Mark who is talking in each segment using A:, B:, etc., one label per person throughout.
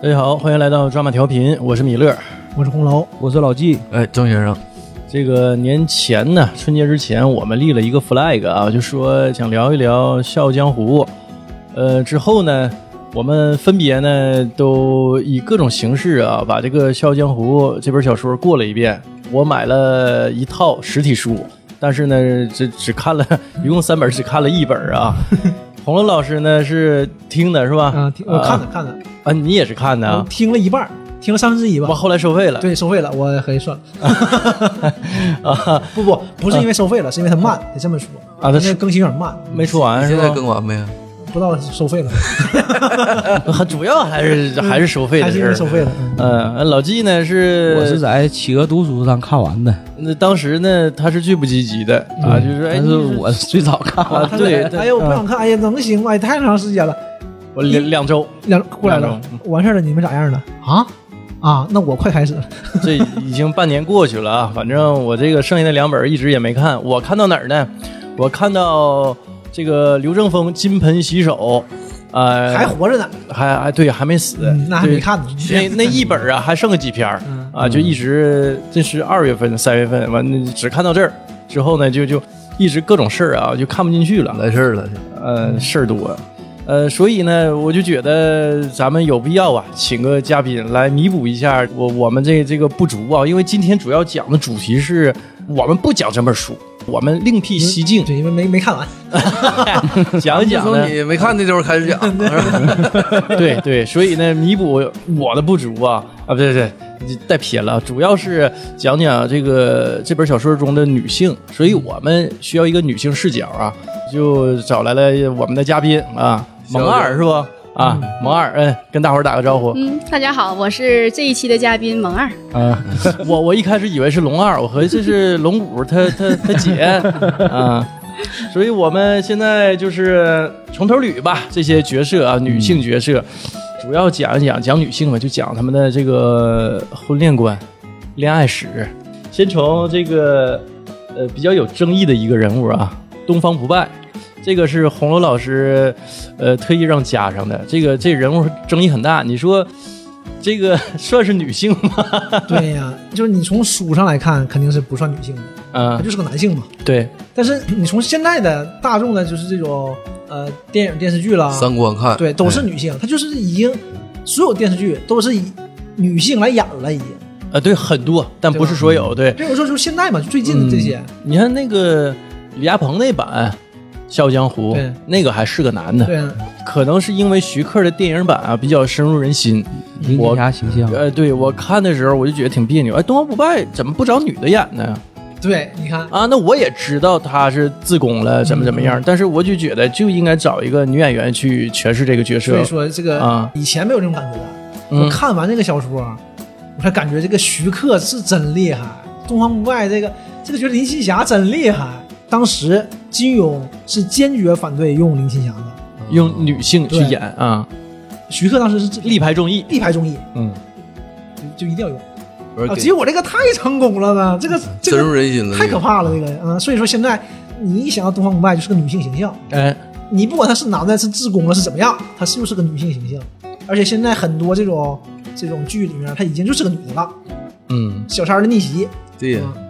A: 大家好，欢迎来到抓马调频，我是米勒。
B: 我是红楼，
C: 我是老纪，
D: 哎，郑先生，
A: 这个年前呢，春节之前，我们立了一个 flag 啊，就说想聊一聊《笑傲江湖》。呃，之后呢，我们分别呢都以各种形式啊，把这个《笑傲江湖》这本小说过了一遍。我买了一套实体书，但是呢，只只看了， 一共三本，只看了一本啊。红楼老师呢是听的是吧？
B: 啊，听我看了看了，
A: 啊，你也是看的
B: 我
A: 啊？
B: 听了一半儿，听了三分之一吧
A: 我。后来收费了。
B: 对，收费了，我可以算了。
A: 啊，
B: 不不，不是因为收费了，是因为它慢，得这么说
A: 啊它
B: 它
A: 是
B: 更新有点慢，
A: 没说完是
D: 你现
A: 吧？
D: 在更完没？啊
B: 不知道收 费了
A: 还呃主要还是还是收费
B: 嗯还
A: 的事
B: 是因
A: 儿。
B: 为收费了。嗯
A: 呃，老纪呢是，
C: 我是在企鹅读书上看完
D: 嗯
C: 的，
A: 那当时呢他是拒不积极的
B: 嗯
A: 啊，就是说哎，
C: 但
A: 你
C: 是我最早看完。
A: 啊
B: 他
A: 对，
B: 说
A: 对
B: 哎呀，我不想看，哎呀，能行吗？哎，太长时间了，
A: 我两两周，
B: 两过来了
A: 两周，
B: 完事儿了，你们咋样了？啊啊，那我快开始了。
A: 这已经半年过去了啊。反正我这个剩下的两本一直也没看，我看到哪儿呢？我看到这个刘正风金盆洗手，呃，
B: 还活着呢，
A: 还还对还没死
B: 嗯，那还
A: 对
B: 没看呢。
A: 那那一 本啊，还剩个几篇儿
B: 嗯
A: 啊，就一直这是二月份、三月份，完了只看到这儿之后呢，就就一直各种事儿啊，就看不进去了，
D: 来事儿了，
A: 呃，事儿多，呃，所以呢，我就觉得咱们有必要啊，请个嘉宾来弥补一下我我们这这个不足啊，因为今天主要讲的主题是我们不讲这本书，我们另辟蹊径
D: 嗯
B: 对，因为没没看完，
A: 讲一讲
D: 从
A: 呢。
D: 你没看那地方开始 讲，是吧
A: 对对，所以呢，弥补我的不足啊啊，不对对，你带偏了，主要是讲讲这个这本小说中的女性，所以我们需要一个女性视角啊，就找来了我们的嘉宾啊，
D: 小
A: 萌二是不？啊，萌二，嗯，跟大伙儿打个招呼。
E: 嗯，大家好，我是这一期的嘉宾萌二。
C: 啊，
A: 我我一开始以为是龙二，我合计这是龙骨他他他姐啊，所以我们现在就是从头捋吧，这些角色啊，女性角色，主要讲一讲讲女性嘛，就讲她们的这个婚恋观、恋爱史。先从这个呃比较有争议的一个人物啊，东方不败。这个是红楼老师，呃，特意让加上的。这个这人物争议很大，你说这个 算是女性吗？
B: 对呀，就是你从书上来看，肯定是不算女性的，
A: 嗯
B: 他，就是个男性嘛。
A: 对，
B: 但是你从现在的大众的，就是这种呃电影电视剧啦，
D: 三观看，
B: 对，都是女性，她就是已经所有电视剧都是以女性来演了，已经。
A: 啊，对，很多，但
B: 对
A: 不
B: 吧
A: 是所有。对，
B: 比如说，就现在嘛，就最近的这些，
A: 你看那个李亚鹏那版《笑傲江湖
B: 对》，
A: 那个还是个男的，
B: 对，
A: 可能是因为徐克的电影版啊比较深入人心。
C: 林青霞形象，
A: 呃，对我看的时候我就觉得挺别扭，哎，东方不败怎么不找女的演呢？
B: 对，你看，
A: 啊，那我也知道他是自宫了，怎么怎么
B: 嗯
A: 样，但是我就觉得就应该找一个女演员去诠释这个角
B: 所
A: 色
B: 以。说这个、
A: 啊
B: 以前没有这种感觉的。我
A: 嗯，
B: 看完这个小说，我才感觉这个徐克是真厉害，东方不败这个这个角色林青霞真厉害。当时金庸是坚决反对用林青霞的，
D: 嗯
A: 用女性去
B: 对
A: 演啊，
B: 徐克当时是
A: 力排众议。
B: 力排众议，
A: 嗯，
B: 就就一定要用。
D: 不是
B: 啊，
D: 给
B: 结果这个太成功了呢，这个这
D: 深
B: 个
D: 入人心了，
B: 太
D: 这
B: 可
D: 个
B: 怕了，这个啊、所以说现在你一想到东方不败就是个女性形象，
A: 哎，
B: 你不管他是男的是自宫了是怎么样，他就是个女性形象。而且现在很多这种这种剧里面，她已经就是个女的了，
A: 嗯，
B: 小三儿的逆袭。
D: 对呀
B: 嗯。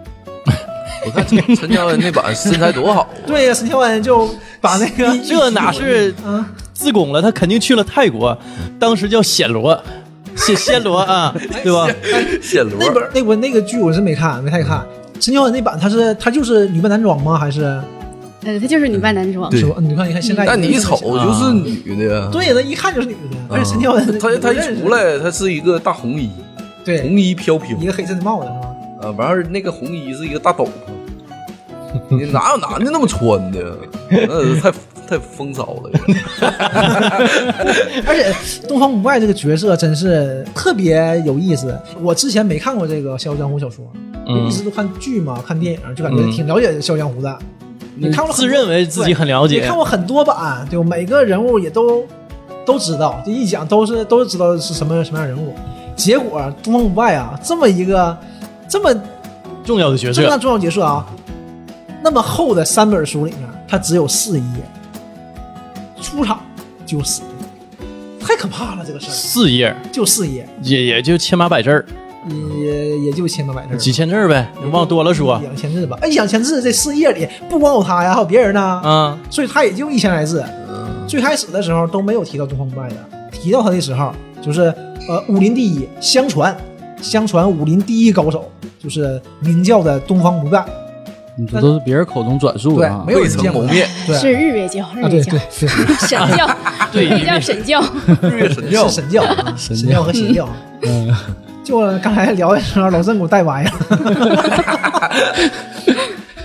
D: 我看陈陈乔恩那版身材多好，
B: 对呀，陈乔恩就 把那 个
A: 这哪是
B: 啊，
A: 自宫了，他肯定去了泰国，当时叫暹罗，暹暹罗 啊，对
B: 哎
A: 吧？
D: 显罗
B: 那本那我那个剧我是没看，没太看。
D: 嗯
B: 陈乔恩那版她是她就是女扮男装吗？还是
E: 呃，他就是女扮男装。
D: 对
B: 是吧？你看你看现在，啊
D: 但你一瞅就是女的，
B: 对呀，那一看就是女的。
D: 啊，
B: 而且陈乔恩
D: 他他
B: 我认
D: 一
B: 识
D: 出来，他是一个大红衣，
B: 对
D: 红衣飘飘
B: 一个黑衬帽子是吧？
D: 啊，完事儿那个红衣是一个大斗篷，你哪有男的那么穿的？那太太风骚了，
B: 而且东方不败这个角色真是特别有意思。我之前没看过这个《笑傲江湖》小说，
A: 嗯
B: 一直都看剧嘛，看电影，就感觉挺了解《笑傲江湖》的。你看过
A: 嗯
B: 很
A: 自
B: 多
A: 认为自己很了
B: 你
A: 解
B: 看，过很多版，对吧，每个人物也都都知道，这一讲都是都知道是什么什么样人物。结果东方不败啊，这么一个这么
A: 重要的角
B: 这么
A: 色
B: 大重要角色啊，那么厚的三本书里面，他只有四页，出场就死，太可怕了，这个事儿
A: 四页
B: 就四页，
A: 也也就千八百字儿，
B: 也也就千八百字儿吧，
A: 几千字儿呗，你往多了说
B: 一两千字吧。哎，一两千字这四页里不光有他呀，还有别人呢，
A: 啊。
B: 所以他也就一千来字。最开始的时候都没有提到东方不败的，提到他的时候就是呃武林第一，相传相传武林第一高手就是明教的东方不败，
C: 你这都是别人口中转述
B: 对
C: 的啊，
B: 没有
D: 未
B: 人
D: 曾
B: 见过
D: 谋
B: 他
D: 面，
B: 对
E: 是日月教，日
B: 啊
E: 月
B: 对
E: 教
B: 对，是
E: 神教，
A: 对
E: 这叫神教。
D: 日月神教
B: 是，神教啊，
C: 神
B: 神教和邪教。
C: 嗯，
B: 就刚才聊的时候，老郑给我带 歪了。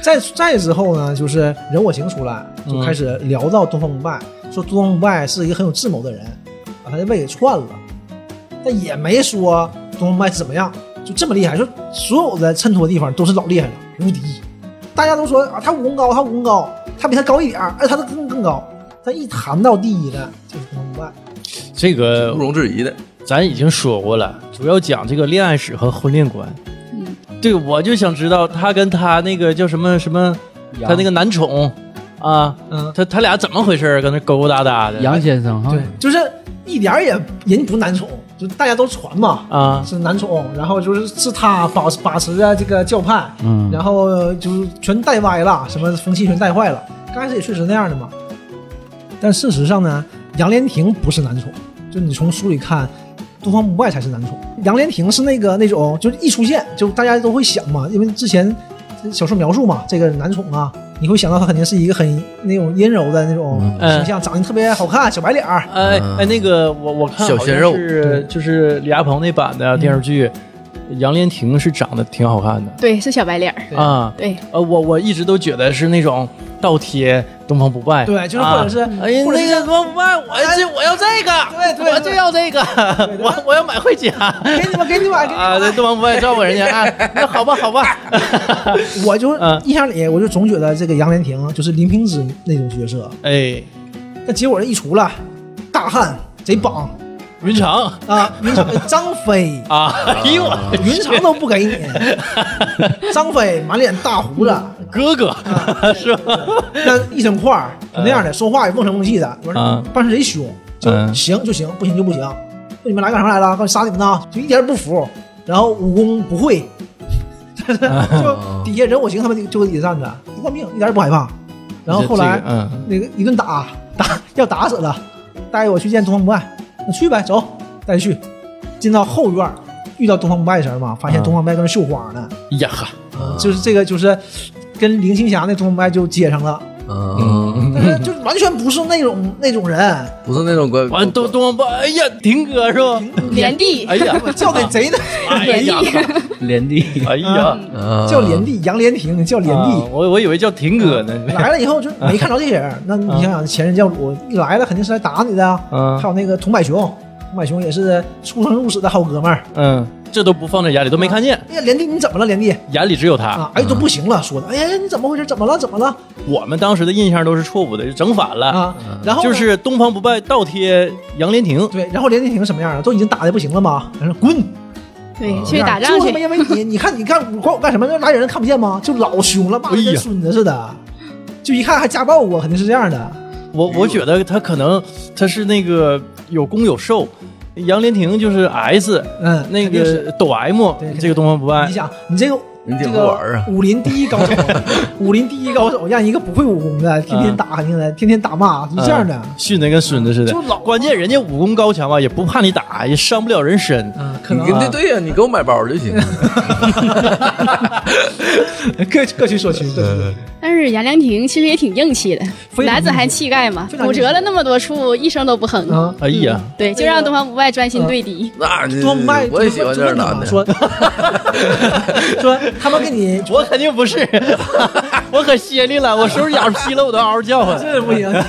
B: 再再之后呢，就是人我行出来，就开始聊到东方不败，说东方不败是一个很有智谋的人，把他的胃给串了，但也没说东方不败怎么样，就这么厉害，说所有的衬托地方都是老厉害了，无敌。大家都说啊，他武功高，他武功高，他比他高一点儿，哎，他的更更高。但一谈到第一的，就是东方不败。
A: 这个
D: 毋容置疑的。
A: 咱已经说过了，主要讲这个恋爱史和婚恋观。
E: 嗯，
A: 对，我就想知道他跟他那个叫什么什么，他那个男宠啊，
B: 嗯，
A: 他他俩怎么回事儿？搁那勾勾搭搭的。
C: 杨先生哈，
B: 对，就是一点儿也人不难宠，就大家都传嘛，
A: 啊，
B: 是男宠，然后就是是他把把持着这个教派，
C: 嗯，
B: 然后就是全带歪了，什么风气全带坏了。刚开始也确实那样的嘛，但事实上呢，杨莲亭不是男宠，就你从书里看，东方不败才是男宠。杨莲亭是那个那种，就是一出现就大家都会想嘛，因为之前小说描述嘛，这个男宠啊，你会想到他肯定是一个很那种阴柔的那种
A: 嗯
B: 形象，长得特别好看，小白脸儿，
A: 哎
D: 嗯
A: 哎，那个我我看
D: 小
A: 好
D: 鲜
A: 像
D: 肉
A: 是就是李亚鹏那版的电视剧，杨莲亭是长得挺好看的
E: 对，是小白脸儿。
B: 嗯对
A: 啊。
E: 对，
A: 呃，我我一直都觉得是那种倒贴东方不败，
B: 对，就是或者是，
A: 啊哎呀
B: 或者是哎
A: 那个东方不败，我这我要这个，
B: 对对对
A: 我就要这个，我我要买回家。
B: 给你吧，给你吧，给你
A: 啊，
B: 吧。
A: 这东方不败照顾人家 啊，那好吧，好吧，
B: 我就
A: 嗯
B: 印象里，我就总觉得这个杨莲亭就是林平之那种角色，
A: 哎，
B: 但结果这一出来，大汉贼棒
A: 云长
B: 啊，云长张飞，
A: 啊，哎呦我去，
B: 云长都不给 你，张飞满脸大胡子，
A: 哥哥
B: 啊
A: 是吧？
B: 那一身块儿
A: 嗯
B: 那样的，说话也瓮声瓮气的，完
A: 啊
B: 了办事贼凶，就
A: 嗯
B: 行就行，不行就不行。那你们来干啥来了？干啥你们呢？就一点也不服，然后武功不会，
A: 嗯
B: 就底下人我行，他们就就底下站着，一贯命，一点也不害怕。然后后来
A: 这个嗯，
B: 那个一顿打打要打死了，带我去见东方不败，那去呗，走，带去。进到后院儿遇到东方不败的时候嘛，发现
A: 嗯
B: 东方不败跟那绣花呢，
A: 呀呵，
B: 就是这个就是跟林青霞那东方不败就接上了。
D: 嗯，
B: 但是就完全不是那种那种人，
D: 不是那种关
A: 完东东方不败，哎呀，婷哥是吧？
E: 连帝
A: 哎呀，
B: 我叫的贼的，
A: 哎
E: 连
A: 呀，
E: 帝，
C: 连帝，
A: 哎呀，
D: 啊
B: 叫连帝杨连亭，叫连
A: 啊
B: 帝。
A: 我我以为叫婷哥呢，
B: 来了以后就没看着这些人，那你想想前任教主一来了肯定是来打你的啊，
A: 嗯
B: 还有那个桐柏雄，桐柏雄也是出生入死的好哥们儿。
A: 嗯，这都不放在眼里，都没看见，
B: 哎呀，连帝你怎么了，连帝
A: 眼里只有他。
B: 啊？哎都不行了，说的，哎呀你怎么回事？怎么了？怎么了？
A: 我们当时的印象都是错误的，就整反了，
D: 嗯
B: 啊，然后呢
A: 就是东方不败倒贴杨莲亭，
B: 对，然后连帝亭什么样啊？都已经打的不行了嘛，他说滚，哦
E: 对，去打仗
B: 就他妈
E: 去。
B: 因为你，你看你看我管我干什么？那来人看不见吗？就老凶了，骂
A: 哎
B: 的跟
A: 呀
B: 孙子似的，就一看还家暴啊我，肯定是这样的。
A: 我
B: 哎
A: 我觉得他可能他是那个有攻有受，杨莲亭就是 S，
B: 嗯，
A: 那
B: 肯定是
A: 个抖 M，
B: 对肯定
A: 这个东方不败
B: 你，想，你这个
D: 啊你
B: 这
D: 顶着玩儿
B: 个
D: 啊
B: 武林第一 高手，武林第一高手让一个不会武功的天
D: 嗯
B: 天打，肯定的，天天打骂，就这样的。
A: 嗯训的跟孙子似的。
B: 就老
A: 关键人家武功高强啊吧，也不怕你打，也伤不了人身。
B: 嗯，可
D: 你
B: 能
D: 跟
B: 啊
D: 对对呀，你给我买包就 行。
B: 各各取所需，对
D: 嗯
B: 对对。
E: 但是颜良亭其实也挺硬气的，
B: 非常
E: 男子汉气概嘛，
B: 非常
E: 骨折了那么多处，一声都不吭。
D: 嗯
B: 啊，
A: 哎呀，
E: 对，就让东方不败专
B: 嗯
E: 心对敌。
D: 那你
B: 多卖，
D: 我也喜欢这样男的。
B: 说说他们给你
A: 我肯定 不是，我可歇力了，我收拾眼皮了，我都嗷嗷叫唤。
B: 这不行。东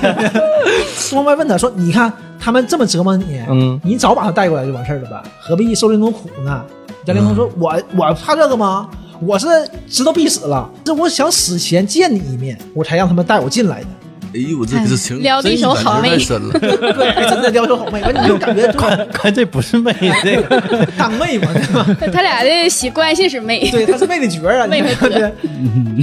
B: 方白问他说：“你看他们这么折磨你，
A: 嗯
B: 你早把他带过来就完事儿了吧？何必受这种苦呢？”杨凌空说：“
D: 嗯
B: 我我怕这个吗？我是知道必死了，这我想死前见你一面，我才让他们带我进 来的。
D: 哎呦，我这这情
E: 撩的一手好妹
D: 真感情太 深了。
B: 对，真的撩手好妹，完你就感觉就是
A: 看哎这不是妹，这个
B: 当妹嘛，对 吧？
E: 他俩的习关系是妹，
B: 对，他是妹的角儿啊，
E: 妹
B: 你
E: 妹
B: 看对。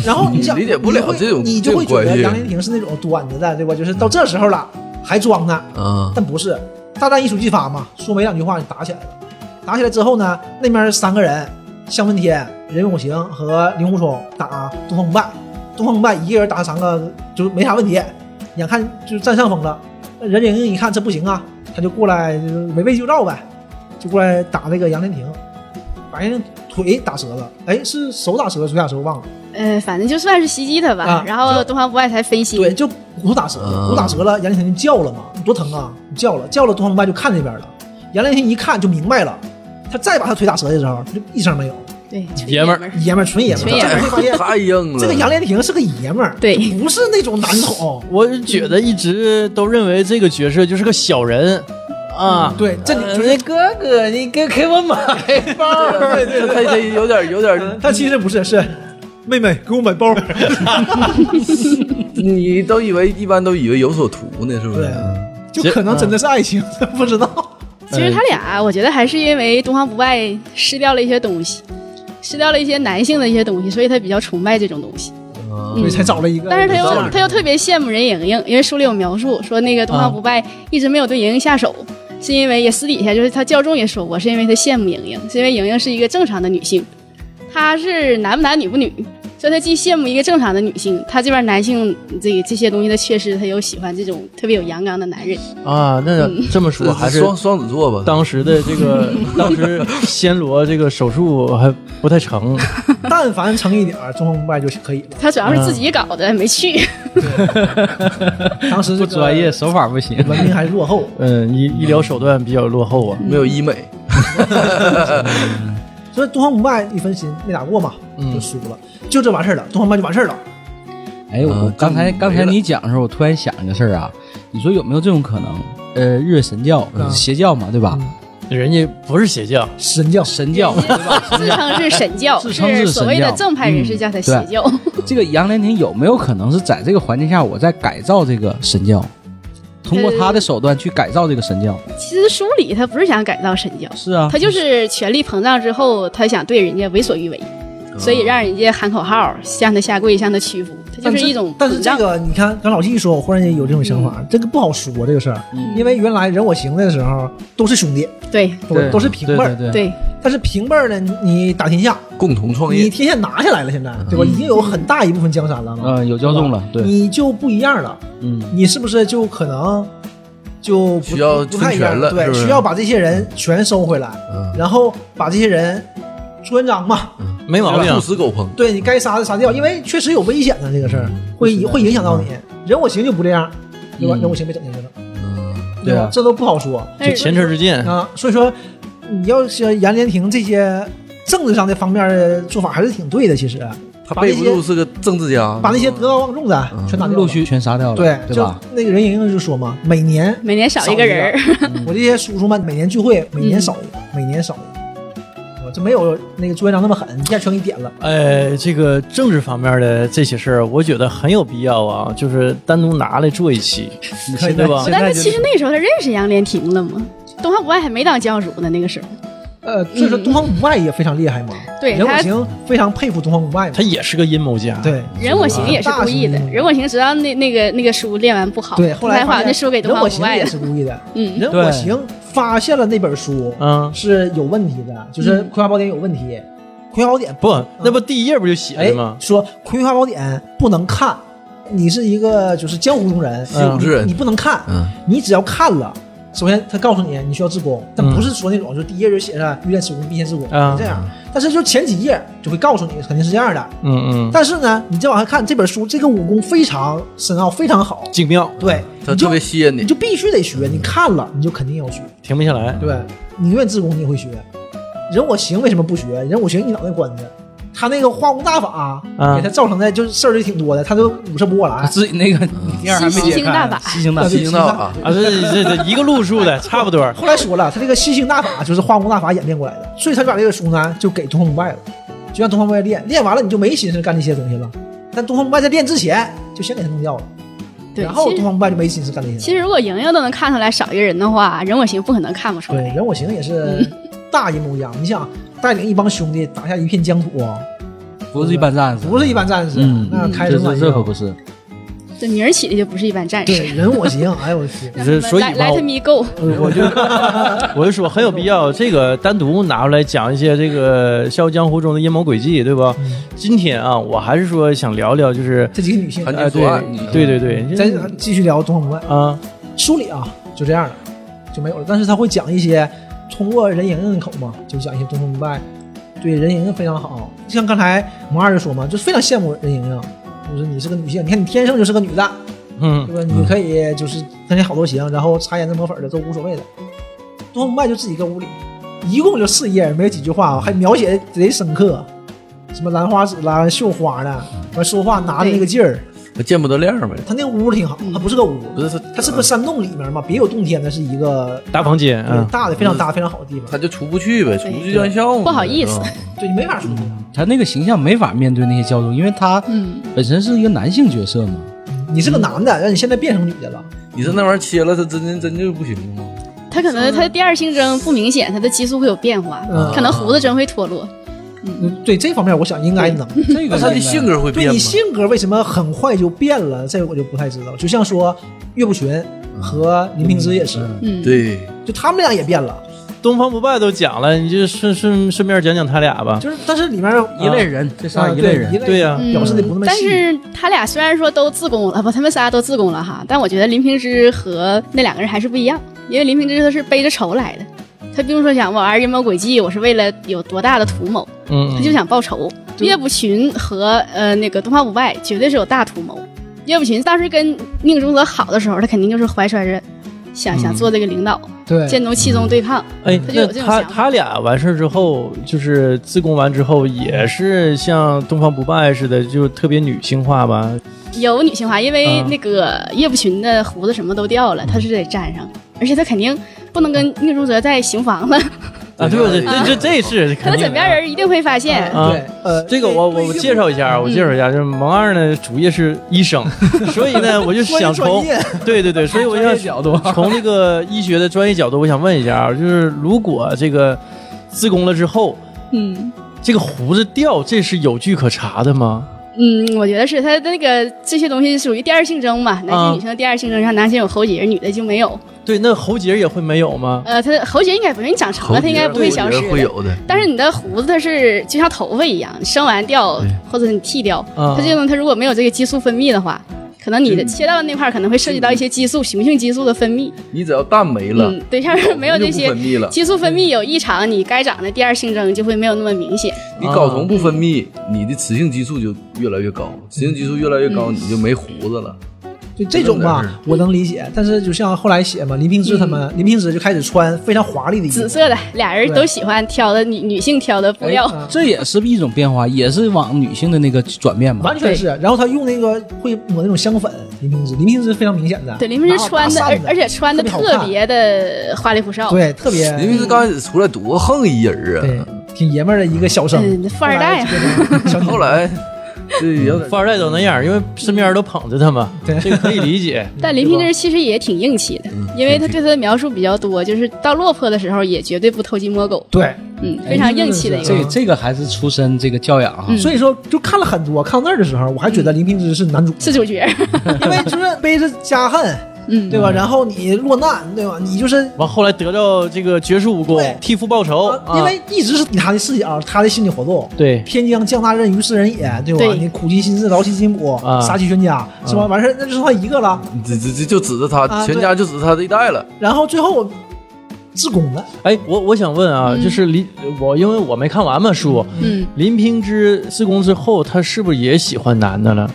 B: 然后你想
D: 理解不了
B: 你会
D: 这种
B: 你就会
D: 这种关
B: 觉得
D: 系
B: 杨林亭是那种端着的，对吧？就是到这时候了还装呢，
D: 啊，
B: 但不是，大战一触即发嘛，说没两句话就打起来了。打起来之后呢，那边三个人，向问天、任永行和林狐冲打东方不败，东方不败一个人打三个就没啥问题，眼看就占上风了。那任盈盈一看这不行啊，他就过来就是围魏救赵呗，就过来打那个杨天庭，把人腿打折了，哎，是手打折了，手打折忘了。
E: 呃，反正就算是袭击他吧。
B: 啊
E: 然后东方不败才分析，
B: 对，就骨头打折了，
D: 啊
B: 骨头打折了，杨凌天就叫了嘛，你多疼啊！你叫了，叫了，东方不败就看那边了。杨凌天一看就明白了，他再把他腿打折的时候，他就一声没有，
E: 对，纯
A: 爷们儿
E: 儿，
B: 爷们儿纯爷们
E: 纯爷们
B: 儿。
E: 儿
B: 会 发现
D: 太硬了。
B: 这个杨莲亭是个爷们儿，
E: 对
B: 不是那种男宠。
A: 我觉得一直都认为这个角色就是个小人啊，
B: 对，这
E: 呃
B: 里就是
A: 那哥哥，你给给我买包。
D: 对对，他他有点有点，
B: 他其实不是，是 妹妹给我买包。
D: 你都以为一般都以为有所图呢，是不是
B: 嗯对？， 啊就可能真的是爱情， 不知道。
E: 其实他
D: 呃
E: 俩，我觉得还是因为东方不败失掉了一些东西，失掉了一些男性的一些东西，所以他比较崇拜这种东西。
D: 啊
E: 嗯
B: 对，才找了一个。
E: 但是他
D: 有道
E: 又
D: 理
E: 他又特别羡慕任盈盈，因为书里有描述说那个东方不
D: 啊
E: 败一直没有对盈盈下手，是因为也私底下就是他教众也说过，是因为他羡慕盈盈，是因为盈盈是一个正常的女性，她是男不男女不女，所以他既羡慕一个正常的女性，他这边男性这个这些东西的缺失，他又喜欢这种特别有阳刚的男人。
A: 啊，那这么说
D: 这
A: 还
D: 还
A: 是
D: 是双双子座吧？
A: 当时的这 个当时暹罗这个手术还不太 成，
B: 但凡成一点儿，中方不败就可以了。
E: 他主要是
D: 嗯
E: 自己搞的，没去。
B: 当时这
C: 不
B: 个
C: 专业，手法不行。
B: 文明还是落后。
A: 嗯，医医疗手段比较落后啊。
D: 没有医美，
B: 所以东方不败一分心没打过嘛，
A: 嗯
B: 就输了，就这完事儿了，东方不败就完事儿了。
C: 哎，我
B: 嗯
D: 啊
C: 刚才
D: 就没了
C: 刚才你讲的时候，我突然想一个事儿啊，你说有没有这种可能？呃，日神教、
B: 啊
C: 邪教嘛，对吧？
B: 嗯
A: 人家不是邪教，
B: 神教
C: 神教，
B: 嗯
E: 自称是神教，
C: 自称是神教
E: 所谓的正派人士叫他邪教。
C: 这个杨莲亭有没有可能是在这个环境下，我在改造这个神教，通
E: 呃
C: 过他的手段去改造这个神教？
B: 嗯
E: 其实书里他不是想改造神教，
C: 是啊，
E: 他就是权力膨胀之后，他想对人家为所欲为，所以让人家喊口号，向他下跪，向他屈服，他就是一种嗯
B: 但是
E: 膨
B: 这
E: 胀。
B: 个你看，刚老纪一说，我忽然间有这种想法，这个不好说这个事儿，
D: 嗯
B: 因为原来人我行的时候都是兄弟，
E: 对
B: 都都是平辈儿，
C: 对对
E: 对，
B: 但是平辈儿呢，你打天下，
D: 共同创
B: 你
D: 业，嗯
B: 天下拿下来了，现在对吧？已经有很大一部分江山了嘛，
C: 嗯，有教众了，对，
B: 你就不一样了，
C: 嗯，
B: 你是不是就可能就不
D: 需要
B: 不太一
D: 分
B: 样
D: 权了
B: 对，
D: 是不是
B: 需要把这些人全收回来，
D: 嗯
B: 然后把这些人朱元璋嘛，
A: 没毛病
D: 兔。死狗烹，
B: 对你该杀的杀掉，因为确实有危险的这个事儿，会会影响到你。人我行就不这样，对吧？
C: 嗯
B: 人我行被整进去了，
D: 嗯
C: 对
B: 吧
C: 啊？
B: 这都不好说
E: 但
A: 就前车之鉴，
B: 啊。所以说，你要是杨莲亭这些政治上的方面的做法还是挺对的，其实
D: 他
B: 把
D: 备
B: 那
D: 不
B: 些
D: 住是个政治家，
B: 把那些德高望重的全打掉了
C: 嗯陆续全杀掉了，
B: 对，
C: 对
B: 就
C: 吧？
B: 那个人莹莹就说嘛，每年
E: 每年少一个人儿，
C: 嗯
B: 我这些叔叔们每年聚会，每年少一个，每年少一个，我这没有那个朱元璋那么狠，一下全给点了。
A: 呃，这个政治方面的这些事儿，我觉得很有必要啊，就是单独拿来做一期，
B: 可以
A: 对 吧？
E: 但是其实那时候他认识杨莲亭了嘛，东方不败还没当教主呢，那个时候。
B: 呃，所以说东方不败也非常厉害嘛。
E: 对
B: 人我
E: 他
B: 行非常佩服东方不败嘛
A: 他。也是个阴谋家，，
B: 对，
E: 任我行也是故意的
B: 大型，
E: 任我行知道那那个那个书练完不好，
B: 对，后来
E: 才
B: 发
E: 把
B: 现
E: 那书给东
B: 人
E: 方
B: 我
E: 不
B: 行
E: 败
B: 也
E: 了。
B: 是故意的。
E: 嗯，
B: 人我行发现了那本书
A: 嗯，
B: 是有问题的，就是
E: 嗯
B: 《葵花宝典》有问题，《葵花宝典》
A: 不，那不第一页不就写
B: 哎
A: 着吗？
B: 说《葵花宝典》不能看，你是一个就是江湖中人，
D: 嗯
B: 你你不能看，
D: 嗯
B: 你只要看了。首先，他告诉你你需要自宫，但
D: 嗯
B: 不是说那种就第一页就写上“欲练此功，必先自宫”
A: 啊
B: 这样，但是就前几页就会告诉你肯定是这样的。
A: 嗯嗯，
B: 但是呢，你再往下看这本书，这个武功非常深奥，非常好，
A: 精妙，
B: 对，
D: 他
B: 你
D: 特
B: 就
D: 别吸引
B: 你
D: 你，
B: 就必须得学，你看了你就肯定要学，
A: 停不下来。
B: 对，你愿自宫你也会学，人我行为什么不学？人我行一脑袋关子，他那个化工大法、
A: 啊
B: 给他造成的就是事儿就挺多的，他都捂扯不过
C: 他
B: 来。
C: 自己那个
B: 嗯
C: 第二还没
E: 吸
C: 解
E: 星
C: 开
E: 大法
C: 呢，吸星大
B: 啊
C: 法，
B: 对
D: 吸引到啊，
A: 啊，这这这一个路数的，差不多。
B: 后来说了，他这个吸星大法就是化工大法演变过来的，所以他就把这个书呢就给东方不败了，就让东方不败练，练完了你就没心思干这些东西了。但东方不败在练之前就先给他弄掉了，
E: 对，
B: 然后
E: 其
B: 东
E: 实
B: 方不败就没心思干这些了。
E: 其实如果莹莹都能看出来少一个人的话，任我行不可能看不出
B: 对，
E: 来。
B: 人我行也 是大阴谋家，你想带领一帮兄弟打下一片疆土啊，
C: 不是一般战士，
B: 嗯不是一般战士，
C: 嗯，
B: 啊那开
C: 这
B: 什么玩
C: 这
B: 笑？
C: 这可不是，
E: 这名儿起的就不是一般战
B: 对
E: 士。
B: 人我行，哎呦我的天，
A: 你这所以吧
E: Let，me go，
A: 我 就我就说很有必要，这个单独拿出来讲一些这个《笑傲江湖》中的阴谋诡计，对吧？今天啊，我还是说想聊聊，就是
B: 这几个女性，
D: 韩
A: 哎，
D: 剧
A: 对
D: 作案，你
A: 对对对，这
B: 咱继续聊东方不败
A: 啊，
B: 书里啊，就这样了，就没有了。但是他会讲一些通过任盈盈的口嘛，就讲一些东方不败对任盈盈非常好。像刚才萌二就说嘛，就是非常羡慕任盈盈，啊就是你是个女性，你看你天生就是个女的，
A: 嗯
B: 对吧？你可以就是跟你好都行，然后擦胭脂抹粉的都无所谓的。东方不败就自己搁屋里，一共就四页，没有几句话，还描写得贼深刻，什么兰花指啦、绣花的，完说话拿的那个劲儿，
D: 还见不得亮呗？
B: 他那屋挺好，他不是个屋，
D: 不是，
B: 它是个山洞里面嘛，别有洞天，那是一个
A: 大房间
B: 对
A: 啊，
B: 大的非常大非常好的地
D: 嗯他
B: 方，
D: 就出不去呗，出不去见效嘛。
E: 不好意思
D: 嗯，
B: 对你没法出去，
C: 他那个形象没法面对那些教众，因为他
E: 嗯，
C: 本身是一个男性角色嘛。
B: 你是个男的，让你现在变成女的了，
D: 你说那玩意儿切了，他真真真就不行了吗？
E: 他可能他的第二性征不明显，他的激素会有变化，
B: 嗯
E: 可能胡子真会脱落。
B: 嗯，对这方面我想应该能。
C: 这个
D: 那他的
C: 应该
D: 性格会
B: 对
D: 变吗
B: 你？性格为什么很快就变了，这个我就不太知道。就像说岳不群
A: 嗯
B: 和林平之也是，
E: 嗯，，
D: 对，
B: 就他们俩也变了，
A: 东方不败都讲了，你就顺顺顺便讲讲他俩吧。
B: 就是但是里面
C: 一类人，这
B: 啊
C: 仨一类人
B: 一，
A: 对呀
E: 嗯
B: 表示的不那么
E: 但
B: 细。
E: 是他俩虽然说都自宫了，啊不，他们仨都自宫了哈，但我觉得林平之和那两个人还是不一样，因为林平之他是背着仇来的，他并不是说想我玩阴谋诡计，我是为了有多大的图谋，
A: 嗯
E: 他就想报仇。岳不群和呃那个东方不败绝对是有大图谋。岳不群当时跟宁荣泽好的时候，他肯定就是怀揣着想想做这个领导，
B: 对
E: 剑宗气宗对抗。
A: 哎，
E: 他就
A: 那
E: 有这种
A: 他
E: 想法
A: 他俩完事儿之后，就是自宫完之后，也是像东方不败似的，就特别女性化吧？
E: 有女性化，因为
A: 啊
E: 那个岳不群的胡子什么都掉了，他是得粘上，而且他肯定不能跟宁荣泽在行房了，
A: 啊，对不对？这这这是
E: 他
A: 肯
E: 的
A: 定
E: 枕边
A: 的。
E: 人一定会发现。
A: 啊
B: 对，呃，
A: 这个我我我介绍一下啊，我介绍一下，
E: 嗯
A: 就是萌二呢主业是医 生，所以呢我就
B: 关于
A: 想
B: 专
A: 从
B: 业，
A: 对对对，所以我想
C: 角度
A: 从这个医学的专业角度，我想问一下啊，就是如果这个自宫了之后，
E: 嗯
A: 这个胡子掉，这是有据可查的吗？
E: 嗯，我觉得是他的那个这些东西属于第二性征嘛，男
A: 啊
E: 性女性的第二性征，像男性有喉结，女的就没有。
A: 对，那喉结也会没有吗？
E: 呃，他的喉结应该不是你长长了，它应该不会消失
D: 我觉得会
E: 的。
D: 有的。
E: 但是你的胡子它是就像头发一样，你生完掉
D: 对
E: 或者你剃掉，
A: 啊
E: 它这种它如果没有这个激素分泌的话，可能你的切到的那块儿可能会涉及到一些激素，雄性激素的分泌。
D: 你只要蛋没了，
E: 嗯，对，要是没有
D: 就
E: 这
D: 不
E: 些
D: 分泌了，
E: 激素分泌有异常，你该长的第二性征就会没有那么明显。
D: 你睾酮不分泌，你的雌性激素就越来越高，雌性激素越来越高，你就没胡子了。
B: 就这种吧
D: 真的，
B: 我能理解。但是就像后来写嘛，林平之他们，林平之就开始穿非常华丽的衣服哎
E: 嗯紫，色的，俩人都喜欢挑的女女性挑的布料，
B: 啊
C: 这也是一种变化，也是往女性的那个转变嘛
B: 完。全是。然后他用那个会抹那种香粉，林平之，林平之非常明显的，
E: 对，林平时穿的，
B: 大
E: 而
B: 扇子
E: 而且穿的
B: 特别好
E: 特
B: 看
E: 别的花里胡哨，
B: 对，啊特别
D: 因为是刚开始出来多横一人
B: 嗯
D: 啊
B: 对，挺爷们儿的一个小生，
E: 嗯，富二代啊，
B: 小
D: 啊，后 来这有点
A: 富二代都那样，因为身边人都捧着他嘛，
B: 对
A: 这个可以理解。
E: 但林平之其实也挺硬气的，因为他对他的描述比较多，就是到落魄的时候也绝对不偷鸡摸狗，
B: 对，
E: 嗯，非常硬气的一个
C: 这
E: 人。
C: 个这个还是出身这个教养啊，
E: 嗯
B: 所以说就看了很多，看到那儿的时候，我还觉得林平之是 男主，
E: 是主角，
B: 因为就是背着家恨，
E: 嗯，
B: 对吧？然后你落难，对吧？你就是。
A: 完后来得到这个绝世武功
B: 对
A: 替父报仇，
C: 哦
A: 啊
B: 因为一直是以他的视角，他的心理活动，
A: 对
B: 天将降大任于斯人也，对吧？
E: 对
B: 你苦其心志，劳其筋骨，
A: 啊
B: 杀其全家，
C: 嗯
B: 是吧？完事儿那就剩他一个了，
D: 这这这就指着他，
B: 啊
D: 全家就指着他这一代了。
B: 然后最后自宫了，
A: 哎，我我想问啊，就是林我因为我没看完嘛书，
E: 嗯，
A: 林平之自宫之后，他是不是也喜欢男的了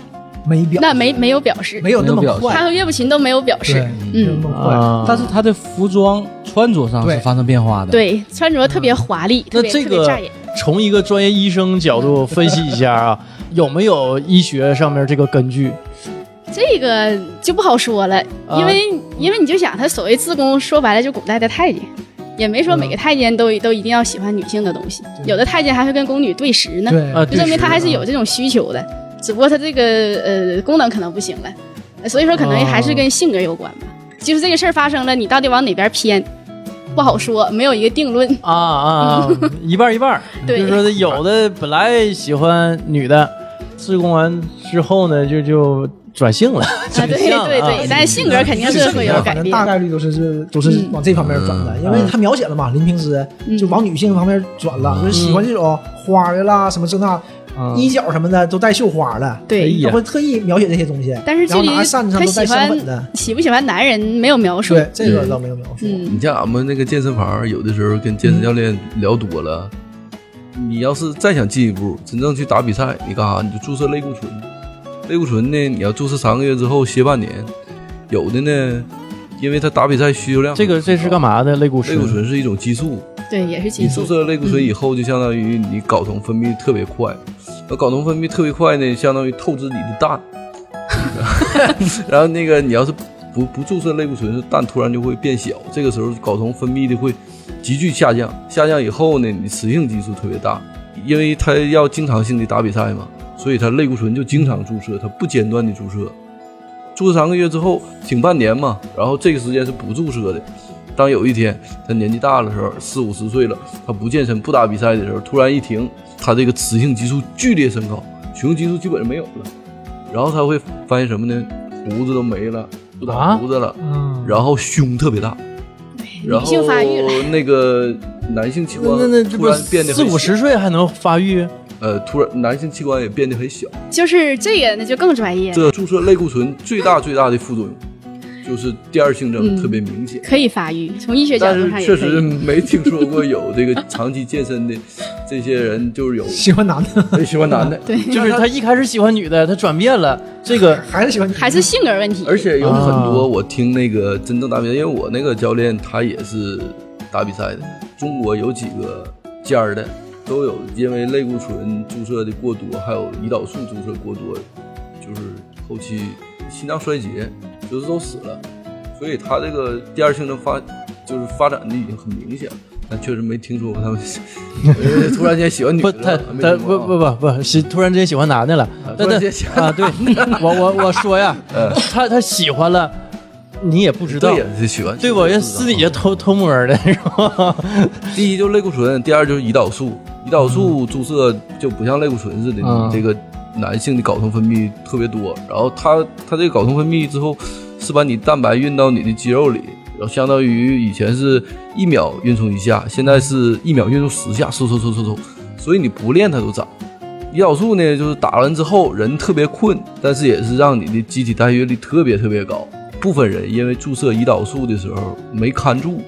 B: 没表，
E: 那没没有表示，
B: 没有那么
C: 没有表
E: 他
B: 快，
E: 和岳不群都没有表示
B: 对，，没有那么
E: 嗯
B: 快。
A: 啊？
C: 但是他的服装穿着上是
B: 对
C: 发生变化的。，
E: 对，穿着特别华丽，特
A: 那
E: 别
A: 这
E: 特别
A: 个
E: 扎眼。
A: 从一个专业医生角度分析一下啊，有没有医学上面这个根据？
E: 这个就不好说了，
A: 啊
E: 因为因为你就想他所谓自宫，说白了就古代的太监，也没说每个太监都都一定要喜欢女性的东西，有的太监还会跟宫女对食呢，
B: 对
A: 啊，
E: 就证明他还是
A: 对
E: 有这种需求的，只不过他这个呃功能可能不行了，呃所以说可能
A: 哦
E: 还是跟性格有关吧。就是这个事儿发生了，你到底往哪边偏，不好说，没有一个定论。
A: 啊啊啊，一半儿一半儿，
E: 对
A: 就是说有的本来喜欢女的，自宫完之后呢，就就转性了，
E: 啊，对
A: 转向了
E: 对对，但性格肯定是会有改
B: 反正
E: 变。
B: 啊
E: 嗯
B: 大概率都是是都是往这方面转的，因为他描写了嘛，林平之就往女性方面转了，就是喜欢这种花的啦，什么这那
A: 啊
B: 衣角什么的都带绣花的，
A: 哎
E: 对，
A: 呀
B: 他会特意描写这些东西，
E: 但是
B: 然
E: 至
B: 后
E: 于
B: 拿扇子上
E: 他
B: 都带
E: 喜
B: 香
E: 欢
B: 粉的，
E: 喜不喜欢男人没有描述，
B: 对这个倒没有描述。
E: 嗯，
D: 你像俺们那个健身房，有的时候跟健身教练聊多了，你要是再想进一步，真正去打比赛，你干啥？你就注射类固醇。类固醇呢，你要注射三个月之后歇半年。有的呢，因为他打比赛需求量
A: 这个这是干
D: 嘛？
A: 嘛的？类固醇。
D: 类固醇是一种激素，
E: 对，也是激
D: 你注
E: 素。
D: 射类固醇以后，就相当于你睾酮分泌特别快，那睾酮分泌特别快呢，相当于透支你的蛋。 然后那个你要是不不注射类固醇，蛋突然就会变小，这个时候睾酮分泌的会急剧下降，下降以后呢，你雌性激素特别大，因为它要经常性的打比赛嘛，所以它类固醇就经常注射，它不间断的注射。注射三个月之后，挺半年嘛，然后这个时间是不注射的。当有一天他年纪大的时候，四五十岁了，他不健身不打比赛的时候，突然一停，他这个雌性激素剧烈升高，雄性激素基本上没有了。然后他会发现什么呢？胡子都没了，不
A: 啊
D: 打胡子了，
B: 嗯，
D: 然后胸特别大，然
E: 女性
D: 后
E: 发育了，
D: 那个男性器官
A: 那那那这
D: 突
A: 不
D: 然变得
A: 四
D: 很
A: 五
D: 小
A: 十岁还能发育？
D: 呃，突然男性器官也变得很小。
E: 嗯就是这个那就更专业，
D: 这注射类固醇最大最大的副作用就是第二性征
E: 嗯
D: 特别明显。
E: 可以发育，从医学角
D: 但
E: 度
D: 是
E: 上也
D: 确
E: 可
D: 实
E: 以。
D: 没听说过有这个长期健身的这些人，就是有
B: 喜欢男的
D: 很喜欢男的，
E: 对，
A: 就是他一开始喜欢女的，他转变了，这个
B: 还是喜欢女的
E: 还是性格问题。
D: 而且有很
A: 啊
D: 多我听那个真正打比赛，因为我那个教练他也是打比赛的，中国有几个尖儿的都有因为类固醇注射的过多，还有胰岛素注射过多，就是后期心脏衰竭，就是都死了，所以他这个第二性征发就是发展的已经很明显了。但确实没听说过他们呃 突然间喜欢 女
A: 不，
D: 的
A: 他
D: 了，没
A: 他
D: 听过
A: 不不不不，喜突然之间喜欢男的了，
D: 啊
A: 但
D: 突然
A: 他
D: 间喜欢 嗯
A: 啊，对我我我说呀，他他喜欢了，你也不知道
D: 对，也是喜欢，
A: 对我这私底下偷偷摸的是吧？
D: 第一就是类固醇，第二就是胰岛素。胰岛素注射就不像类固醇似的，
A: 嗯
D: 你这个男性的睾酮分泌特别多，然后它它这个睾酮分泌之后是把你蛋白运到你的肌肉里，然后相当于以前是一秒运送一下，现在是一秒运送十下，嗖嗖嗖嗖嗖，所以你不练它都长。胰岛素呢，就是打完之后人特别困，但是也是让你的机体代谢率特别特别高。部分人因为注射胰岛素的时候没看住，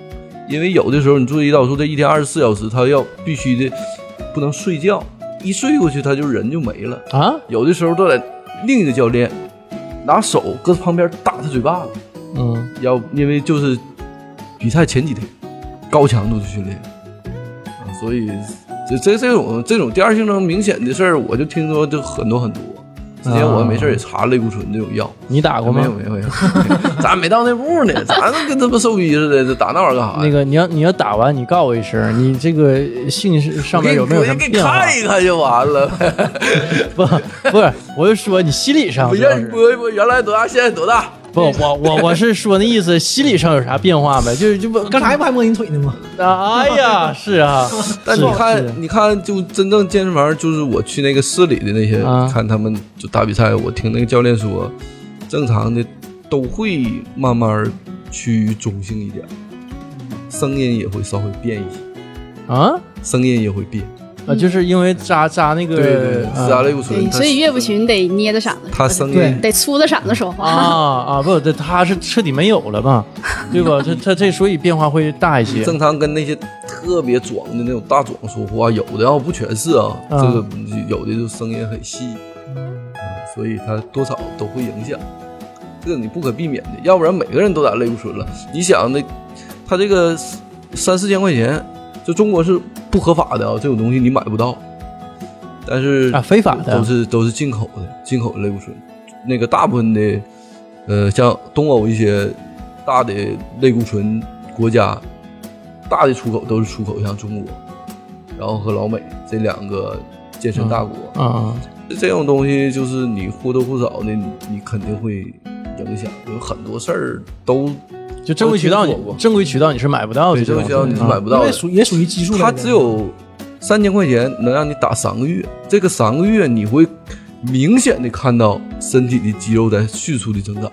D: 因为有的时候你注射胰岛素，这一天二十四小时，他要必须的不能睡觉，一睡过去他就人就没了。
A: 啊，
D: 有的时候都在另一个教练拿手搁旁边打他嘴巴子，
A: 嗯，
D: 要因为就是比赛前几天高强度的训练，啊所以这这这种这种第二性征明显的事儿，我就听说就很多很多。之前我没事儿也查类固醇这种药，
A: 你打过
D: 没
A: 哦吗
D: 有？没有没有，咱没到那步呢，咱跟他妈兽逼似的，这打那玩意儿干啥
A: 那
D: 呀？
A: 个你要你要打完，你告我一声，你这个性是上面有没有什么
D: 给你
A: 变化？
D: 看一看就完了，
A: 不不是，我啊就说你心理 上
D: 不
A: 主要
D: 让你
A: 是
D: 播一播，原来多大，现在多大？
A: 不，我我我是说那意思，心理上有啥变化没？就是就不
B: 刚才不还摸你腿呢吗？
A: 啊，哎呀，是啊，
D: 但
A: 是
D: 你
A: 是
D: 看，你看，就真正健身房，就是我去那个市里的那些，
A: 啊
D: 看他们就打比赛，我听那个教练说，正常的都会慢慢趋于中性一点，声音也会稍微变一些，
A: 啊
D: 声音也会变。
A: 啊，就是因为扎扎那个
D: 对对，
A: 啊
D: 自然类固醇，
E: 对，
D: 它
E: 所以岳不群得捏着嗓子，
D: 它声
B: 对
D: 音
E: 得粗着嗓子说话。
A: 啊啊，不，对，他是彻底没有了吧，对吧？他他这所以变化会大一些。
D: 正常跟那些特别壮的那种大壮说话，有的啊不全是啊，
A: 啊
D: 这个有的就声音很细，嗯所以它多少都会影响，这个你不可避免的，要不然每个人都打类固醇了，你想那他这个三四千块钱，就中国是不合法的啊，这种东西你买不到，但是
A: 啊非法的
D: 都是都是进口的，进口的类固醇，那个大部分的，呃，像东欧一些大的类固醇国家，大的出口都是出口向中国，然后和老美这两个健身大国，
A: 啊，
D: 这种东西就是你或多或少的，你你肯定会影响，有很多事儿都
A: 就正规渠道你
D: 都听说过
A: 正规渠道你是买不到的
D: 对
A: 这种
D: 正规
A: 东西，
D: 渠道你是买不到
B: 因
D: 的
B: 为。属也属于激素类的。
D: 它只有三千块钱能让你打三个月，这个三个月你会明显的看到身体的肌肉在迅速的增长。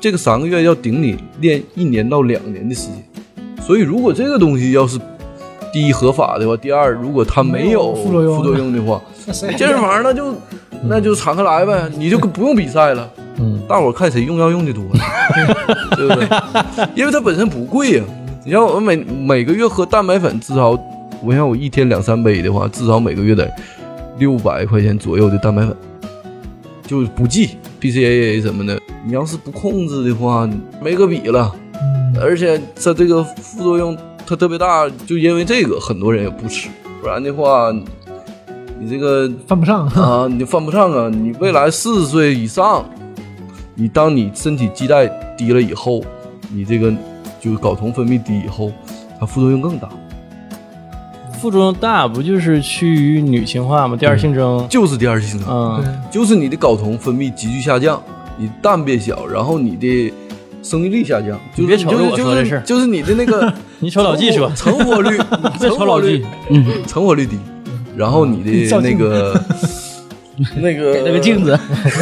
D: 这个三个月要顶你练一年到两年的时间，所以如果这个东西要是第一合法的话，第二如果它没有
B: 没有副作用
D: 的话，
B: 那谁还
D: 健身房那就那就敞开来呗，你就不用比赛了。
A: 嗯，
D: 大伙儿看谁用药用的多，对不对？因为它本身不贵呀、你像我每每个月喝蛋白粉，至少我像我一天两三杯的话，至少每个月得六百块钱左右的蛋白粉，就是不计 BCAA 什么的。你要是不控制的话，没个比了。而且它这个副作用它特别大，就因为这个，很多人也不吃，不然的话，你这个
B: 犯不上。
D: 啊，你就犯不上啊！你未来四十岁以上，你当你身体基带低了以后，你这个就是睾酮分泌低以后，它副作用更大，
A: 副作用大不就是趋于女性化吗？第二性征，
D: 就是第二性征，
A: 嗯，
D: 就是你的睾酮分泌急剧下降，你蛋变小，然后你的生育力下降，就
A: 你
D: 是
A: 别瞅着我说这事儿
D: 就是就是你的那个
A: 你瞅老纪说，
D: 成 活率，
A: 别瞅老纪
D: 纪，，成活率低，然 后你的
B: 照镜
D: 那个那个
C: 那个镜子，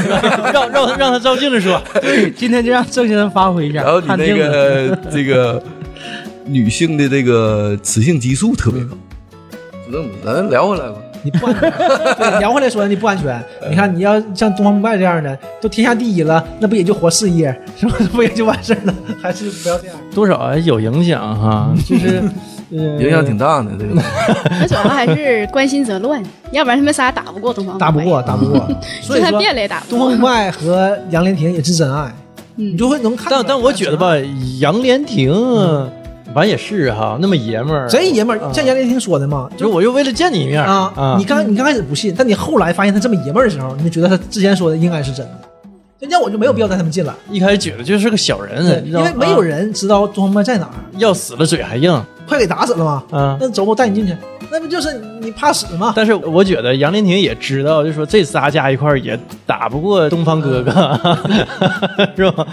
A: 让让他让他照镜子说，
C: 对，今天就让郑先生发挥一下。
D: 然后你
C: 看
D: 那
C: 镜子
D: 个 这个女性的这个雌性激素特别高。那我们咱聊回来吧，
B: 你不安全。对，聊回来说你不安全。你看，你要像东方不败这样的，都天下第一了，那不也就活四页，是吧？ 不也就完事儿了？还是不要这样。
A: 多少还有影响哈，就是
B: 呃
D: 影响挺大的这个。
E: 那主要还是关心则乱，要不然他们仨打不过东方
B: 呃打不过，，打不过。所
E: 就
B: 以
E: 算
B: 说，
E: 变了也打不
B: 东方
E: 过。
B: 不败和杨莲亭也是真爱，你
E: 嗯，
B: 就会能看出来。
A: 但但我觉得吧，杨莲亭完也是哈，那么爷们儿，
B: 真爷们
A: 嗯
B: 儿，像杨莲亭说的嘛，
A: 就我就为了见你一面
B: 啊，
A: 啊，
B: 你刚你刚开始不信，但你后来发现他这么爷们儿的时候，你就觉得他之前说的应该是真的。那要我就没有必要带他们进来，
A: 一开始觉得就是个小人，啊
B: 因为没有人知道东方不败在哪儿，
A: 要死了嘴还硬，
B: 快给打死了嘛。
A: 嗯。
B: 那走，我带你进去，那不就是你怕死吗？
A: 但是我觉得杨莲亭也知道，就说这仨加一块儿也打不过东方哥哥， 是吧？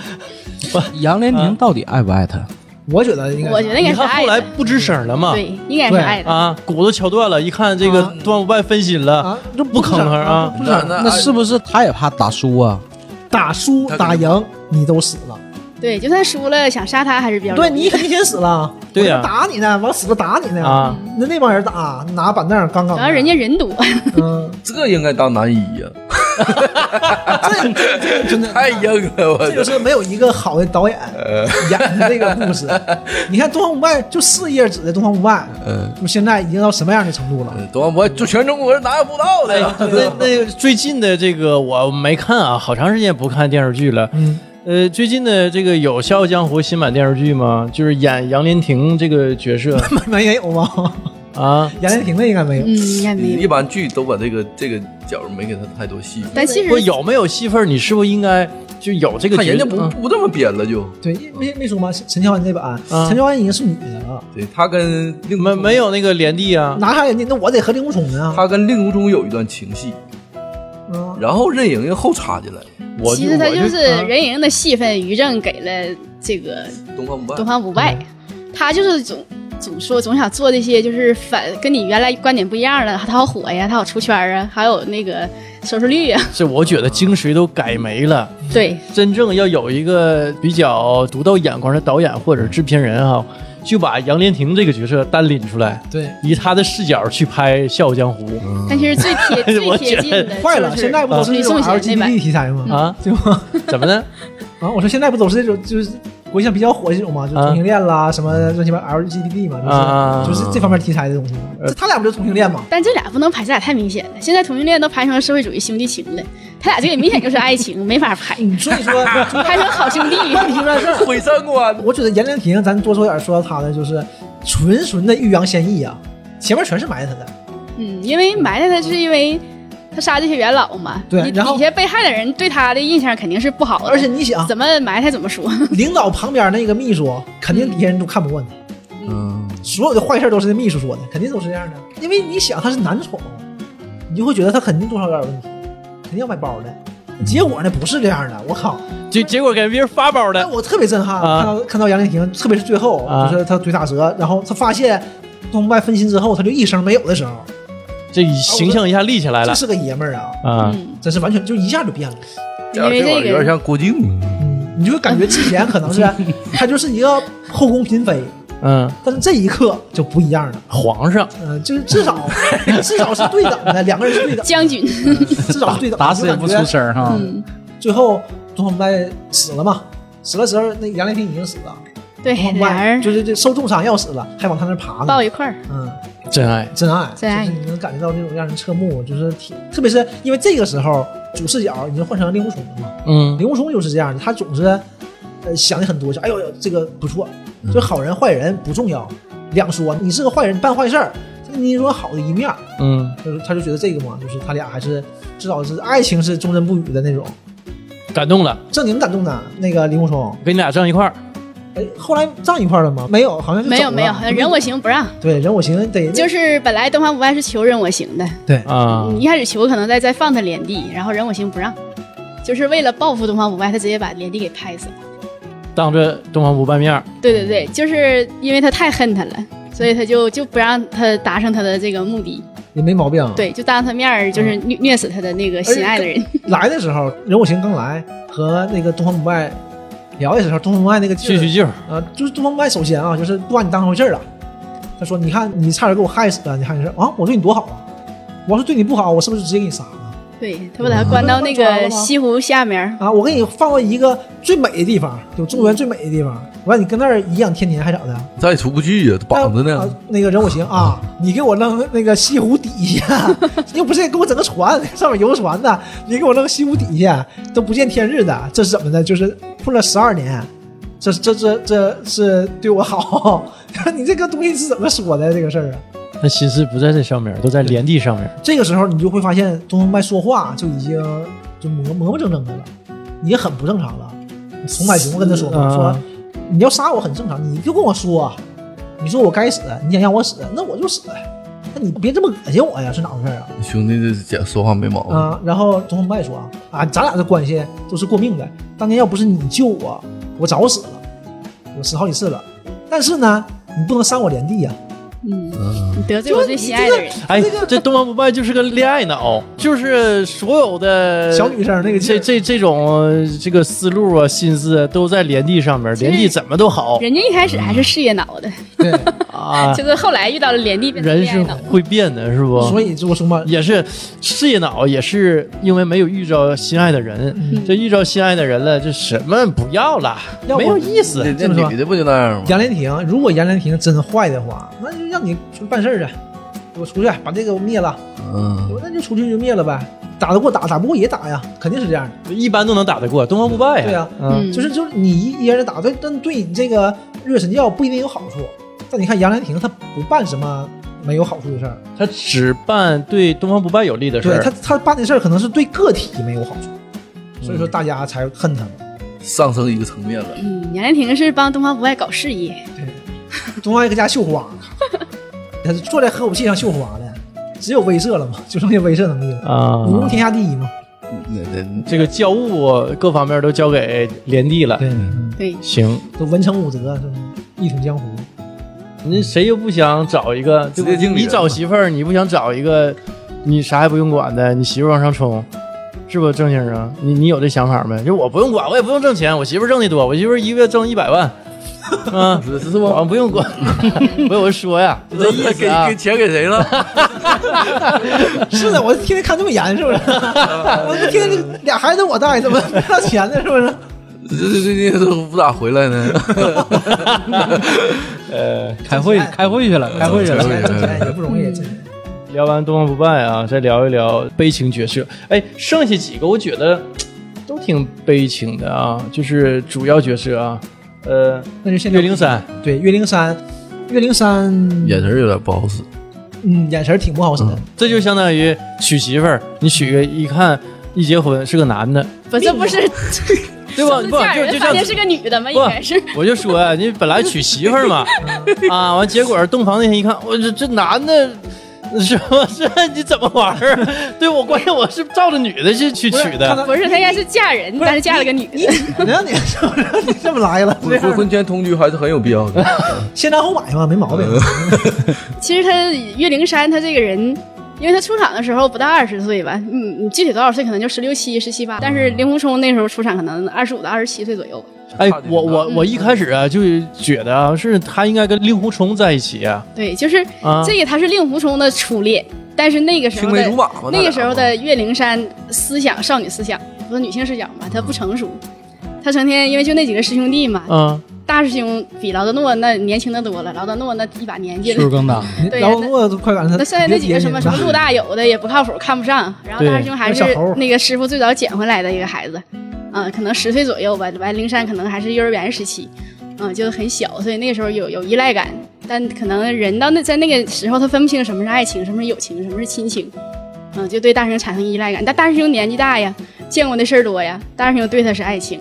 C: 杨莲亭到底爱不爱他？
B: 我觉得应该，
E: 我觉得应该
A: 你
E: 是
A: 看
E: 爱
A: 后来
E: 的，
A: 不吱声了嘛，
E: 对，应该是
B: 对
E: 爱的。
A: 啊，骨头敲断了，一看这个
B: 啊
A: 端午拜分心
B: 啊
A: 了，，
B: 这
A: 不吭声啊
B: 不是
C: 那
D: 哎
C: 是不是他也怕打输啊？
B: 打输
D: 他
B: 打
D: 肯定
B: 赢你都死了，
E: 对，就算输了，想杀他还是比较容
B: 对
E: 易
B: 你肯定先死了，
A: 对呀
B: 我他妈打你呢，往死了打你呢
A: 啊！
B: 那那帮人打拿板凳刚刚，
E: 主要人家人多，
B: 嗯，啊
D: 这应该当男一呀，
B: 这这这真的啊
D: 太硬了，我
B: 这就
D: 这
B: 是没有一个好的导演演的这个故事。你看《东方不败》就四页纸的《东方不败
D: 嗯》，
B: 就现在已经到什么样的程度了？
D: 东方不败就全中国人哪有不知道的
A: 哎
D: 呀？，
A: 那那最近的这个我没看啊，好长时间不看电视剧了。
B: 嗯，
A: 呃，最近的这个有《笑傲江湖》新版电视剧吗？就是演杨莲亭这个角 色
B: 没没也有吗？
A: 啊，
B: 杨丽婷的应该没有
E: 嗯，。应该没
D: 一
E: 有。
D: 般剧都把这个这个角儿没给他太多戏份，
E: 但其实
A: 不有没有戏份儿？你是不是应该就有这个角
D: 看
A: 色？
D: 人家不
A: 嗯
D: 不这么编了就，
B: 对，没没说吗？陈乔恩这版，
A: 啊
B: 陈乔恩已经是女的了，
D: 对他跟令狐
A: 没
D: 冲
A: 没有那个连帝啊？
B: 拿下人家，那我得和令狐冲呢。
D: 他跟令狐冲有一段情戏，
B: 嗯，
D: 然后任盈盈后插进来，
A: 我
E: 其实他
A: 我
E: 就是
A: 啊
E: 任盈的戏份，于正给了这个
D: 东方不败
E: 东方不败，他就是总总说总想做这些就是反跟你原来观点不一样的，他好火呀，他好出圈啊，还有那个收视率呀，
A: 这啊我觉得精髓都改没了。
E: 对，
A: 真正要有一个比较独到眼光的导演或者制片人啊，就把杨莲亭这个角色单拎出来，
B: 对。
A: 以他的视角去拍《笑傲江湖》
E: 但其实最贴
A: 嗯 我
E: 最
A: 觉
E: 贴
A: 得
E: 近的嗯就是
B: 坏了，现在不都是
E: 李
B: 这种
E: 颂贤那嗯版
B: LGBT 题材吗？
A: 啊，
B: 对吗？
A: 怎么 呢？
B: 啊，我说现在不都是这种，就是国际上比较火的这种嘛，就
A: 啊
B: 同性恋啦，什么乱七八糟 LGBT 嘛，
A: 啊
B: 就是就是这方面题材的东西。这他俩不就是同性恋吗？
E: 但这俩不能排，这俩太明显了。现在同性恋都排成社会主义兄弟情了，他俩这个明显就是 爱情，没法排，
B: 所以说，
E: 排成 好兄弟。
B: 问题就在这儿。
D: 毁三观。
B: 我觉得颜良亭，咱多说点说到他的，就是纯纯的欲扬先抑啊，前面全是埋汰他的。
E: 嗯，因为埋汰他是因为他杀这些元老嘛，
B: 对
E: 你
B: 然后
E: 底下被害的人对他的印象肯定是不好的，
B: 而且你想，
E: 怎么埋汰怎么说。
A: 啊
B: 领导旁边那个秘书，肯定底下人都看不惯他，
D: 嗯，
B: 所有的坏事都是那秘书说的，肯定都是这样的。因为你想他是男宠，你就会觉得他肯定多少有点问题，肯定要买包的。结果呢，不是这样的，我靠！
A: 结结果给别人发包
B: 但
A: 的，
B: 我特别震撼，
A: 啊
B: 看到看到杨丽婷，特别是最后，
A: 啊
B: 就是他腿打折，然后他发现东方不败分心之后，他就一声没有的时候，
A: 这形象一下立起来了
B: 这是个爷们儿啊，
A: 啊！
E: 嗯，
B: 真是完全就一下就变了。
E: 因为
D: 玩意儿
B: 啊
D: 有
E: 这
D: 点
E: 个
D: 像郭靖，
B: 嗯，你就感觉之前可 能是他就是一个后宫嫔妃，
A: 嗯，
B: 但是这一刻就不一样了。
A: 皇上
B: 嗯、就是至少 至少是对等的，两个人是对等，
E: 将 军，
B: 至少是对等的。
C: 打死也不
B: 就感
C: 出
B: 觉。
C: 声儿哈。
E: 嗯，
B: 最后东方不败死了嘛？死了时候，那杨丽萍已经死了，
E: 对，
B: 东方不
E: 俩
B: 败
E: 人
B: 就是这受重伤要死了，还往他那儿爬
E: 抱
B: 呢。
E: 一块儿，
B: 嗯，
A: 真爱，
B: 真爱，
E: 真爱
B: 就是你能感觉到那种让人侧目，就是挺，特别是因为这个时候主视角已经换成令狐冲了嘛，
A: 嗯
B: 令狐冲就是这样的，他总是呃想的很多，就哎呦呦这个不错，
C: 嗯
B: 就好人坏人不重要，两说，你是个坏人，你办坏事儿，你有好的一面儿，
A: 嗯，
B: 就是他就觉得这个嘛，就是他俩还是至少是爱情是忠贞不渝的那种，
A: 感动了，
B: 正经感动的那个令狐冲，
A: 跟你俩站一块儿，
B: 哎，后来站一块儿了吗？没有，好像是
E: 没有
B: 走了
E: 没有，人我行不让，
B: 对人我行得
E: 就是本来东方不败是求人我行的，
B: 对
A: 啊，
E: 一开始求可能在在放他连地，然后人我行不让，就是为了报复东方不败，他直接把连地给拍死了。
A: 当着东方不败面儿，
E: 对对对，就是因为他太恨他了，所以他就就不让他达成他的这个目的，
B: 也没毛病，对
E: 对，就当着他面儿就是虐虐死他的那个心爱的人。
B: 来的时候，任我行刚来和那个东方不败聊的时候，东方不败那个
A: 叙
B: 劲儿
A: 叙旧儿，
B: 啊，就是东方不败首先啊，就是不把你当回事儿了。他说：“你看，你差点给我害死了，你看你说啊，我对你多好啊！我要是对你不好，我是不是直接给你杀了
E: 对他把他关到那个西湖下面儿，
B: 啊？我给你放到一个最美的地方，就中原最美的地方，完你跟那儿颐养天年还咋的？
D: 咱也出不去呀，绑着
B: 啊
D: 呢。
B: 那个任我行啊，你给我扔那个西湖底下， 又不是给我整个船，上面游船的，你给我扔西湖底下，都不见天日的，这是怎么的？就是混了十二年，这这这这是对我好， 你这个东西是怎么说的这个事儿啊？
A: 他心思不在这上面儿，都在连地上面儿。
B: 这个时候你就会发现东方麦说话就已经就磨磨磨蹭蹭的了，也很不正常了。从百雄跟他说嘛，
A: 啊
B: 说你要杀我很正常，你就跟我说，你说我该死，你想让我死，那我就死。那你别这么恶心我呀，是哪回事儿啊？
D: 兄弟，这讲说话没毛病。
B: 啊，然后东方麦说啊，啊，咱俩的关系都是过命的，当年要不是你救我，我早死了，我死好几次了。但是呢，你不能伤我连地呀、
E: 嗯，你得罪我最心爱的人，
A: 哎，这东方不败就是个恋爱脑，就是所有的
B: 小女生那个劲
A: 这
B: 儿
A: 这这种呃这个思路啊、心思都在连地上面，
E: 其
A: 连
E: 实
A: 地怎么都好
E: 人家一开始还是事业脑的，
B: 对，
A: 啊。
E: 就是后来遇到了连地变成
A: 人
E: 恋爱
A: 是
E: 脑。嗯
A: 会变的，是不？
B: 所以就我说嘛，
A: 也是事业脑，也是因为没有遇着心爱的人
B: 嗯，
A: 这遇着心爱的人了，这什么不要了，
B: 要不
A: 没有意思
D: 那。
B: 这么说
D: 那女的不就那样吗？
B: 杨莲亭，如果杨莲亭真坏的话，那就让你出去办事儿去，我出去把这个灭了，
D: 嗯，
B: 我那就出去就灭了呗，打得过打，打不过也打呀，肯定是这样的。
A: 一般都能打得过，东方不败呀。
B: 对啊呀
A: 嗯，
E: 嗯
B: 就是就是你一一个人打，对，但对你这个日月神教不一定有好处。但你看杨莲亭，他不办什么没有好处的事儿，
A: 他只办对东方不败有利的事
B: 对
A: 儿嗯
B: 他。他办的事儿可能是对个体没有好处，所以说大家才恨他嘛。
D: 上升一个层面了。
E: 嗯，杨莲亭是帮东方不败搞事业，
B: 东方一个家绣花，他是坐在核武器上绣花的，只有威慑了嘛，就剩下威慑能力了，
A: 啊，
B: 武功天下第一嘛。
D: 那那
A: 这个教务各方面都交给连帝了。
B: 对，
E: 对，
A: 行，
B: 都文成武啊德，是不是一统江湖。
A: 你谁又不想找一个？
D: 直接经理人
A: 你找媳妇儿，你不想找一个，你啥也不用管的，你媳妇儿往上冲，是不郑先生？你你有这想法没？就我不用管，我也不用挣钱，我媳妇儿挣的多，我媳妇儿一个月挣一百 万，啊，
D: 不是是
A: 我
D: 吗？
A: 不 用管。不是我说呀，就这意思
D: 给
A: 啊
D: 给。钱给谁了？
B: 是的，我天天看这么严，是不是？我这天天俩孩子我带，怎么没要钱呢？是不是？
D: 这这最近都不咋回来呢。
A: 呃，
C: 开会开会去了，开会去
B: 挣
C: 了。
B: 钱挣钱也不容易，
E: 嗯
B: 真的
A: 聊完东方不败啊，再聊一聊悲情角色。哎，剩下几个我觉得都挺悲情的啊，就是主要角色啊，呃，
B: 那就现在
A: 岳灵珊，
B: 对岳灵珊，岳灵珊，
D: 眼神有点不好使，
B: 嗯，眼神挺不好使的。
A: 这就相当于娶媳妇儿，你娶个一看一结婚是个男的，
E: 不，这不是
A: 对吧？不
E: 嫁
A: 就
E: 人
A: 就
E: 发
A: 像
E: 现是个女的吗？应该是。
A: 我就说啊，你本来娶媳妇儿 嘛，啊，完结果洞房那天一看，我这这男的。是吧？这你怎么玩儿啊？对我关键我是照着女的去去
B: 不是
A: 娶
B: 看
A: 的
B: 到，
E: 不是，她应该是嫁人，但是嫁了个女 的。
B: 你呢？你 是不是你这么来了？这
D: 婚
B: 样
D: 婚前同居还是很有必要的。
B: 先斩后买嘛，没毛病。
E: 其实她岳灵珊，她这个人，因为他出场的时候不到二十岁吧，嗯，你具体多少岁可能就十六七、十七八，但
D: 嗯
E: 是令狐冲那时候出场可能二十五到二十七岁左右吧。
A: 哎
D: 差，点
A: 我
D: 大
A: 我我一开始啊就觉得啊，是他应该跟令狐冲在一起啊，
E: 对，就是、
A: 啊
E: 这个他是令狐冲的初恋，但是那个时
D: 青
E: 候
D: 梅
E: 的
D: 竹马嘛，
E: 那个时候
D: 在
E: 的岳灵珊思想，少女思想，不是女性视角嘛，她不成熟，她成天因为就那几个师兄弟
D: 啊
E: 嘛，
A: 嗯，
E: 大师兄比劳德诺那年轻的多了，劳德诺那一把年 纪
C: 岁
E: 了。
C: 数更大，
E: 对
B: 劳诺都快赶上他
E: 那剩下那几个什么什么陆
B: 大，
E: 大有的也不靠谱，看不上。然后
A: 对
E: 大师兄还是
B: 那小猴
E: 那个师傅最早捡回来的一个孩子，嗯，可能十岁左右吧。完，灵山可能还是幼儿园时期，嗯，就很小，所以那个时候有有依赖感。但可能人到那在那个时候，他分不清什么是爱情，什么是友情，什么是亲情，嗯，就对大师兄产生依赖感。但大师兄年纪大呀，见过的事儿多呀，大师兄对他是爱情，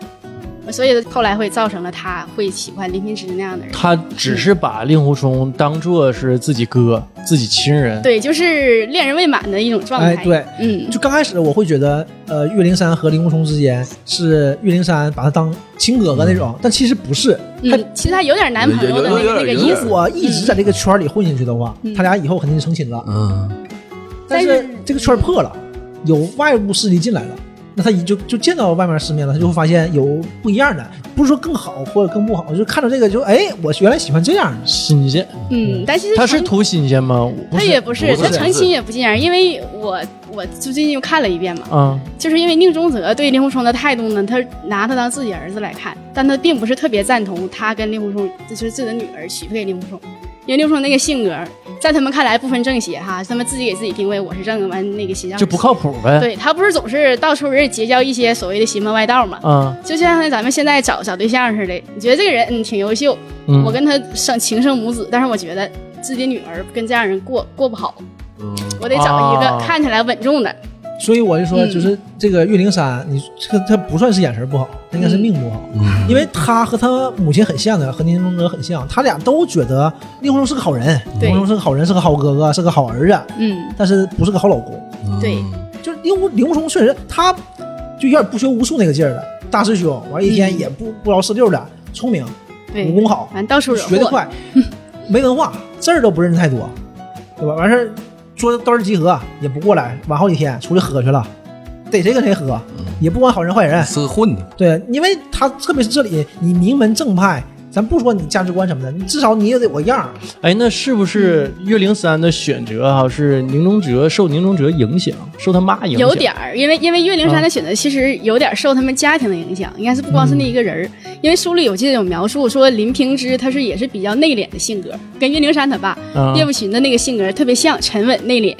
E: 所以后来会造成了他会喜欢林平之那样的人。
A: 他只是把令狐冲当做是自己哥、自己亲人，
E: 对，就是恋人未满的一种状态。
B: 哎，对，
E: 嗯，
B: 就刚开始我会觉得，呃，岳灵珊和令狐冲之间是岳灵珊把他当亲哥哥那种，但其实不是。
E: 嗯，其实他有点男朋友的那个那个
D: 有
E: 意
D: 点
E: 思
B: 如，果哎一直在这个圈儿里混下去的话，
E: 嗯
B: 他俩以后肯定是成亲了。
D: 嗯，
B: 但
E: 但
B: 是
E: 是
B: 这个圈儿破了，有外部势力进来了，那他一就就见到外面世面了，他就会发现有不一样的，不是说更好或者更不好，就是看到这个就哎，我原来喜欢这样的。
A: 新鲜，
E: 嗯，但其实
A: 他是
E: 成
A: 图新鲜吗？
E: 他也不是，
D: 不
E: 他
D: 是
E: 成亲也不尽然，因为我我最近又看了一遍嘛，
A: 啊，
E: 就是因为宁中则对令狐冲的态度呢，他拿他当自己儿子来看，但他并不是特别赞同他跟令狐冲，就是自己的女儿许配给令狐冲，因为令狐冲那个性格，在他们看来不分正邪哈，他们自己给自己定位我是正，完那个邪教
A: 就不。靠谱呗，
E: 对他不是总是到处人结交一些所谓的邪门歪道嘛，
A: 啊，
E: 就像咱们现在找找对象似的，你觉得这个人嗯挺优秀，
A: 嗯
E: 我跟他生情生母子，但是我觉得自己女儿跟这样人过过不好，
D: 嗯
E: 我得找一
A: 啊
E: 个看起来稳重的。
B: 所以我就说，
E: 嗯
B: 就是这个岳灵珊，你这他不算是眼神不好，他应该是命不好，因为他和他母亲很像的，和宁荣泽很像，他俩都觉得令狐冲是个好人，
E: 对
B: 令狐冲是个好人，是个好哥哥，是个好儿子，
E: 嗯，
B: 但是不是个好老公。
E: 对，
D: 嗯
B: 就是令狐令狐冲确实他就有点不学无术那个劲儿了，大师兄完一天
E: 嗯
B: 也不不着四六的，聪明，武
E: 对哎
B: 功，好，
E: 完到处惹
B: 学得
E: 祸。
B: 快，没文化，字儿都不认识太多，对吧？完事儿说到这儿集合也不过来，晚好几天出去喝去了，逮谁跟谁喝，也不管好人坏人，
D: 是个混的，
B: 对，因为他特别是这里，你名门正派。咱不说你价值观什么的，你至少你也得有个样儿。
A: 哎，那是不是
E: 嗯
A: 岳灵珊的选择哈、是宁荣哲受宁荣哲影响，受他妈影响？嗯
E: 有点儿，因为因为岳灵珊的选择其实有点受他们家庭的影响，应该是不光是那一个人儿。
A: 嗯
E: 因为书里有记得有描述说林平之他是也是比较内敛的性格，跟岳灵珊他爸
A: 啊
E: 叶不群的那个性格特别像，沉稳内敛。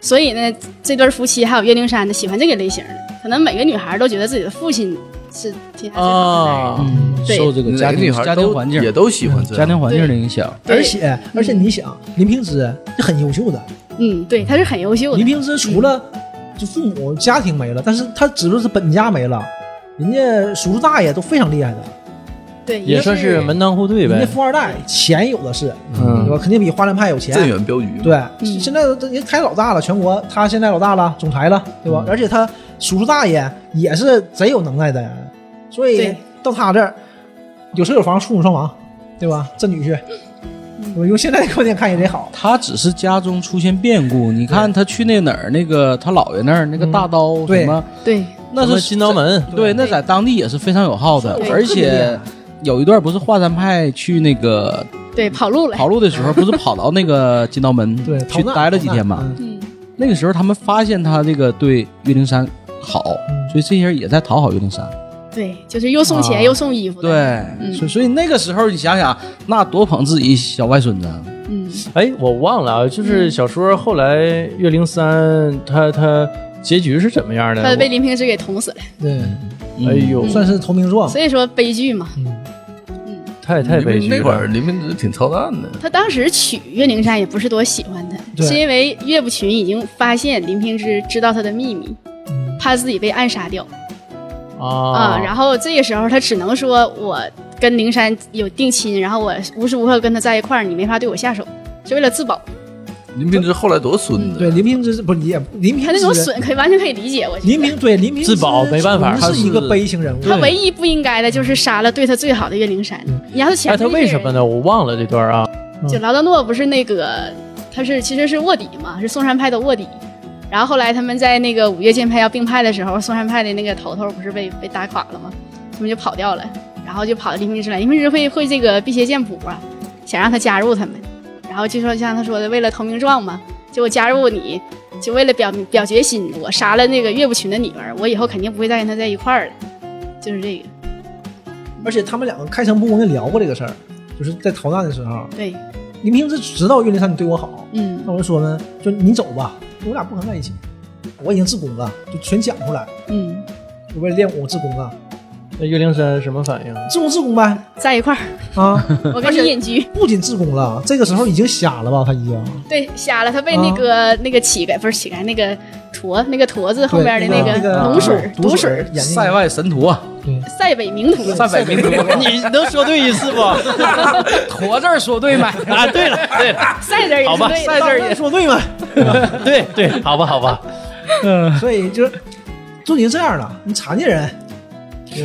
E: 所以呢，这对夫妻还有岳灵珊的喜欢这个类型的，可能每个女孩都觉得自己的父亲是天下最好的
A: 啊，
E: 男人。对
C: 受这个家
D: 哪个女
C: 庭
D: 孩
C: 家
D: 都
C: 庭环境嗯
D: 也都喜欢这
C: 家
D: 样。
C: 庭环境的影响，
E: 对
B: 而且而且，你想，林平之是很优秀的，
E: 嗯，对，他是很优秀的
B: 林。平之除了就父母家庭没了，但是他只不过是本家没了，人家叔叔大爷都非常厉害的，
E: 对，
A: 也算是
E: 是
A: 门当户对
B: 人家
A: 呗。
B: 富二代钱有的是，对吧？
A: 嗯，
B: 肯定比花莲派有钱。
D: 镇远镖局，
B: 对，现在都人开老大了，全国他现在老大了，总裁了，对
C: 嗯
B: 吧？而且他叔叔大爷也是贼有能耐的人，所以
E: 对
B: 到他这儿有车有房，父母双亡，对吧？这女婿，
E: 嗯
B: 我用现在的观点看也得好。
C: 他只是家中出现变故。你看他去那哪儿，那个他姥爷那儿那个大刀
B: 嗯对
C: 什么，
E: 对，
C: 那
A: 什么
C: 是
A: 新刀门
C: 对，那在当地也是非常有号的
B: 对，
C: 而
B: 特别厉害
C: 且。有一段不是华山派去那个
E: 对，跑路了。
C: 跑路的时候，不是跑到那个金刀门
B: 对，逃
C: 去
B: 难
C: 待了几天
B: 逃
C: 嘛
B: 难？嗯
E: 嗯，
C: 那个时候他们发现他这个对岳灵珊好，
B: 嗯
C: 所以这些人也在讨好岳灵珊。
E: 对，就是又送
A: 啊
E: 钱又送衣服的。，
C: 对，
B: 嗯
C: 所以所以那个时候你想想，那多捧自己小外孙子啊，
E: 嗯，
A: 哎，我忘了啊，就是小说后来岳灵珊她她结局是怎么样的？
E: 他被林平之给捅死了，
C: 嗯
B: 对，
A: 哎呦，
E: 嗯
B: 算是投名
A: 哦
B: 状。
E: 所以说悲剧嘛。
A: 嗯太太悲剧了。
D: 那会儿林平之挺操蛋的，
E: 他当时娶岳灵珊也不是多喜欢他，
B: 对
E: 是因为岳不群已经发现林平之知道他的秘密，
A: 嗯
E: 怕自己被暗杀掉啊、
A: 啊，
E: 然后这个时候他只能说我跟灵珊有定亲，然后我无时无刻跟他在一块儿，你没法对我下手，是为了自保。
D: 林平之后来多孙子
B: 对，，林平之不也林平
E: 他那种
B: 之
E: 损可以完全可以理解，我觉得。
B: 林平对林平
A: 自保
B: 之
A: 没办法
B: 纯
A: 他
B: 是一
A: 是
B: 个悲情人物。
E: 他唯一不应该的就是杀了对他最好的岳灵珊。你要是前
A: 哎，
E: 面
A: 他为什么
E: 呢？
A: 呢？我忘了这段啊。
E: 就劳德诺不是那个他是其实是卧底嘛，是嵩山派的卧底。然后后来他们在那个五岳剑派要并派的时候，嵩山派的那个头头不是被被打垮了吗？他们就跑掉了，然后就跑到黎明之来。哎黎明之会会这个辟邪剑谱啊，想让他加入他们，然后就说像他说的，为了投名状嘛，结果加入你，就为了表表决心，我杀了那个岳不群的女儿，我以后肯定不会再跟他在一块儿了，就是这个，
B: 而且他们两个开诚布公的聊过这个事儿，就是在逃难的时候，
E: 对，
B: 林平之知道岳灵珊你对我好，
E: 嗯
B: 那我就说呢，就你走吧，我俩不可能在一起，我已经自宫了，就全讲出来，
E: 嗯，
B: 我为了练武自宫啊，
A: 那岳灵珊什么反应？
B: 自宫自宫呗
E: 在一块儿，
B: 啊！
E: 我跟你隐居。
B: 不仅自宫了，这个时候已经瞎了吧？他已经
E: 对，瞎了，他被那个、那个乞丐不是乞丐，那个驼那个驼子 后边的
B: 对啊那
E: 个
B: 个
E: 龙水儿
B: 毒
E: 毒
B: 水
E: 水
B: 儿
E: 儿
B: 眼睛
C: 塞外神徒，啊
E: 塞北名徒，
C: 塞北民徒，
A: 你能说对一 次不？
C: 驼字儿说对吗？
A: 啊，对了，对了，
E: 塞字儿也
A: 好
E: 是
A: 吧
E: 对
A: 塞
E: 的
A: 字儿
B: 也说对吗？
A: 对对，好吧，好吧。
B: 所以就是都已经这样了，你残疾人，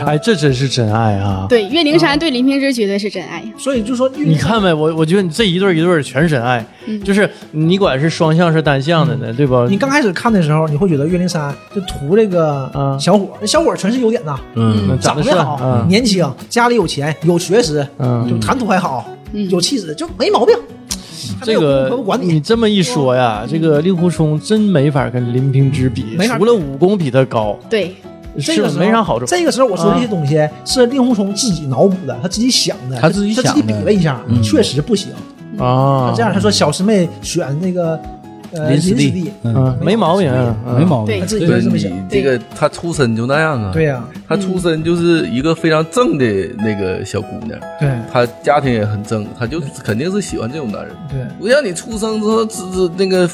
A: 哎，这真是真爱啊！
E: 对，岳灵珊对林平之绝对是真爱。
B: 所以就说
A: 你看呗，我我觉得你这一对儿一对儿全是真爱，
E: 嗯
A: 就是你管是双向是单向的呢，对吧？
B: 你刚开始看的时候，你会觉得岳灵珊就图这个
A: 嗯
B: 小伙儿，那小伙儿全是优点呐，
A: 嗯
E: 嗯
A: 长
B: 长
A: 得
B: 得
A: 帅，
B: 好，
A: 嗯
B: 年轻，家里有钱，有学识，
A: 嗯
B: 就谈吐还好，
E: 嗯
B: 有气质，就没毛病。
A: 嗯
B: 他没
A: 这
B: 有
A: 个嗯
B: 不管
A: 你
B: 你，
A: 这么一说呀，这个令狐冲真没法跟林平之比，
B: 没法比
A: 除了武功比他高，
E: 对，
B: 这
A: 是
B: 个
A: 吧
B: 时候
A: 没啥好处。嗯
B: 这个时候我说这些东西是令狐冲自己脑补的，他自己想的，
C: 他自己
B: 他
C: 想
B: 自
C: 的
B: 己比了一下，
C: 嗯
B: 确实不行。
A: 啊
B: 他，这样他说小师妹选那个呃
C: 临
B: 林
C: 时
B: 师
C: 地
B: 弟，，
A: 嗯，没毛病，嗯
C: 没毛
E: 对
C: 病
B: 他。自己
D: 不
B: 就是是这么
D: 你
B: 想。
D: 这个他出身就那样啊，
B: 对呀，
D: 他出身就是一个非常正的那个小姑娘，
B: 对
A: 嗯
D: 她家庭也很正，她就肯定是喜欢这种男人。
B: 对。
D: 不像你出生之后，只只那个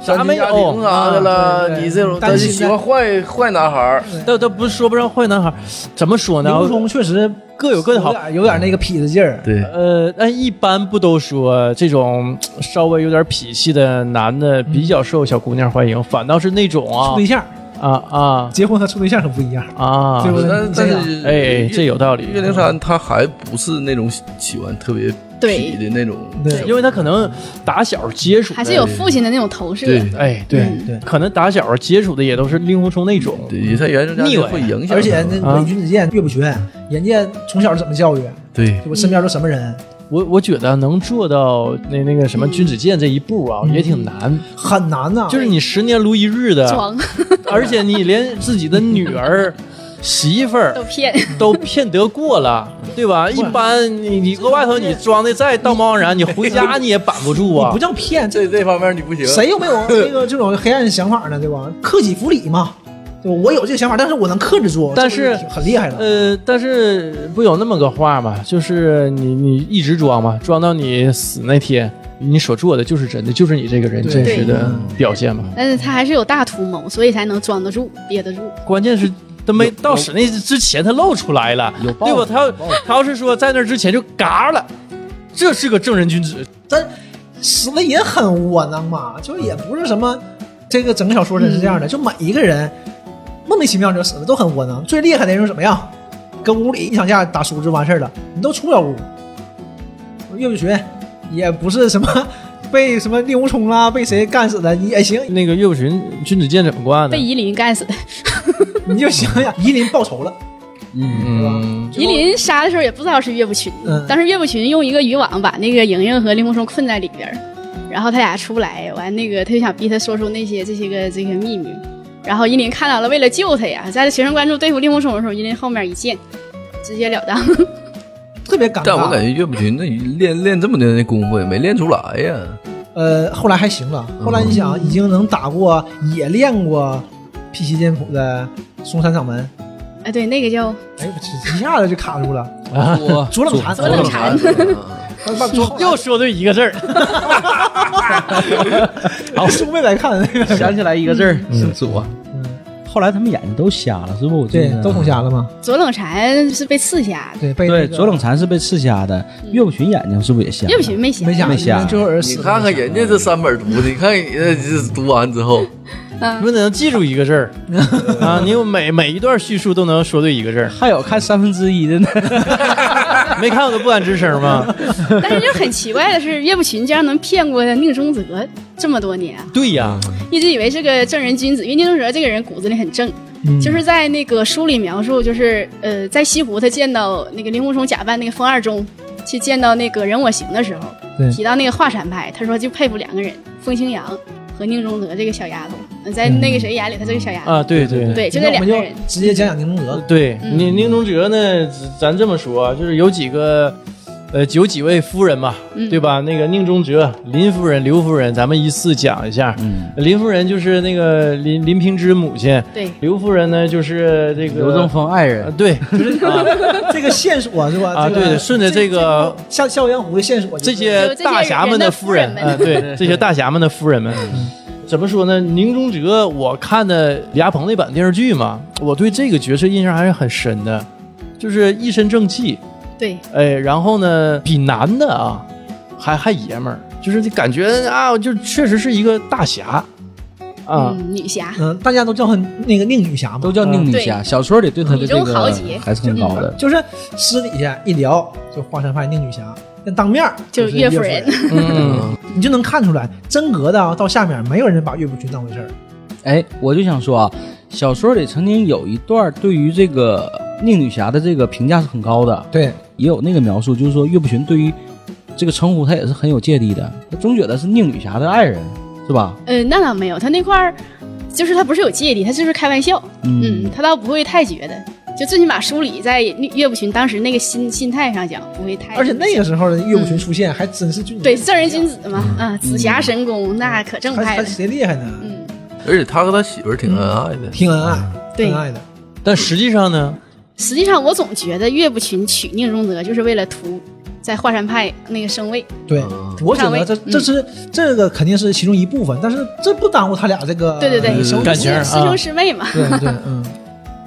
A: 啥
D: 单亲
A: 没有
D: 家庭啥的
B: 啊
D: 了
B: 对，对
D: 你这种
B: 单
D: 他就
B: 亲
D: 喜欢坏坏男孩儿。
A: 倒倒不是说不上坏男孩，怎么说呢
B: 令？狐冲确实
A: 各有各的好
B: 有。点有点那个痞子劲儿。
D: 对
A: 呃，但一般不都说这种稍微有点痞气的男的比较受小姑娘欢迎，反倒是那种
B: 处
A: 啊
B: 对象，
A: 啊
B: 结婚和处对象可不一样。
A: 啊啊
B: 对，不对
D: 但
B: 你
D: 但
B: 想
D: 是，
A: 哎，这有道理。
D: 岳灵珊她还不是那种喜喜欢特别痞的那种，
B: 对
A: 因为他可能打小接触的，
E: 还是有父亲的那种投射。
D: 对
A: 哎，对
E: 嗯
B: 对
A: 可能打小接触的也都是令狐冲那种，
D: 对，她原生家
A: 腻
D: 庭
A: 歪
D: 会影响她，
B: 而且那
A: 啊
B: 伪君子剑岳不群，人家从小怎么教育，
D: 对
B: 我身边都什么人，
A: 我我觉得能做到那那个什么君子剑这一步啊，
D: 嗯
A: 也挺难，
B: 很难呐。
A: 就是你十年如一日的，
E: 装
A: 而且你连自己的女 儿、媳妇儿
E: 都骗，
A: 都骗得过了，对吧？一般你你搁外头你装的再道貌岸然，你回家你也板不住
B: 哎你
A: 啊
B: 不。叫骗，这
D: 这这方面你不行。
B: 谁又 没有那个这种黑暗想法呢？对吧？克己复礼嘛，对吧？我有这个想法，但是我能克制住，
A: 但是
B: 这个很厉害了。
A: 呃，但是不有那么个话嘛，就是你你一直装嘛，装到你死那天，你所做的就是真的，就是你这个人
B: 对
A: 真实的表现嘛。
E: 但是他还是有大图谋，所以才能装得住、憋得住。
A: 关键是他没到使那之前，他露出来了，
C: 有报
A: 对吧？
C: 应
A: 他要他要是说在那之前就嘎了，这是个正人君子。
B: 但死了也很窝囊嘛，就也不是什么这个整个小说真是这样的，就每一个人莫名其妙就死了，都很窝囊。最厉害的人是怎么样？跟屋里一场架打输就完事儿了，你都出不了屋。岳不群也不是什么被什么令狐冲啦，被谁干死的也行，
A: 那个岳不群君子剑怎么挂呢
E: 被？夷陵干死的，
B: 你就想想夷陵报仇了，
A: 嗯，
E: 夷陵杀的时候也不知道是岳不群
B: 嗯，
E: 当时岳不群用一个渔网把那个莹莹和令狐冲困在里边儿，然后他俩出不来，完那个他就想逼他说出那些这些个这个秘密，然后夷陵看到了，为了救他呀，在全神贯注对付令狐冲的时候，夷陵后面一剑，直截了 当，
B: 特别尴尬。
D: 但我感觉岳不群那练练这么多年的功夫也没练出来呀。
B: 呃，后来还行了。后来你想，已经能打过，也练过辟邪剑谱的嵩山掌门，
E: 哎，对，那个叫
B: 哎，我这一下子就卡住了。
C: 我
B: 左冷禅，
E: 左冷
D: 禅
E: 禅，
B: 把把左
A: 又说对一个字儿，
B: 好兄妹来看那个，
C: 想起来一个字儿，是左。
B: 嗯
C: 后来他们眼睛都瞎了，是不是？我记
B: 对
C: 得，
B: 都捅瞎了嘛，
E: 左冷禅是被刺瞎的，
B: 对，被
C: 对，
B: 那个
C: 左冷禅是被刺瞎的，岳不群眼睛是不是也瞎？
E: 岳不群没瞎
B: 没，瞎，
C: 没瞎
B: 最后人
D: 你
B: 死了
D: 看看人家这三本读的，你看人家这读完之后，
E: 嗯
A: 你们能记住一个 字儿啊？你有每每一段叙述都能说对一个字儿。
C: 还有看三分之一的呢，
A: 没看我都不敢吱声吗？
E: 但是就很奇怪的是，岳不群竟然能骗过宁中泽这么多年啊，
A: 对呀，
E: 一直以为是个正人君子，因为宁中泽这个人骨子里很正。
A: 嗯
B: 嗯
E: 就是在那个书里描述，就是呃，在西湖他见到那个林狐冲假扮那个风二中，去见到那个任我行的时候
B: 对，
E: 提到那个华山派，他说就佩服两个人，风清扬和宁中泽这个小丫头，呃在那个谁眼里，她是个小丫头，
A: 啊，对对
E: 对，就
B: 嗯那
E: 这
B: 我
E: 两
B: 们
E: 个人。
B: 就直接讲讲宁荣 德，
A: 对，
E: 嗯
A: 宁宁中哲呢，咱这么说啊，就是有几个，呃，有几位夫人嘛，
E: 嗯
A: 对吧？那个宁中哲、林夫人、刘夫人，咱们依次讲一下。
C: 嗯，
A: 林夫人就是那个林林平之母亲，
E: 对，
A: 刘夫人呢就是这个
C: 刘正风爱
A: 啊
C: 人，
A: 对，就是啊
B: 这个线索是吧？
A: 啊，
B: 这个
A: 对对，顺着这个
B: 笑笑傲江湖的线索，
A: 这些大侠们的嗯夫人，
E: 就
A: 嗯，对，这些大侠们的夫人们，怎么说呢？宁中哲，我看的李亚鹏那版电视剧嘛，我对这个角色印象还是很深的，就是一身正气，
E: 对，
A: 哎，然后呢，比男的啊还还爷们儿，就是你感觉啊，就确实是一个大侠啊，
E: 嗯，女侠，
B: 嗯，大家都叫她那个宁女侠嘛
C: 都，叫宁女侠。小说里对他的这
E: 女中豪杰
C: 个还是很高的。
B: 就是私底下一聊就华山派宁女侠，但当面儿
E: 就是是
B: 岳
E: 岳夫人
B: 人，
A: 嗯，
B: 你就能看出来，真格的啊，到下面没有人把岳不群当回事儿。
C: 哎，我就想说啊，小说里曾经有一段对于这个宁女侠的这个评价是很高的，
B: 对，
C: 也有那个描述，就是说岳不群对于这个称呼他也是很有芥蒂的，他总觉得是宁女侠的爱人，是吧？
E: 呃，那倒没有，他那块儿就是他不是有芥蒂，他就是开玩笑，嗯，他倒不会太觉得。就最起码书里在岳岳不群当时那个心心态上讲，不会太。
B: 而且那个时候的岳不群出现还真是就
E: 嗯对正人君子嘛，啊，紫霞神功那可正
B: 嗯还
E: 派
B: 还
E: 了。
B: 谁厉害呢？
E: 嗯，
D: 而且他和他媳妇儿挺恩爱的，
B: 挺恩爱，
E: 对
B: 挺恩爱的。
A: 但实际上呢，
E: 实际上我总觉得岳不群娶宁荣德就是为了图在华山派那个升位。
B: 对，我觉得这
E: 嗯
B: 这是这个肯定是其中一部分，但是这不耽误他俩这个
E: 对对对，
B: 小
A: 感情
E: 师
A: 啊
E: 师兄师妹嘛。
B: 对对嗯，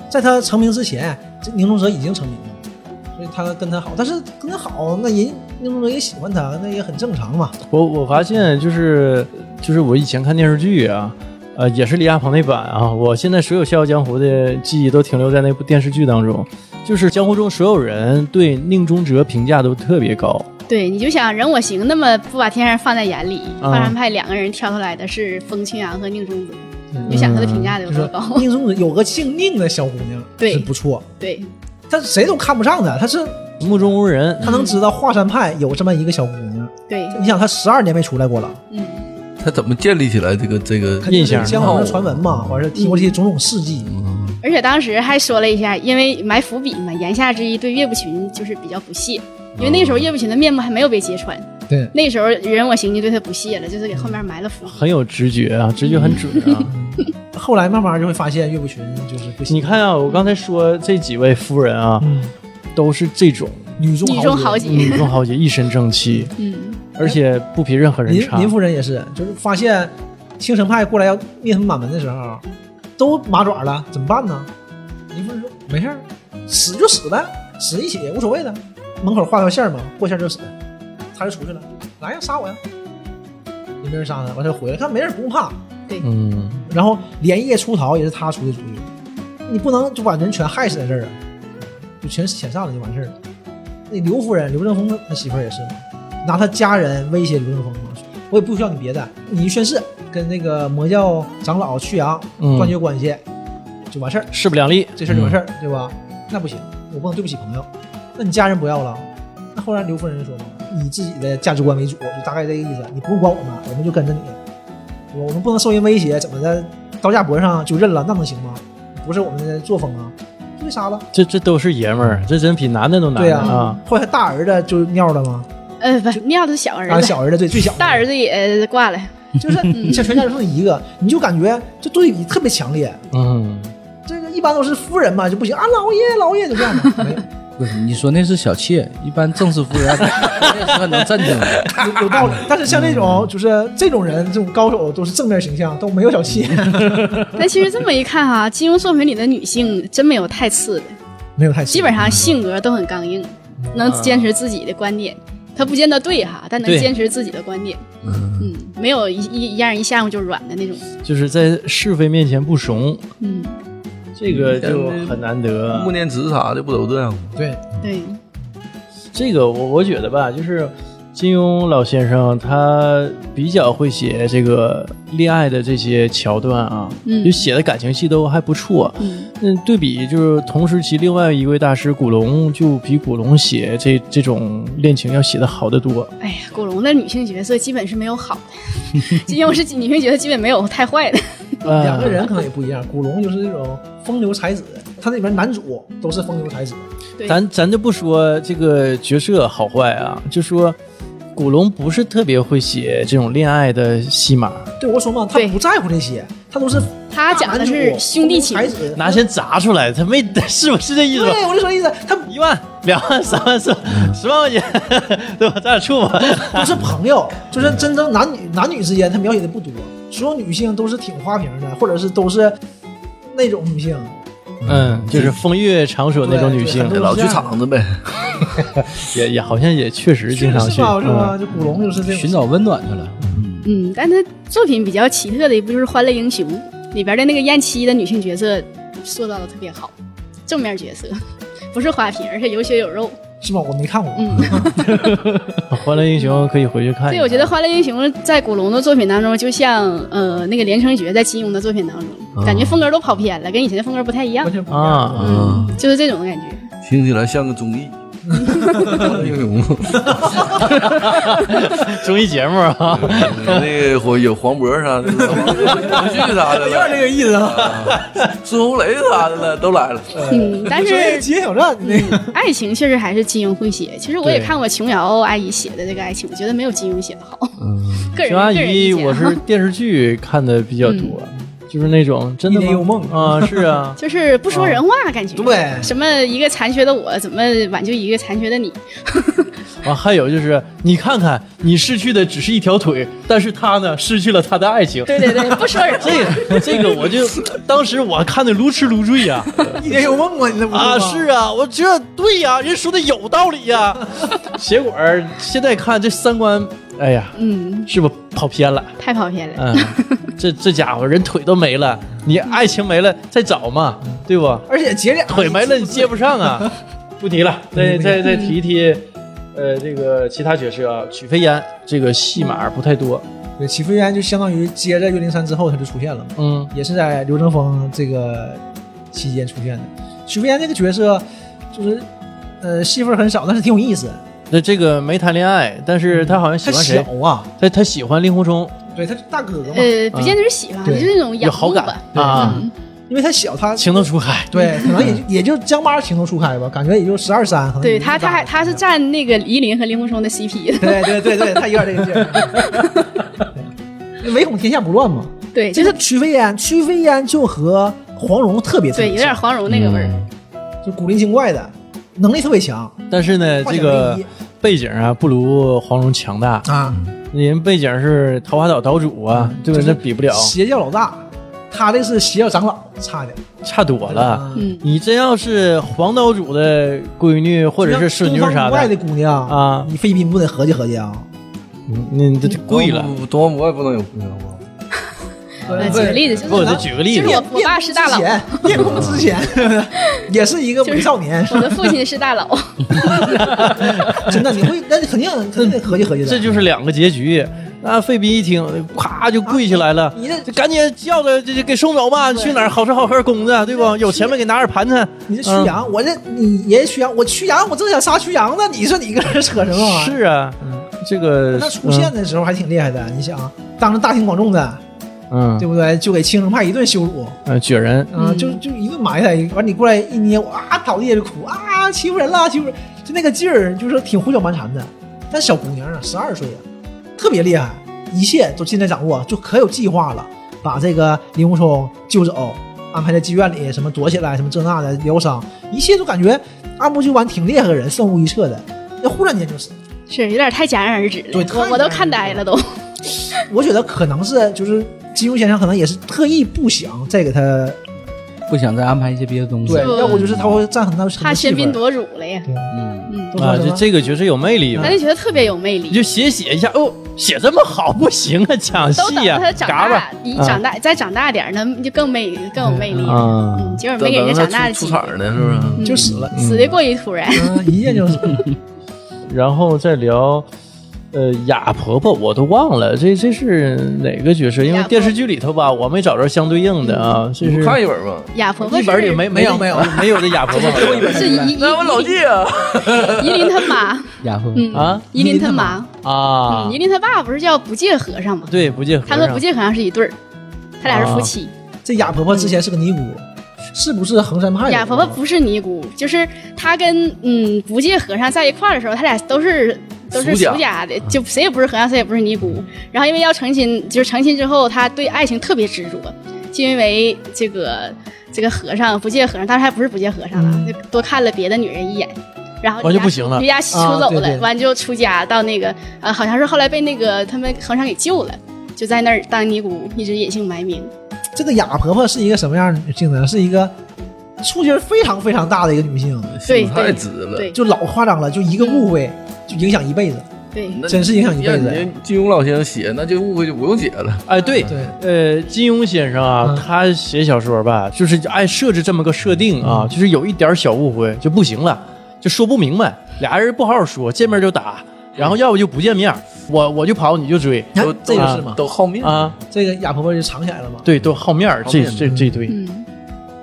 B: 在他成名之前，这宁荣哲已经成名了，所以他跟他好，但是跟他好，那人宁荣哲也喜欢他，那也很正常嘛。
A: 我我发现就是就是我以前看电视剧啊，呃，也是李亚鹏那版啊，我现在所有《笑傲江湖》的记忆都停留在那部电视剧当中，就是江湖中所有人对宁中哲评价都特别高，
E: 对，你就想人我行那么不把天上放在眼里，
A: 啊
E: 华山派两个人挑出来的是风清扬和宁中泽，
B: 嗯
E: 你就想他的评价得有
B: 就是
E: 多
B: 说
E: 高？
B: 宁荣哲有个姓宁的小姑娘
E: 对
B: 是不错，
E: 对，
B: 他谁都看不上他，他是
A: 目中无人。
B: 他能知道华山派有这么一个小姑娘，
E: 对，
B: 你想他十二年没出来过了，
E: 嗯。
D: 他怎么建立起来这个这个
B: 肯定
A: 印象嗯
B: 是江湖的传闻嘛，
E: 嗯
B: 完事儿听过这些种种事迹，
E: 而且当时还说了一下，因为埋伏笔嘛，言下之意对岳不群就是比较不屑，因为那
B: 哦
E: 时候岳不群的面目还没有被揭穿，
B: 对，
E: 那时候人我行就对他不屑了，就是给后面埋了伏。
A: 很有直觉啊，直觉很准啊！
B: 后来慢慢就会发现岳不群就是不 行，
A: 你看啊，我刚才说这几位夫人啊，
B: 嗯，
A: 都是这种
B: 女中
E: 女中豪
B: 杰。
E: 杰，
A: 女中豪杰，一身正气，
E: 嗯，
A: 而且不比任何人
B: 林
A: 差。
B: 林夫人也是，就是发现青城派过来要灭他们满门的时候，都麻爪了，怎么办呢？林夫人说没事儿，死就死呗，死一起无所谓的。门口画条线嘛，过线就死，他就出去了，来呀，杀我呀！也没人杀他，完他回来，看没人不用怕。
A: 嗯，
B: 然后连夜出逃也是他出的主意，你不能就把人全害死在这儿啊，就全遣散了就完事儿了。那刘夫人刘正风他媳妇儿也是嘛，拿他家人威胁刘正风嘛，说我也不需要你别的，你去宣誓跟那个魔教长老曲阳
A: 嗯
B: 断绝关系，就完事儿，
A: 势不两立。
B: 这事儿就完事儿，对吧？那不行，我不能对不起朋友，那你家人不要了。那后来刘夫人就说嘛，以自己的价值观为主，就大概这个意思，你不用管我们，我们就跟着你，对吧？我们不能受人威胁，怎么的刀架脖上就认了，那能行吗？不是我们的作风啊，就被杀了。
A: 这这都是爷们儿，这真比男的都难
B: 对呀、
A: 啊！
B: 后来他大儿子就尿了嘛，
E: 呃，不，尿的是小儿
B: 啊，
E: 子，
B: 小儿子对最小的
E: 大儿子也呃挂了。 嗯
B: 就是你像全家就剩一个，你就感觉这对比特别强烈。
A: 嗯，
B: 这个一般都是夫人嘛就不行啊，老爷老爷就这样的，没有
C: 不是，你说那是小妾，一般正式夫人 那时候能站起来。
B: 有有道理。但是像这
E: 嗯
B: 种就是这种人，这种高手都是正面形象，都没有小气，
E: 嗯但其实这么一看哈、金庸作品里的女性真没有太次的，
B: 没有太气
E: 基本上性格都很刚硬，
B: 嗯
E: 能
B: 啊
E: 坚持自己的观点。她不见得对哈，但能
A: 对
E: 坚持自己的观点。嗯，没有一一一让人一下午就软的那种。
A: 就是在是非面前不怂，
E: 嗯，
A: 这个就很难得啊
D: 穆。念慈啥的不都这样吗？
B: 对。
E: 对，
A: 这个我我觉得吧，就是金庸老先生他比较会写这个恋爱的这些桥段啊，
E: 嗯
A: 就写的感情戏都还不错。
E: 嗯
A: 嗯，对比就是同时期另外一位大师古龙，就比古龙写这这种恋情要写的好得多。
B: 嗯
E: 哎呀，古龙的女性角色基本是没有好的， 金庸是女性角色基本没有太坏的。
A: 啊
B: 两个人可能也不一样。古龙就是那种风流才子，他那里边男主都是风流才子，
E: 对
A: 咱咱就不说这个角色好坏啊，就说古龙不是特别会写这种恋爱的戏码，
B: 对我说嘛，他
E: 对
B: 不在乎这些，他都是
E: 他讲的
B: 大男
E: 是
B: 主
E: 兄弟情
B: 风，流才子
A: 拿钱砸出来，他没 是不是这意思吧？
B: 对，我嗯就说意思，他
A: 一万、两万、三万、四万、十万块钱， 对吧？咱俩处吧。
B: 不是朋友，就是真正男女男女之间，他描写的不多，所有女性都是挺花瓶的，或者是都是那种女性，
A: 嗯，就是风月场所那种女性
B: 对，对
D: 老去场子呗，
A: 也也好像也确实经常去
B: 是。吧？是吧？
A: 嗯
B: 就古龙就是这
C: 寻
B: 种。
C: 找温暖去了。
E: 嗯，但他作品比较奇特的一部就是《欢乐英雄》里边的那个燕七的女性角色塑造的特别好，正面角色， 不是花瓶，而且有血有肉。
B: 是吧？我没看过，
E: 嗯，
A: 哎嗯欢乐英雄可以回去看一
E: 对，
A: 下。
E: 我觉得《欢乐英雄》在古龙的作品当中，就像呃那个《连城诀》在金庸的作品当中，感觉风格都跑偏了，跟以前的风格不太一样
B: 完，全不一样。
A: 啊，
E: 嗯，就是这种感觉。
D: 听起来像个综艺。英雄，
A: 综艺节目啊，
D: 那个火有黄渤啥 的，鲁迅啥的了，
B: 这个意思啊，
D: 孙红雷啥的了，都来了。
E: 嗯，但
B: 所以
E: 是嗯
B: 极限挑战那个
E: 爱情确实还是金庸会写。其实我也
A: 对
E: 看过琼瑶阿姨写的这个爱情，我觉得没有金庸写的好。 个人
A: 熊嗯阿
E: 个人意
A: 姨，
E: 见啊，
A: 我是电视剧看的比较多，就是那种真的
B: 嗯一帘幽梦
A: 啊，是啊
E: 就是不说人话，感
A: 哦
E: 觉
B: 对
E: 什么一个残缺的我怎么挽救一个残缺的你？
A: 完、啊还有就是你看看，你失去的只是一条腿，但是他呢，失去了他的爱情。
E: 对对对，不说人话。
A: 这 个这个，我就当时我看的如痴如醉呀、
B: 一帘幽梦啊，你这不
A: 啊，
B: 吗
A: 是啊，我这对呀、人说的有道理呀、 结果儿现在看这三观，哎呀，
E: 嗯，
A: 是不是跑偏了？
E: 太跑偏 了。
A: 嗯，这这家伙人腿都没了，你爱情没了再找嘛，对不？
B: 而且姐俩
A: 腿没了你接不上 啊。不提了，再再再提一提，呃，这个其他角色啊，曲飞烟这个戏码不太多，
B: 对，齐飞燕就相当于接着岳灵珊之后，他就出现了嘛，
A: 嗯
B: 也是在刘正风这个期间出现的。许飞燕这个角色，就是呃戏份很少，但是挺有意思。
A: 那这个没谈恋爱，但是他好像喜
B: 他
A: 欢
B: 小
A: 谁？
B: 啊，
A: 他他喜欢令狐冲，
B: 对，他是大哥哥嘛，
E: 呃，不见得是喜欢，
B: 对
E: 就是那种
A: 嗯有
E: 仰
A: 好
E: 慕
A: 感
E: 吧。嗯
A: 啊，
B: 因为他小，他嗯
A: 情窦初开。
B: 对，可能也就也就江妈情窦初开吧，感觉也就十二三，可能
E: 对
B: 也就
E: 他，他
B: 大
E: 还
B: 了
E: 他是占那个夷陵和令狐冲的 CP 的。
B: 对对对对，他有点这个劲儿。 对唯恐天下不乱嘛，
E: 对，就
B: 就是是曲飞燕，曲飞燕就和黄蓉特别特
E: 对，
B: 别
E: 有点
B: 像，
E: 黄蓉那个味
A: 嗯
E: 儿。
B: 就古灵精怪的，能力特别强
A: 但是呢，呃这
B: 化险
A: 个
B: 为夷
A: 背景啊，不如黄蓉强大。
B: 啊，
A: 人背景是桃花岛岛主啊，对吧？
B: 嗯就是
A: 那比不了，
B: 邪教老大，他这是邪教长老，差点
A: 差多了。
B: 啊
E: 嗯，
A: 你真要是黄岛主的闺女或者是孙女
B: 东方
A: 啥
B: 不败
A: 的
B: 的，姑娘
A: 啊
B: 你菲宾不得合计合计啊？
A: 那那就贵
B: 嗯
A: 了。
D: 不，不东方不败不能有姑娘吗？
E: 呃，举个例子，
A: 嗯不，
E: 就
A: 我
E: 是
A: 就举个例
E: 就是
A: 子，
E: 我我爸是大佬，
B: 叶公之前 也是一个美少年，
E: 我的父亲是大佬。
B: 真的你会，那肯定肯定得合计合计的。
A: 这就是两个结局。那费斌一听，咵就跪下来了，
B: 你这
A: 就赶紧叫着这这给送走吧，去哪儿好吃好喝供着，啊对不？有钱没给拿点盘缠。
B: 你这
A: 嗯
B: 曲阳，我这你爷爷曲阳，我曲阳，我正想杀曲阳呢，你说你搁这扯什么玩意儿？
A: 是啊，这个
B: 嗯那出现的时候还挺厉害的，你想，当着大庭广众的，
A: 嗯，
B: 对不对？就给青城派一顿羞辱，
A: 嗯，撅人，
B: 啊，
E: 嗯
B: 就就一顿埋汰，完你过来一捏，哇，倒地就哭啊，欺负人了，欺负人，就那个劲儿，就是挺胡搅蛮缠的。但小姑娘啊，十二岁啊，特别厉害，一切都尽在掌握，就可有计划了，把这个林狐冲救走，安排在妓院里，什么躲起来，什么这那的疗伤，一切都感觉按部就班，挺厉害的人，算无一策的。那忽然间就是，
E: 是有点太戛然而止了
B: 对，
E: 我
B: 太
E: 我都
B: 戛然
E: 看
B: 而
E: 呆
B: 止
E: 了都。
B: 我觉得可能是就是金庸先生可能也是特意不想再给他
C: 不想再安排一些别的东西。
B: 对，
E: 嗯
B: 要不就是他会占很大很多
E: 怕
B: 戏
E: 喧宾
B: 份。
E: 夺主了呀。
C: 嗯，
E: 嗯，
B: 都说
A: 啊，
B: 什
A: 这
B: 么
A: 这个角色有魅力嘛
E: 咱就觉得特别有魅
A: 你
E: 力。
A: 就写写一下，哦，写这么好不行啊，抢
E: 都等
A: 戏呀、
E: 他
A: 啊，
E: 长
A: 嘎
E: 大
A: 巴，嗯
E: 一长大再长大点儿，那就更魅更有魅力了。
A: 啊
E: 嗯，，结果
D: 等
E: 没给人家
D: 他
E: 长大的
D: 出
E: 机
D: 出
E: 会，
D: 场呢，是不是？
E: 嗯
B: 就死了。
E: 死的过于突然。
B: 嗯，一见就是。
A: 然后再聊。呃，哑婆婆我都忘了，这这是哪个角色？因为
E: 哑婆
A: 电视剧里头吧，我没找着相对应的啊。这
D: 你
A: 是
D: 不看一本吗？
E: 哑婆婆
A: 一本里没
B: 没有
A: 没有没有这哑婆婆好像
E: 是伊 伊
D: 那我老弟啊，
E: 伊林他妈，
C: 然后
E: 嗯
A: 啊
E: 伊林他妈，
A: 啊
E: 嗯，伊林他爸不是叫不戒和尚吗？
A: 对不戒和
E: 他
A: 尚
E: 和不戒和尚是一对儿，他俩是夫妻。
B: 这哑婆婆之前是个尼姑，是不是衡山派的？
E: 哑婆婆不是尼姑，就是她跟嗯不戒和尚在一块儿的时候，他俩都是都是
D: 俗家
E: 俗家的，就谁也不是和尚，谁也不是尼姑。然后因为要成亲，就是成亲之后，她对爱情特别执着，就因为这个这个和尚不戒和尚，当时还不是不戒和尚了，就多看了别的女人一眼。然后
A: 完就
E: 离家
A: 不行了
E: 离家出走
B: 啊对对
E: 了，完就出家到那个呃，好像是后来被那个他们和尚给救了，就在那儿当尼姑，一直隐姓埋名。
B: 这个哑婆婆是一个什么样的女性呢？是一个触觉非常非常大的一个女性，
E: 对
D: 太
E: 对
D: 直了。
E: 对
B: 就老夸张了，就一个误会就影响一辈子。
E: 对，
D: 那
B: 真是影响一辈子
D: 让你金庸老先生写，那就误会就不用解了。
A: 哎对
E: 嗯
B: 对，
A: 呃，金庸先生啊，
B: 嗯
A: 他写小说吧，就是爱设置这么个设定啊，就是有一点小误会就不行了，就说不明白，俩人不好好说，见面就打，然后要不就不见面，我我就跑，你就追
B: 你看
D: 都
B: 这就是嘛，
D: 都好面子，
A: 啊，
B: 这个哑婆婆就藏起来了嘛。
A: 对，都好面儿，
D: 好
A: 这
D: 嗯面子
A: 这这对，
E: 嗯。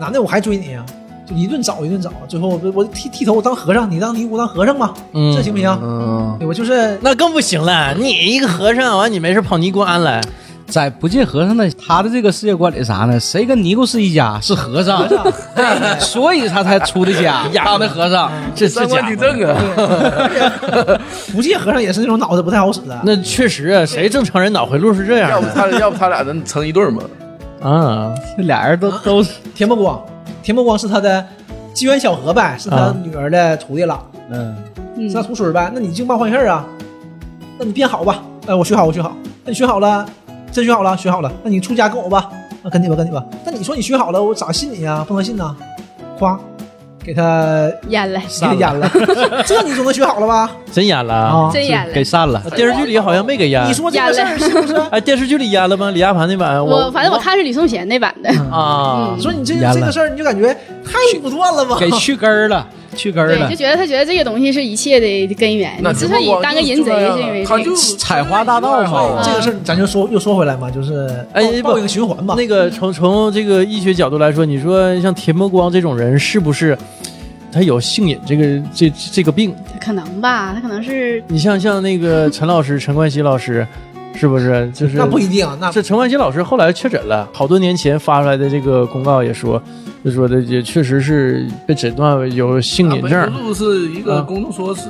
B: 男的我还追你啊，就一顿找一顿找，最后我我剃剃头我当和尚，你当尼姑当和尚吧，
A: 嗯
B: 这行不行？
D: 嗯，
B: 对 我就是
A: 那更不行了，你一个和尚，完你没事跑尼姑庵来，
C: 在不戒和尚的他的这个世界观里啥呢？谁跟尼姑是一家？是和尚，所以他才出的 家，当的和尚。
A: 这
D: 三
A: 这
D: 观
A: 家
D: 挺
A: 伙
D: 正啊。
B: 不戒和尚也是那种脑子不太好使的。
A: 那确实啊，谁正常人脑回路是这
D: 要
A: 样
D: 不
A: 的
D: 他要不他俩能成一对儿吗？
A: 啊？
C: 这俩人都都是，
B: 田伯光，田伯光是他的机缘巧合呗，是他
A: 啊
B: 女儿的徒弟了，
C: 嗯，
E: 嗯
B: 是他徒孙儿呗。那你净办坏事儿啊？那你变好吧，哎，我学好，我学好。那你学好了，真学好了，学好了，那你出家跟我吧，那跟你吧，跟你吧。那你说你学好了，我咋信你呀、啊不能信呐、夸，给他
E: 淹了，
B: 给他淹了， 这你总能学好了吧？
A: 真演了
B: 啊
E: 真淹了
C: 给。散 了。
A: 电视剧里好像没给演
B: 你，说这个事儿是 不是？
A: 哎，电视剧里演了吗？李亚鹏那版，
E: 我反正我看是吕颂贤那版的，
A: 啊
E: 嗯
B: 说你这
C: 淹了
B: 这个事儿，你就感觉太武断了吧？
C: 给去根儿了，去根儿
E: 对，
C: 了
E: 就。觉得他觉得这个东西是一切的根源。
D: 那
E: 你之所以当个淫贼，是因为
D: 他
E: 这
D: 就
E: 个。
C: 采花大盗嘛
B: 这个事儿咱就说又说回来嘛，就是
A: 哎
B: 报报
A: 不
B: 应循环嘛。
A: 那个从从这个医学角度来说，你说像田伯光这种人是不是他有性瘾这个这这个病？
E: 可能吧，他可能是
A: 你像像那 个陈老师陈冠希老师，是不是就是
B: 那不一定啊，那
A: 这陈冠希老师后来确诊了，好多年前发出来的这个公告也说，就说的也确实是被诊断为有性
B: 啊
A: 瘾
D: 那
A: 症
D: 本。不是一个公众说辞，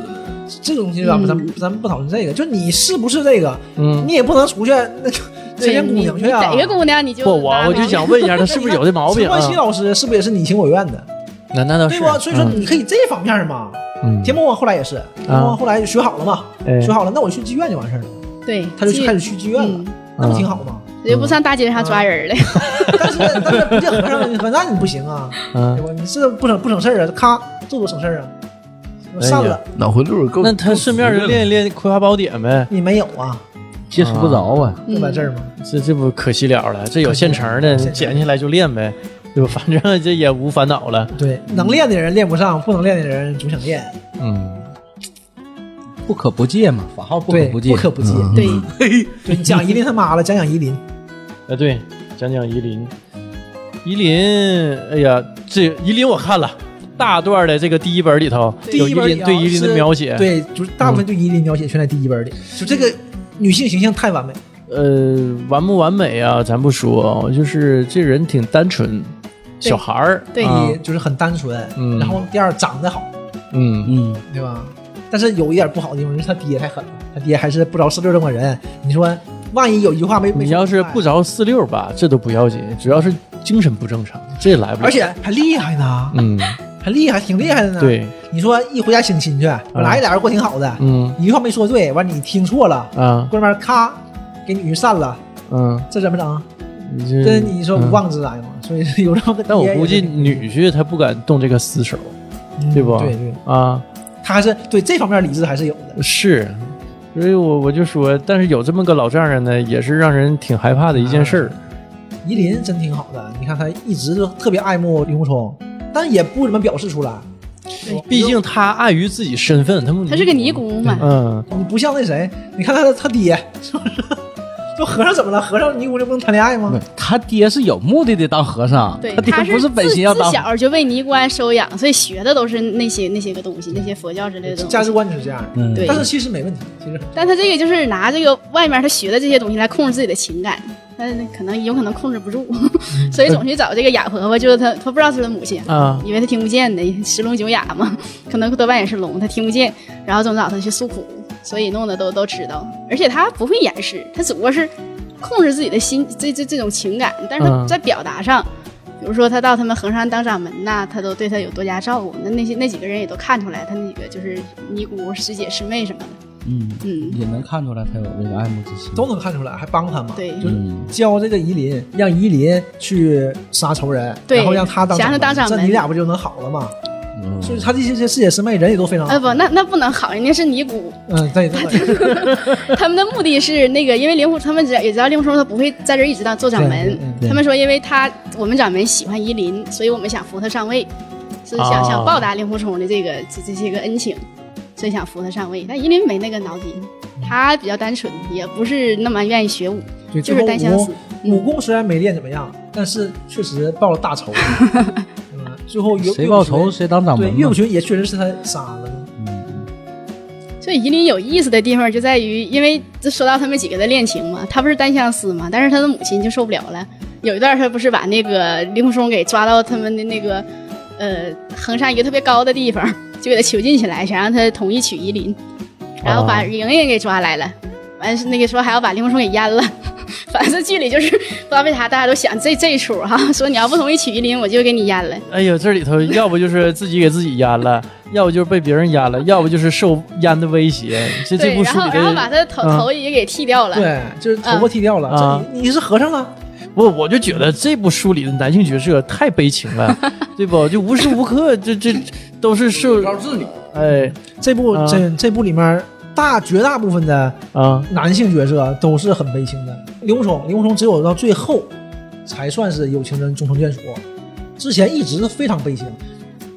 B: 这种东西吧，
E: 嗯
B: 咱们咱们不讨论这个，就你是不是这个，
A: 嗯，
B: 你也不能出去那个
E: 对
B: 见姑
E: 你
B: 娘
E: 你
B: 去啊
E: 逮。个姑娘你就
A: 不，我我就想问一下，他是不是有这毛病
B: 陈
A: 啊
B: 冠？希老师是不是也是你情我愿的，
A: 难难道
B: 对
A: 是？
C: 啊
B: 吧？所以说
A: 嗯
B: 你可以这方面嘛。
A: 嗯
B: 田伯光后来也是，田伯光后来学好了嘛，
A: 哎
B: 学好了，那我去妓院就完事儿了，
E: 对，
B: 他就
E: 这
B: 开始去妓院了
E: 嗯，，
B: 那不挺好吗？
E: 这就不上大街上抓人了。
B: 但是但是不见和尚，那你不行啊，
A: 嗯
B: 对吧？你这不省不省事儿啊，咔，这多省事儿啊！我
A: 哎呀
B: 上了，
D: 脑回路够。
A: 那他顺
B: 嗯
A: 便就练一练《葵花宝典》呗，
B: 你没有啊？
C: 接触不着啊，
B: 这完事
E: 嗯
B: 儿吗？
A: 这这不可惜了了，这有现成的，
B: 可惜了
A: 捡起来就练呗，对吧？反正这也无烦恼了。
B: 对，能练的人练不上，不能练的人总想练。
A: 嗯，
C: 不可不戒嘛，法号不可
B: 对，
C: 不戒。
B: 不可不戒。
E: 嗯对，
B: 对，你讲夷陵他妈了，讲讲夷陵，
A: 啊对，讲讲夷陵。夷陵，哎呀，这夷陵我看了大段的这个第一本里头
E: 对
A: 有
B: 第
A: 夷
B: 一本
A: 陵对夷陵的描写，
B: 对，就是大部分对夷陵描写全在第一本里。就这个女性形象太完美，
A: 呃，完不完美啊？咱不说，就是这人挺单纯，
E: 对
A: 小孩儿，
E: 对
A: 啊
B: 第一就是很单纯，
A: 嗯
B: 然后第二长得好，
A: 嗯，
C: 嗯，
B: 对吧？但是有一点不好的地方就是他爹太狠了，他爹还是不着四六这么个人。你说万一有一句话没没，
A: 你要是不，着四六吧，这都不要紧，主要是精神不正常，这来不了。
B: 而且还厉害呢，
A: 嗯，
B: 还厉害，挺厉害的呢。，
A: 对，啊
B: 你说一回家省亲去，本来俩人过挺好的，
A: 嗯
B: 一句话没说对，完你听错了，
A: 啊，
B: 哥们儿咔给女婿散了，
A: 嗯，
B: 这怎么整？啊
A: 你这
B: 这你说无
A: 嗯
B: 妄之灾嘛？所以有这么个爹也是，
A: 但我估计女婿他不敢动这个死手
B: 嗯
A: 对不
B: 对对，
A: 啊，
B: 他是对这方面理智还是有的。
A: 是，所以我我就说，但是有这么个老丈人呢，也是让人挺害怕的一
B: 嗯
A: 件事儿。
B: 夷陵真挺好的，你看他一直就特别爱慕令狐冲，但也不怎么表示出来。
A: 毕竟他碍于自己身份，他们
E: 他是个尼姑啊嘛，
A: 嗯，
B: 你不像那谁，你看他的他爹 是不是？就和尚怎么了？和尚尼姑就不能谈恋爱吗？
C: 他爹是有目的的当和尚，
E: 嗯对，
C: 爹
E: 他
C: 不是
E: 自
C: 本心要
E: 自
C: 当。
E: 小就被尼姑庵收养，所以学的都是那些那些个东西，那些佛教之类的东
B: 价值
E: 西。
B: 观就是这样的，
C: 嗯
E: 对
B: 但是其实没问题，其实
E: 但他这个就是拿这个外面他学的这些东西来控制自己的情感，但是可能有可能控制不住， 所以总去找这个哑婆婆，就是他他不知道是他母亲，
A: 嗯啊，
E: 以为他听不见的，十聋九哑嘛，可能多半也是聋，他听不见，然后总找他去诉苦，所以弄得都都知道，而且他不会掩饰，他只不过是控制自己的心这这这种情感，但是他
A: 嗯
E: 在表达上，比如说他到他们衡山当掌门呐、他都对他有多加照顾，那那些那几个人也都看出来，他那几个就是尼姑师姐师妹什么的，
C: 嗯，
E: 嗯，
C: 也能看出来他有这个爱慕之心。
B: 都能看出来，还帮他嘛。
E: 对
B: 就是
C: 嗯
B: 教这个夷陵，让夷陵去杀仇人，
E: 对
B: 然后让他当
E: 想让他当掌
B: 这
E: 门
B: 你俩不就能好了吗？
D: 嗯
B: 所以他这些这师姐师妹人也都非常好
E: 啊， 不，那那不能好，人家是尼姑，
B: 嗯，对对对，
E: 他们的目的是那个，因为令狐他们知也知道令狐冲他不会在这儿一直当做掌
B: 对
E: 门
B: 对，
C: 对
E: 他们说因为他我们掌门喜欢夷陵，所以我们想扶他上位，是想、
A: 哦
E: 想报答令狐冲的这个这这些个恩情，所以想扶他上位。但夷陵没那个脑筋，他比较单纯，也不是那么愿意学武，
B: 对，最
E: 就是
B: 后
E: 单相
B: 武
E: 思嗯
B: 功。武功虽然没练怎么样，但是确实报了大 仇。嗯，最后岳
C: 谁报仇？谁当掌
B: 对，
C: 门
B: 岳
C: 嘛嗯
B: 不。群也确实是他杀了。
E: 所以夷陵有意思的地方就在于，因为这说到他们几个的恋情嘛，他不是单相思嘛，但是他的母亲就受不了了。有一段他不是把那个令狐冲给抓到他们的那个呃衡山一个特别高的地方，就给他囚禁起来，想让他同意娶夷陵，
A: 哦
E: 然后把莹莹给抓来了，完是那个说还要把令狐冲给阉了。 反正剧里就是不知道为啥大家都想这这一出哈、说你要不同意娶夷陵，我就给你阉了。
A: 哎呦，这里头要不就是自己给自己淹了，要不就是被别人淹了，要不就是受淹的威胁。这这
E: 对，
A: 部
E: 然
A: 书
E: 后
A: 里
E: 然后把
A: 的，
E: 他头、
A: 嗯
E: 头也给剃掉了。
B: 对，就是
E: 嗯
B: 头发剃掉了。
C: 嗯
A: 啊
B: 这你你是和尚了？
A: 我我就觉得这部书里的男性角色太悲情 了，对不？就无时无刻这这都是 受
D: 告诉你，
A: 哎
B: 这部
C: 嗯
A: 啊
B: 这这部里面大绝大部分的
A: 啊
B: 男性角色都是很悲情的。令狐冲，令狐冲只有到最后才算是有情人终成眷属，之前一直非常悲情，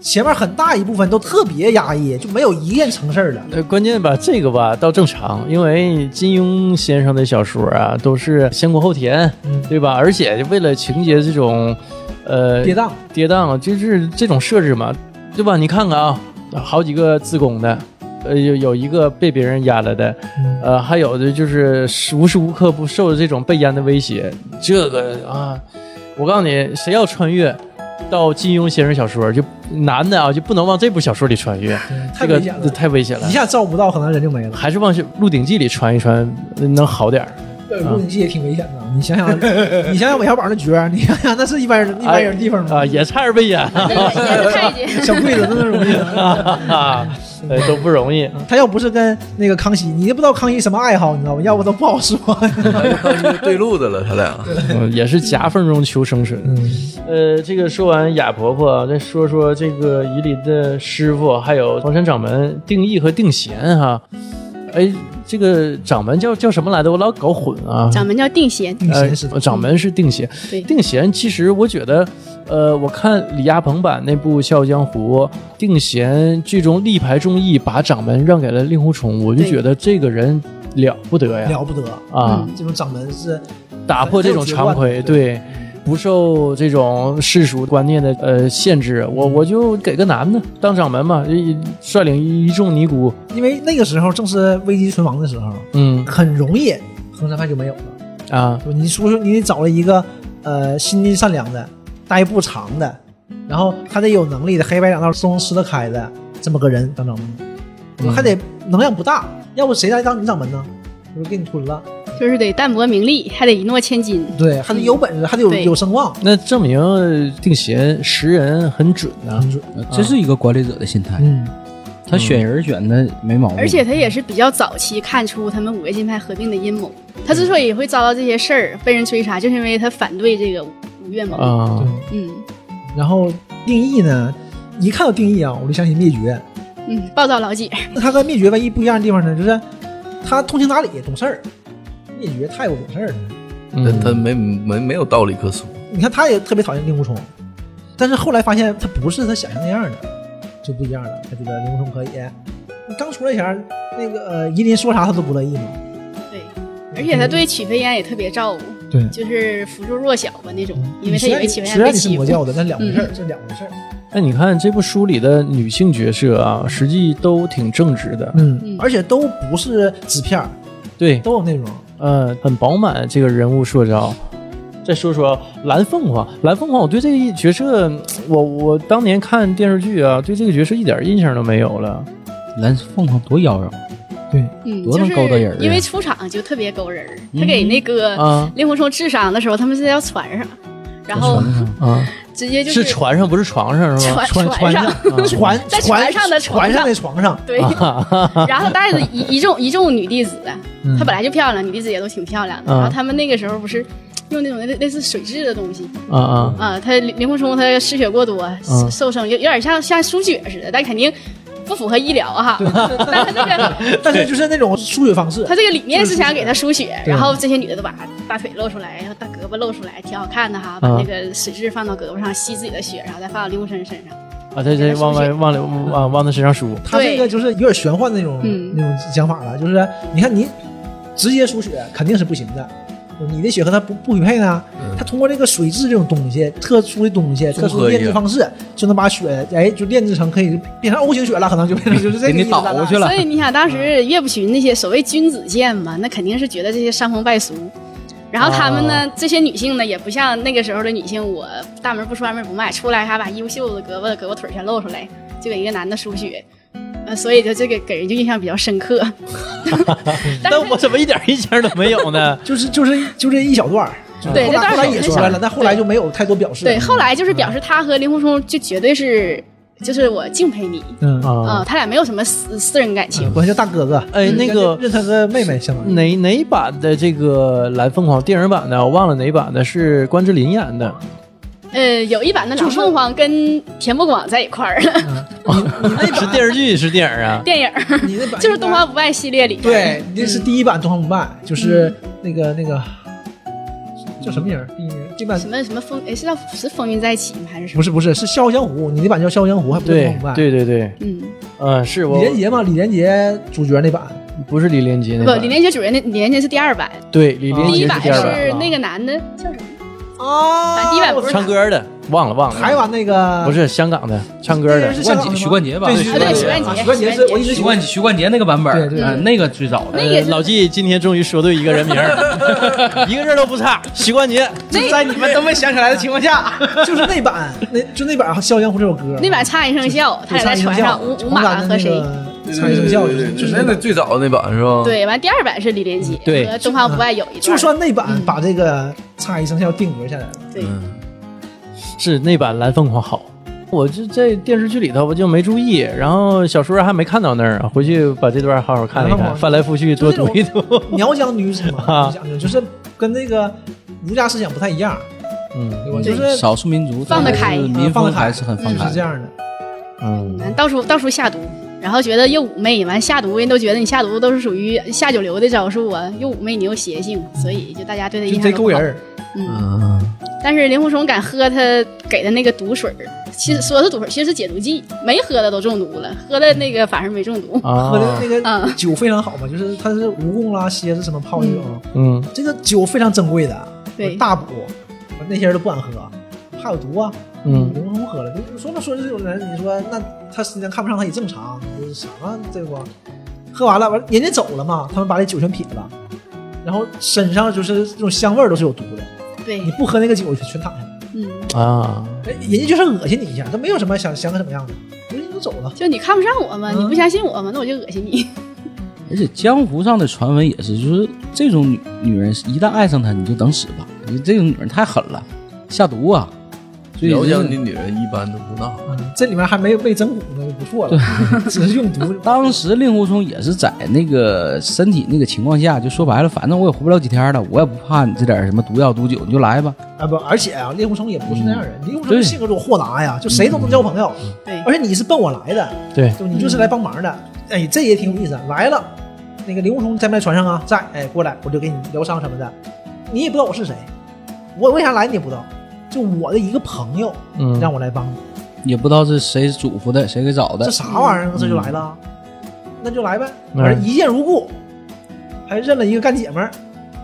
B: 前面很大一部分都特别压抑，就没有一件成事儿的。
A: 呃，关键吧，这个吧倒正常，因为金庸先生的小说啊都是先苦后甜，
B: 嗯
A: 对吧？而且为了情节这种，呃，
B: 跌宕，
A: 跌宕，就是这种设置嘛，对吧？你看看啊，好几个自宫的，呃，有有一个被别人阉了的，
B: 嗯
A: 呃，还有的就是无时无刻不受着这种被阉的威胁。这个啊，我告诉你，谁要穿越到金庸先生小说，就男的啊，就不能往这部小说里穿越，
B: 太
A: 嗯这个
B: 危险了，
A: 这太危险了
B: 一。下照不到，可能人就没了。
A: 还是往《鹿鼎记》里穿一穿，能好点儿。
B: 对，
A: 啊
B: 鹿鼎记也挺危险的。嗯你想想，你想想韦小宝那角儿，你想想那是一般人一般人地方吗？
A: 啊，也差点被阉了，
E: 那个也是太监。
B: 小柜子那么容易吗？
A: 哈呃，都不容 易。
B: 他要不是跟那个康熙，你也不知道康熙什么爱好，你知道吗？要不都不好说。
D: 对路子了，他俩。
A: 嗯，也是夹缝中求生存。 呃，这个说完哑婆婆，再说说这个夷陵的师傅，还有黄山掌门定义和定贤哈。哎，这个掌门叫叫什么来着？我老搞混啊。
E: 掌门叫定贤，
B: 定
A: 呃
B: 贤是，
A: 掌门是定贤。
E: 嗯对
A: 定贤其实我觉得，呃，我看李亚鹏版那部《笑傲江湖》，定贤剧中力排众议，把掌门让给了令狐冲，我就
E: 对
A: 觉得这个人了不得呀！
B: 了不得，
A: 啊，
E: 嗯
B: 这种掌门是
A: 打破这种常规，对，不受这种世俗观念的呃限制，
B: 嗯
A: 我我就给个男的当掌门嘛，一率领一众尼姑，
B: 因为那个时候正是危机存亡的时候，
A: 嗯
B: 很容易衡山派就没有了。
A: 啊，
B: 就你说说，你得找了一个呃心地善良的、待不长的，然后还得有能力的、黑白两道都能吃得开的这么个人当掌门，
A: 嗯
B: 还得能量不大，要不谁来当你掌门呢？我就给你吞了。
E: 就是得淡泊名利，还得一诺千金。
B: 对，还得有本事，还得有
E: 对
B: 有声望。
A: 那证明呃定贤识人很准呐、
C: 这是一个管理者的心态，
B: 嗯，
C: 他选人选的没毛病。
E: 而且他也是比较早期看出他们五个剑派合并的阴谋。他之所以会遭到这些事儿，被人追杀，就是因为他反对这个五岳盟。
A: 啊，
B: 对。
E: 嗯
B: 然后定义呢，一看到定义啊，我就相信灭绝。
E: 嗯，暴躁老姐，
B: 那他跟灭绝唯一不一样的地方呢，就是他通情达理，懂事儿。灭绝太不懂事儿了。
D: 他他
A: 嗯
D: 没没没有道理可说，
B: 你看他也特别讨厌令狐冲，但是后来发现他不是他想象那样的，就不一样了，他觉得荣升可以。刚出来前，那个呃夷陵说啥他都不乐意嘛。
E: 对，而且他对曲飞燕也特别照顾，
B: 对，
E: 就是扶助弱小吧那种，因为他
B: 虽
E: 以
B: 然
E: 为曲飞燕
B: 虽
E: 被
B: 然你是
E: 欺
B: 魔教
E: 负。嗯
B: 的，但两回事儿，这两回事儿。
A: 那你看这部书里的女性角色啊，实际都挺正直的，
B: 嗯
E: 嗯，
B: 而且都不是纸片儿，
A: 对，
B: 都有内容。
A: 呃，很饱满这个人物塑造。再说说蓝凤凰，蓝凤凰，我对这个角色，我我当年看电视剧啊，对这个角色一点印象都没有了。
C: 蓝凤凰多妖娆，
E: 嗯，
C: 多能
E: 就是
C: 勾搭人儿啊
E: 因为出场就特别勾人儿。他给那个
A: 啊
E: 令狐冲治伤的时候，他们是在船上，然后
C: 船上
A: 啊，
E: 直接就是
A: 船上不是床上是吗？
E: 船
B: 船
E: 船
B: 上
E: 上，
B: 船
E: 在船上的床
B: 船
E: 上
B: 的床上，
E: 对，然后带着一一众一众女弟子，她本来就漂亮，女弟子也都挺漂亮的。
A: 嗯
E: 然后他们那个时候不是用那种类类似水蛭的东西
A: 啊啊
E: 啊，他林狐冲他失血过多
A: 嗯
E: 受伤，有有点像像输血似的，但肯定不符合医疗 哈。但他这个
B: 但是就是那种输血方式，
E: 他这个理念是想给他输血，
B: 对
E: 然后这些女的都把大腿露出来，然后大胳膊露出来，挺好看的哈。把
A: 嗯
E: 那个水蛭放到胳膊上吸自己的血，然后再放到林狐冲身上。
A: 啊！这这往外往里往往他身上输，
B: 他这个就是有点玄幻的那种
E: 嗯
B: 那种想法了，就是你看你直接输血肯定是不行的，你的血和它不不匹配呢，他通过这个水质这种东西，特殊的东西，特
D: 综
B: 殊的
D: 合一下
B: 炼制方式，就能把血哎就炼制成可以变成 O 型血了，可能就变成就是这个
C: 给你
B: 意思
C: 倒过去了
E: 所以你想，当时
B: 嗯
E: 岳不群那些所谓君子剑嘛，那肯定是觉得这些伤风败俗。然后他们
B: 哦
E: 呢，这些女性呢，也不像那个时候的女性，我大门不出二门不迈，出来还把衣服袖子、胳膊、胳膊腿全露出来，就给一个男的输血。呃，所以就这个给人就印象比较深刻。但
A: 但我
E: 是
A: 怎么一点印象都没有呢？
B: 就是就是就这一小段儿，就是
E: 对
B: 后
E: 这段
B: 来
E: 儿
B: 后来
E: 很
B: 也
E: 很
B: 出来
E: 小
B: 了，但后来就没有太多表示。
E: 对，后来就是表示他和林狐冲就绝对是，就是我敬佩你
B: 嗯啊，
E: 啊、
A: 啊，
E: 他俩没有什么私私人感情。
B: 管他叫大哥哥，
A: 哎，那个
B: 认他个妹妹相当
E: 嗯
B: 于。
A: 哪哪版的这个蓝凤凰电影版的，我忘了哪版的，是关之琳演的。
E: 呃，有一版的蓝凤凰跟田伯广在 一块儿了，
A: 是电视剧是电影啊？
E: 电影儿
B: 你那版
E: 就
B: 应
E: 是《
B: 该
E: 东方不败》系列里边。
B: 对，那是第一版《东方不败》，就是那个那个叫什么名儿？第一名这版
E: 什么什么风，哎，是叫是风云再起吗？还是什
B: 不
E: 么？
B: 是不是是《笑傲江湖》，你那版叫《笑傲江湖》，还不是《东
A: 对
B: 方不败》？，
A: 对对对，
E: 嗯，
A: 嗯，是我
B: 李连杰嘛，李连杰主角那版，
A: 不是李连杰那
E: 不，
A: 版
E: 李连杰主演那李连杰是第二版，
A: 对哦李连
E: 第
A: 杰
E: 一
A: 是
E: 版
A: 第二版，
E: 是那个男的叫什么？
B: 啊
E: 反第一版不是
A: 唱歌的，忘了忘了，
B: 台湾那个
A: 不是香港的，唱歌
B: 那
A: 的
B: 人是
C: 徐
B: 香
C: 冠
B: 港
C: 杰
B: 的吗
C: 徐冠杰吧
B: 对
C: 徐
E: 冠杰
B: 啊
E: 徐
B: 徐
E: 冠
B: 冠
E: 杰
B: 杰是我一直
C: 徐冠徐冠杰那个版本，
B: 对对
C: 嗯那个最早的
E: 那个
A: 呃，老纪今天终于说对一个人名儿， 一个字儿都不差。徐冠杰，
E: 那
C: 在你们都没想起来的情况下，
B: 就是那版，那就那版《笑傲江湖》这首歌，
E: 那版差一声笑，他俩在船上，吴吴马和谁？
B: 差一生笑
D: 对对对
B: 就是
D: 那
B: 那
D: 那
B: 个。
D: 最早那版是吧？，
E: 对，完第二版是李连杰
A: 对
E: 和东方不败有一段，
B: 就算那
E: 嗯
B: 版把这个差一生笑定格下来了，
E: 对，
A: 是那版蓝凤凰好。我就在电视剧里头我就没注意，然后小说还没看到那儿，回去把这段好好看一
B: 蓝凤
A: 看，
B: 凰
A: 翻来覆去多读一读。
B: 苗疆女子嘛，
A: 啊
B: 就讲究就是跟那个儒家思想不太一样，
A: 嗯
B: 对吧？就是
C: 呃少数民族
E: 放得开
C: 但是
B: 呃
C: 民
B: 放得
C: 风
B: 开
C: 还是很放
E: 嗯
C: 开
B: 是这。样的。
A: 嗯，
E: 完到处到处下毒。然后觉得又妩媚，完下毒人都觉得你下毒都是属于下九流的招数啊，又妩媚你又邪性，所以就大家对他
B: 就
E: 印
B: 贼
E: 象都
B: 勾
E: 不
B: 人
E: 好。
B: 儿，
E: 嗯，
A: 啊
D: 嗯，
E: 但是林狐冲敢喝他给的那个毒水儿，其实说是毒水儿，其实是解毒剂，没喝的都中毒了，喝的那个反而没中毒。
A: 啊
B: 喝的那个
E: 嗯
B: 酒非常好嘛，就是它是蜈蚣啦、蝎子什么泡的这种，
A: 嗯，
B: 这个酒非常珍贵的，
E: 对，
B: 大补，那些人都不敢喝，怕有毒啊，
A: 嗯
B: 有什么喝了？就说嘛，说这种人，你说那他时间看不上他也正常，就是啥对不？喝完了，完了人家走了嘛，他们把这酒全撇了，然后身上就是这种香味儿都是有毒的，
E: 对
B: 你，不喝那个酒全全躺下了，
E: 嗯，
A: 啊，
B: 人哎人家就是恶心你一下，他没有什么想想怎么样的，人家都走了。
E: 就你看不上我嘛，
B: 嗯
E: 你不相信我嘛，那我就恶心你。
C: 而且江湖上的传闻也是，就是这种女女人一旦爱上他，你就等死吧。你这种女人太狠了，下毒啊！所以
D: 苗疆
C: 人
D: 的
C: 家
D: 女人一般都不那 啥。
B: 嗯，这里面还没有被整蛊呢，就不错了，只是用毒。
C: 当时令狐冲也是在那个身体那个情况下，就说白了，反正我也活不了几天了，我也不怕你这点什么毒药毒酒，你就来吧。
B: 啊不，而且啊，令狐冲也不是那样人，令狐
C: 对
B: 冲性格多豁达呀，就谁都能交朋友，
E: 对，
B: 而且你是奔我来的，
A: 对，
B: 就你就是来帮忙的，哎，这也挺有意思。来了，那个令狐冲在没船上啊，在，哎，过来我就给你疗伤什么的，你也不知道我是谁，我为啥来你也不知道，就我的一个朋友
A: 嗯，
B: 让我来帮你，
C: 也不知道是谁嘱咐的，谁给找的
B: 这。啥玩意儿啊？这就来了，那就来呗，
A: 嗯
B: 反正一见如故，还认了一个干姐们儿，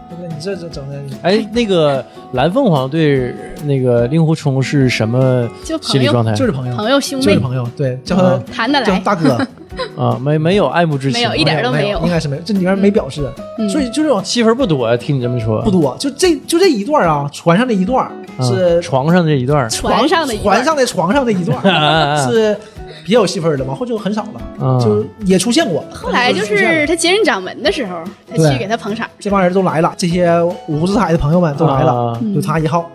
B: 对不对？你这这整的，
A: 哎，那个蓝凤凰对那个令狐冲是什么
E: 就
A: 心
E: 朋
A: 理
E: 友
A: 状态？
B: 就是朋友，
E: 朋友兄
B: 就是
E: 妹
B: 朋友，对，叫他
E: 谈得
B: 叫他
E: 来，
B: 大哥，
A: 啊，没没有爱慕之情，
E: 没有 一点儿都
B: 没
E: 没有
B: 应该是没有，这里面没表示，
E: 嗯
B: 所以就这种
A: 戏份不多呀，听你这么说，
B: 不多，就这就这一段啊，船上这一段
A: 啊
B: 是
A: 床上这一段儿，
E: 船上的一段
B: 船上的床上这一
A: 啊
B: 段
A: 啊啊
B: 是比较有戏份的，往后就很少了，
A: 啊
B: 就也出现过。
E: 后来就
B: 出现
E: 是
B: 了
E: 他接任掌门的时候，他
B: 对
E: 去给他捧场，
B: 这帮人都来了，这些五湖四海的朋友们都来了，
A: 啊
E: 嗯
B: 就他一号，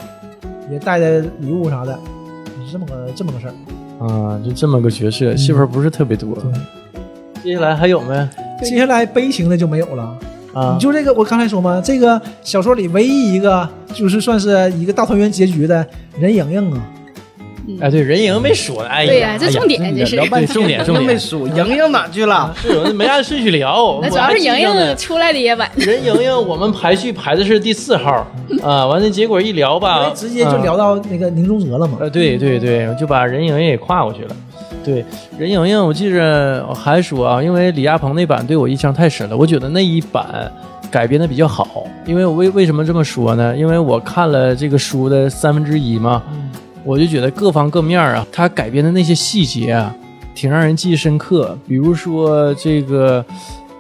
B: 也带的礼物啥的，是这么个这么个事儿。
A: 啊，就这么个角色，戏份不是特别多。接下来还有没？
E: 对
B: 接下来悲情的就没有了，
A: 啊
B: 你，就这个我刚才说嘛，这个小说里唯一一个就是算是一个大团圆结局的任盈盈啊，
A: 哎，对，人莹没说呢，哎呀，
E: 对呀这
A: 哎
E: 重点
A: 真
E: 这
A: 的
E: 是
A: 聊半 重点重点，
C: 数，莹莹哪去了？
B: 啊
A: 是有没按顺序聊，
E: 那主要是莹
A: 我还记着
E: 莹
A: 呢
E: 出来的也 晚，
A: 任莹莹，我们排序排的是第四 号啊，完了结果一聊
B: 因
A: 吧，
B: 为直接就
A: 啊
B: 聊到那个宁中哲了嘛。
A: 呃，对对对，我就把任盈盈也跨过去了。对任盈盈，我记着我还说啊，因为李亚鹏那版对我印象太深了，我觉得那一版改编的比较好。因为我为为什么这么说呢？因为我看了这个书的三分之一嘛，我就觉得各方各面儿啊，他改编的那些细节啊，挺让人记忆深刻。比如说这个，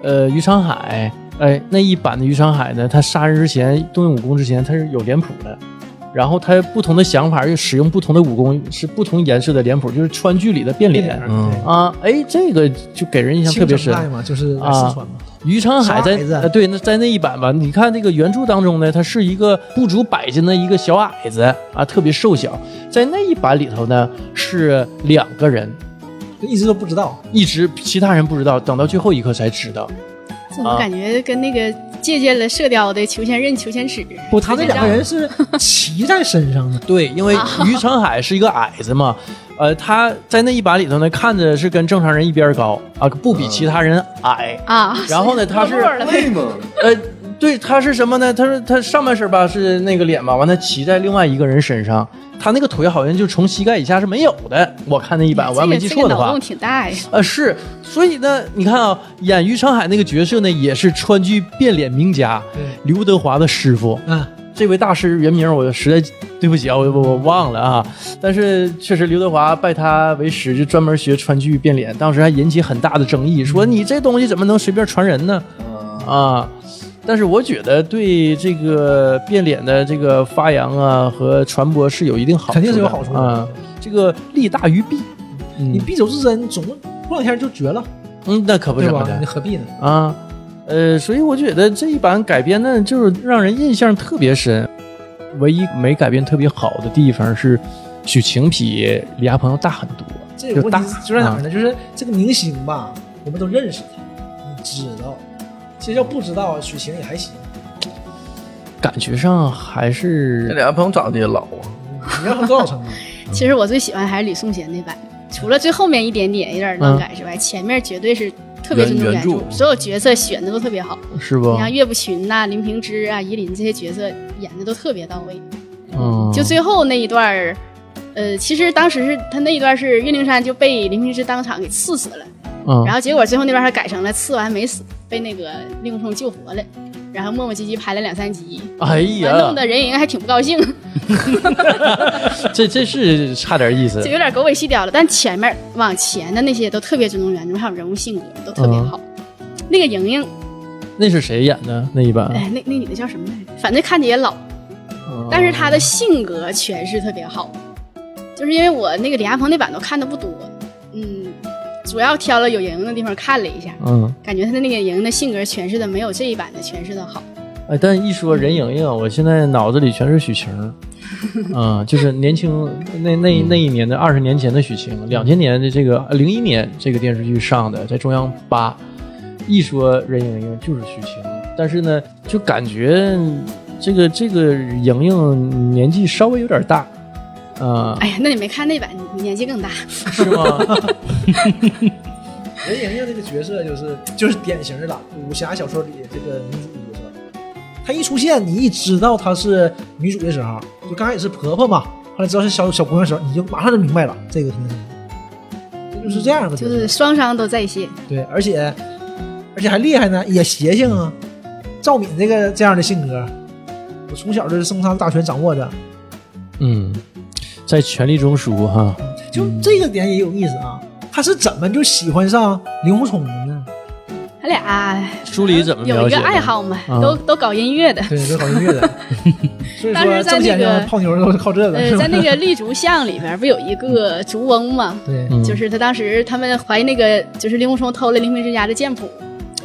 A: 呃，于长海，哎，那一版的于长海呢，他杀人之前动用武功之前，他是有脸谱的。然后他不同的想法又使用不同的武功，是不同颜色的脸谱，就是川剧里的变脸
B: 嗯，
A: 啊。哎，这个就给人印象
B: 清
A: 特别
B: 城
A: 深。
B: 派嘛，就是
A: 啊
B: 四川嘛，
A: 于长海在
B: 小矮子
A: 呃对那在那一版吧，你看那个原著当中呢，他是一个不足百斤的一个小矮子啊，特别瘦小。在那一版里头呢，是两个人，
B: 就一直都不 知道。
A: 一直其他人不知道，等到最后一刻才知道。
E: 怎么感觉跟那个借鉴了《射雕》的裘千仞、裘千尺？
B: 不，他这两个人是骑在身上的，
A: 对，因为于长海是一个矮子 嘛，呃，他在那一版里头呢，看着是跟正常人一边高啊，不比其他人矮。
E: 啊，
A: 然后呢，他是
E: 落寞了呗
D: 对嘛，
A: 呃，对，他是什么呢？他说他上半身吧是那个脸吧，完他骑在另外一个人身上，他那个腿好像就从膝盖以下是没有的。我看那一版，我要没记
E: 这
A: 错
E: 个
A: 的
E: 脑
A: 话
E: 洞，挺大呀，
A: 呃是，所以呢，你看啊，演于长海那个角色呢，也是川剧变脸名家刘德华的师傅。
B: 嗯，
A: 这位大师原名我实在对不起啊，我我我忘了啊。但是确实刘德华拜他为师，就专门学川剧变脸，当时还引起很大的争议，
B: 嗯
A: 说你这东西怎么能随便传人呢？啊，但是我觉得对这个变脸的这个发扬啊和传播是有一定好处的，
B: 肯定是有好处的
A: 啊。这个利大于弊，
B: 你
A: 嗯
B: 敝帚自珍，总过两天就绝了，
A: 嗯，那可不
B: 对
A: 是
B: 吧？你何必呢？
A: 啊，呃，所以我觉得这一版改编呢，就是让人印象特别深。唯一没改编特别好的地方是，许晴比李亚鹏要大很多。
B: 这个
A: 就
B: 问
A: 大啊
B: 题就在哪儿呢？就是这个明星吧，我们都认识他，你知道。其实要不知道，许晴也还行。
A: 感觉上还
D: 这
A: 是
D: 俩朋友长得也老啊，
B: 嗯你让他多少成啊？
E: 其实我最喜欢还是吕颂贤那版，除了最后面一点点有点乱改
A: 嗯
E: 之外，前面绝对是特别尊重
D: 原
E: 原
D: 原
E: 著，
D: 著
E: 所有角色选的都特别好。
A: 是
E: 你
A: 不？
E: 像岳不群呐、林平之啊、夷陵这些角色演的都特别到位。
A: 嗯，
E: 就最后那一段儿，呃，其实当时是他那一段是岳灵珊就被林平之当场给刺死了，
A: 嗯
E: 然后结果最后那边他改成了刺完没死，被那个令狐冲救活了。然后磨磨唧唧拍了两三集，
A: 哎呀
E: 弄，得任盈盈还挺不高兴，
A: 这这是差点意思
E: 就。有点狗尾续貂了。但前面往前的那些都特别尊重原著，还有人物性格都特别好。那个莹莹，
A: 那是谁演的那一版？嗯
E: 哎，那那女的叫什么来着？反正看着也老，但是她的性格诠释特别好。就是因为我那个李亚鹏那版都看的不多，嗯，主要挑了有莹莹的地方看了一下，
A: 嗯，
E: 感觉她的那个莹莹的性格诠释的没有这一版的诠释的好。
A: 哎，但一说任盈盈，我现在脑子里全是许晴，啊，就是年轻那那那一年的二十年前的许晴，两千年的这个零一年这个电视剧上的，在中央八，一说任盈盈就是许晴，但是呢，就感觉这个这个盈盈年纪稍微有点大，啊，
E: 哎呀，那你没看那版，你年纪更大。
A: 是吗？
B: 任盈盈这个角色就是就是典型的武侠小说里这个女主角色。她一出现，你一知道她是女主的时候，就刚开始是婆婆嘛，后来知道是小小姑娘的时候，你就马上就明白了这个是什么。这就是这样的角
E: 嗯就
B: 色，
E: 是双商都在线，
B: 对，而且而且还厉害呢，也邪性啊。赵敏这个这样的性格，我从小就是生杀大权掌握着，
A: 嗯，在权力中枢哈，
B: 就这个点也有意思啊。他是怎么就喜欢上林狐宠的呢？
E: 他俩
A: 书里怎么
E: 嗯有
A: 描
E: 一
A: 写
E: 个
A: 的？
E: 爱好嘛，
A: 啊
E: 都都搞音乐的。
B: 对，是搞音乐的。 所以
E: 当时
B: 说
E: 在
B: 挣钱
E: 那个
B: 呢，泡妞都是靠这个，
E: 呃，
B: 是吧
E: 在？ 那个绿竹巷里面不有一个竹翁嘛，
B: 对，
A: 嗯
E: 就是他当时他们怀疑那个就是令狐冲偷了林平之家的剑谱，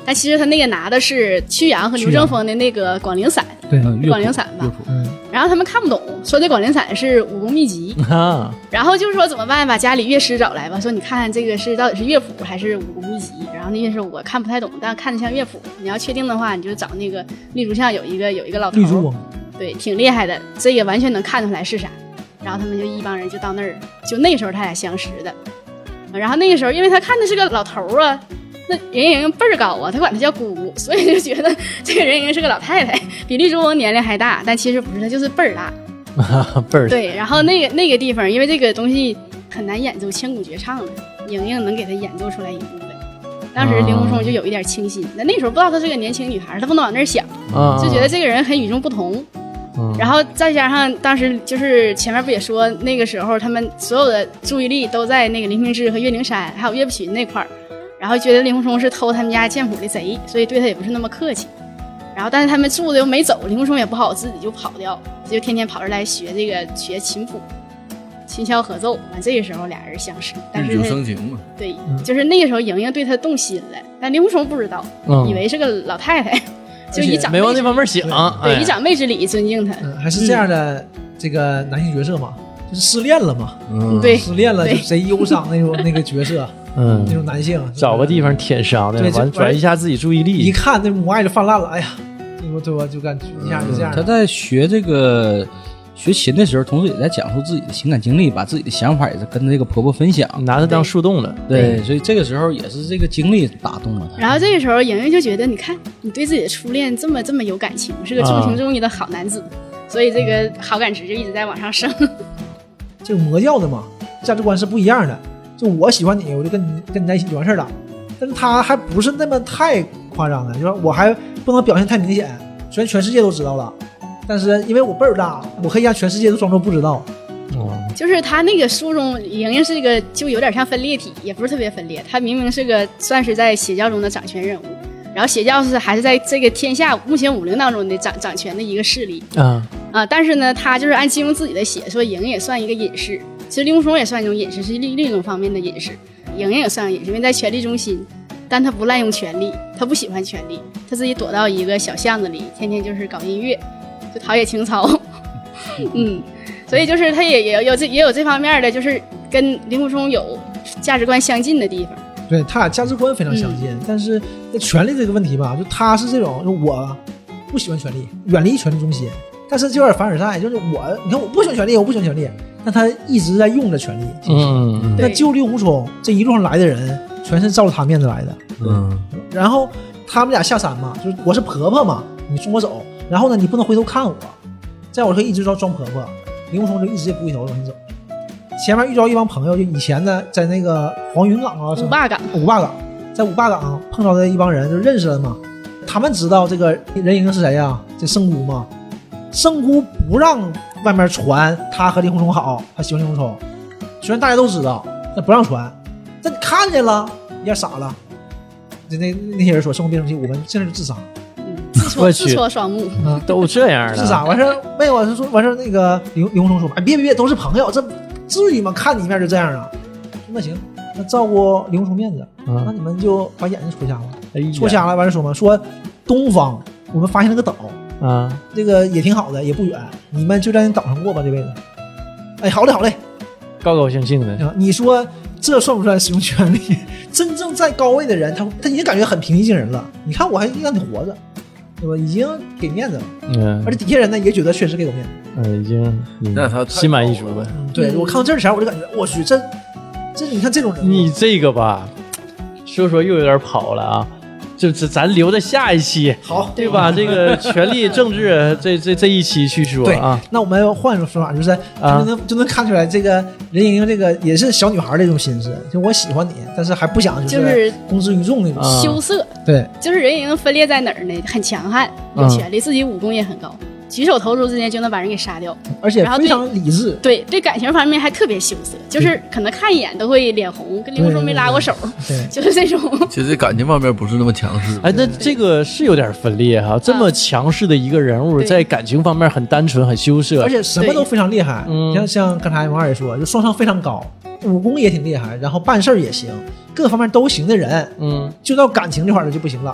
E: 但其实他那个拿的是曲阳和牛正风的那个广陵散，
C: 嗯
E: 广陵散吧。
B: 嗯，
E: 然后他们看不懂，说这广陵散是武功秘籍，
A: 啊，
E: 然后就是说怎么办？把家里乐师找来吧，说你看这个是到底是乐谱还是武功秘籍？然后那乐师我看不太懂，但看着像乐谱。你要确定的话，你就找那个绿竹巷有一个有一个老头
B: 绿
E: 儿，
B: 珠翁，
E: 对，挺厉害的，这个完全能看出来是啥。然后他们就一帮人就到那儿，就那时候他俩相识的。然后那个时候，因为他看的是个老头儿啊，那任盈盈倍儿高啊，他管她叫姑姑，所以就觉得这个任盈盈是个老太太，比绿珠翁年龄还大，但其实不是，她就是倍儿大。
A: 倍儿
E: 对，然后那个那个地方，因为这个东西很难演奏千古绝唱的，莹莹能给他演奏出来一部分。当
A: 啊
E: 时林狐冲就有一点清新，那那时候不知道她是个年轻女孩，她不能往那儿想，
A: 啊，
E: 就觉得这个人很与众不同。
A: 嗯
E: 然后再加上当时就是前面不也说那个时候他们所有的注意力都在那个林平之和岳灵珊还有岳不群那块儿，然后觉得林狐冲是偷他们家剑谱的贼，所以对他也不是那么客气。然后但是他们住的又没走，林狐冲也不好自己就跑掉，就天天跑这来学这个学琴谱。琴箫合奏，完这个时候俩人相识，但
D: 日
E: 是
D: 久
E: 他
D: 生情嘛。
E: 对，就是那个时候莹莹对他动心了，但林狐冲不知道，
A: 嗯
E: 以为是个老太太，就以长辈
A: 没往那
E: 之
A: 方面想，
E: 对
A: 哎
E: 以长辈之礼尊敬他，
B: 嗯，还是这样的这个男性角色嘛，就是失恋了嘛，
D: 嗯，
E: 对，
B: 失恋了就
E: 对
B: 贼忧伤那种那个角色，那
A: 嗯，
B: 种男性，啊
A: 找个地方舔伤的，
B: 对
A: 完
B: 这
A: 转移一下自己注意
B: 一
A: 力。
B: 看那母爱就泛滥了，哎呀，你说对吧？就感觉一下就这样
C: 嗯他。在学这个学琴的时候，同时也在讲述自己的情感经历，把自己的想法也是跟这个婆婆分享。
A: 拿它当树洞了，
C: 对，所以这个时候也是这个经历打动了他。
E: 然后这个时候，莹莹就觉得，你看你对自己的初恋这么这么有感情，是个重情重义的好男子，所以这个好感值就一直在往上升。
B: 这个魔教的嘛，价值观是不一样的。就我喜欢你，我就跟你跟你在一起就完事儿了。但是他还不是那么太夸张的，就是我还不能表现太明显，虽然全世界都知道了，但是因为我辈儿大，我可以让全世界都装作不知道。
A: 嗯
E: 就是他那个书中，莹莹是一个就有点像分裂体，也不是特别分裂，他明明是个算是在邪教中的掌权人物。然后邪教是还是在这个天下目前武林当中的掌掌权的一个势力
A: 啊，
E: 啊、但是呢，他就是按金庸自己的写说，莹莹也算一个隐士，其实令狐冲也算一种隐士，是另另一种方面的隐士。莹莹也算隐士，因为在权力中心，但他不滥用权力，他不喜欢权力，他自己躲到一个小巷子里，天天就是搞音乐，就陶冶情操。嗯，所以就是他也也有也有这也有这方面的，就是跟令狐冲有价值观相近的地方。
B: 对他俩价值观非常相
E: 嗯
B: 近，但是在权力这个问题吧，就他是这种，就我不喜欢权力，远离权力中心。但是就有点凡尔赛，就是我，你看我不喜欢权力，我不喜欢权力，但他一直在用着权力。其实
A: 嗯
B: 那
E: 对
B: 就令狐冲这一路上来的人，全是照着他面子来的。
A: 嗯
B: 然后他们俩下山嘛，就是我是婆婆嘛，你送我走，然后呢，你不能回头看我，在我可以一直装装婆婆，林狐冲就一直也不回头往前走。前面遇着一帮朋友，就以前呢，在那个黄云岗啊，什
E: 五
B: 么
E: 霸港，
B: 五坝港，在五坝港碰到的一帮人就认识了嘛。他们知道这个任盈盈是谁呀、这圣姑嘛。圣姑不让外面传她和林狐冲好，她喜欢林狐冲，虽然大家都知道，但不让传。但看见了，一下傻了。那那那些人说，圣姑别生气，我们现在就自杀，
E: 嗯自
A: 我
E: 戳
A: 去
E: 自戳双目，
A: 都这样啊
B: 自
A: 了，
B: 杀。完事儿没有，完事儿说完事儿那个林林狐冲说，哎别别别，都是朋友，这至于吗？看你一面就这样啊？那行，那照顾林狐冲面子，那
A: 嗯
B: 你们就把眼睛戳瞎吧。
A: 哎呀
B: 戳瞎了，完事说嘛，说东方我们发现了个岛，
A: 啊，
B: 这个也挺好的，也不远，你们就在那岛上过吧这辈子。哎，好嘞好嘞，
A: 高高兴兴的，
B: 啊你说这算不算使用权利？ 真正在高位的人，他他已经感觉很平易近人了。你看我还让你活着，对吧？已经给面子了，
A: 嗯
B: 而且底下人呢也觉得确实给我面子。
A: 嗯，已经嗯
D: 那他太
A: 心满意足了。
B: 嗯对我看到这儿前，我就感觉我去，这这你看这种人物，
A: 你这个吧，说说又有点跑了啊。就是咱留着下一期，
B: 好，
A: 对吧？这个权力政治这这这一期去说
B: 对
A: 啊，
B: 那我们换种说法，就是就能就能看出来，这个任盈盈这个也是小女孩的一种心思，就我喜欢你，但是还不想
E: 就是是
B: 公之于众那种。
A: 啊
E: 羞涩，
B: 对，
E: 就是人已经分裂在哪儿呢？很强悍，有
A: 嗯
E: 权利，自己武功也很高，举手投足之间就能把人给杀掉。
B: 而且
E: 然后
B: 非
E: 对
B: 常理智。
E: 对，对感情方面还特别羞涩，
B: 嗯
E: 就是可能看一眼都会脸红，跟刘叔没拉过手，
B: 对，
E: 就是这种。
D: 其实感情方面不是那么强势。
A: 哎，那这个是有点分裂
B: 嗯
A: 哈、这么强势的一个人物，
E: 对
A: 在感情方面很单纯、很羞涩，
B: 而且什么都非常厉害
A: 嗯，
B: 像像刚才王二也说，就双商非常高，武功也挺厉害，然后办事儿也行，各方面都行的人，
A: 嗯，
B: 就到感情这块儿了就不行了，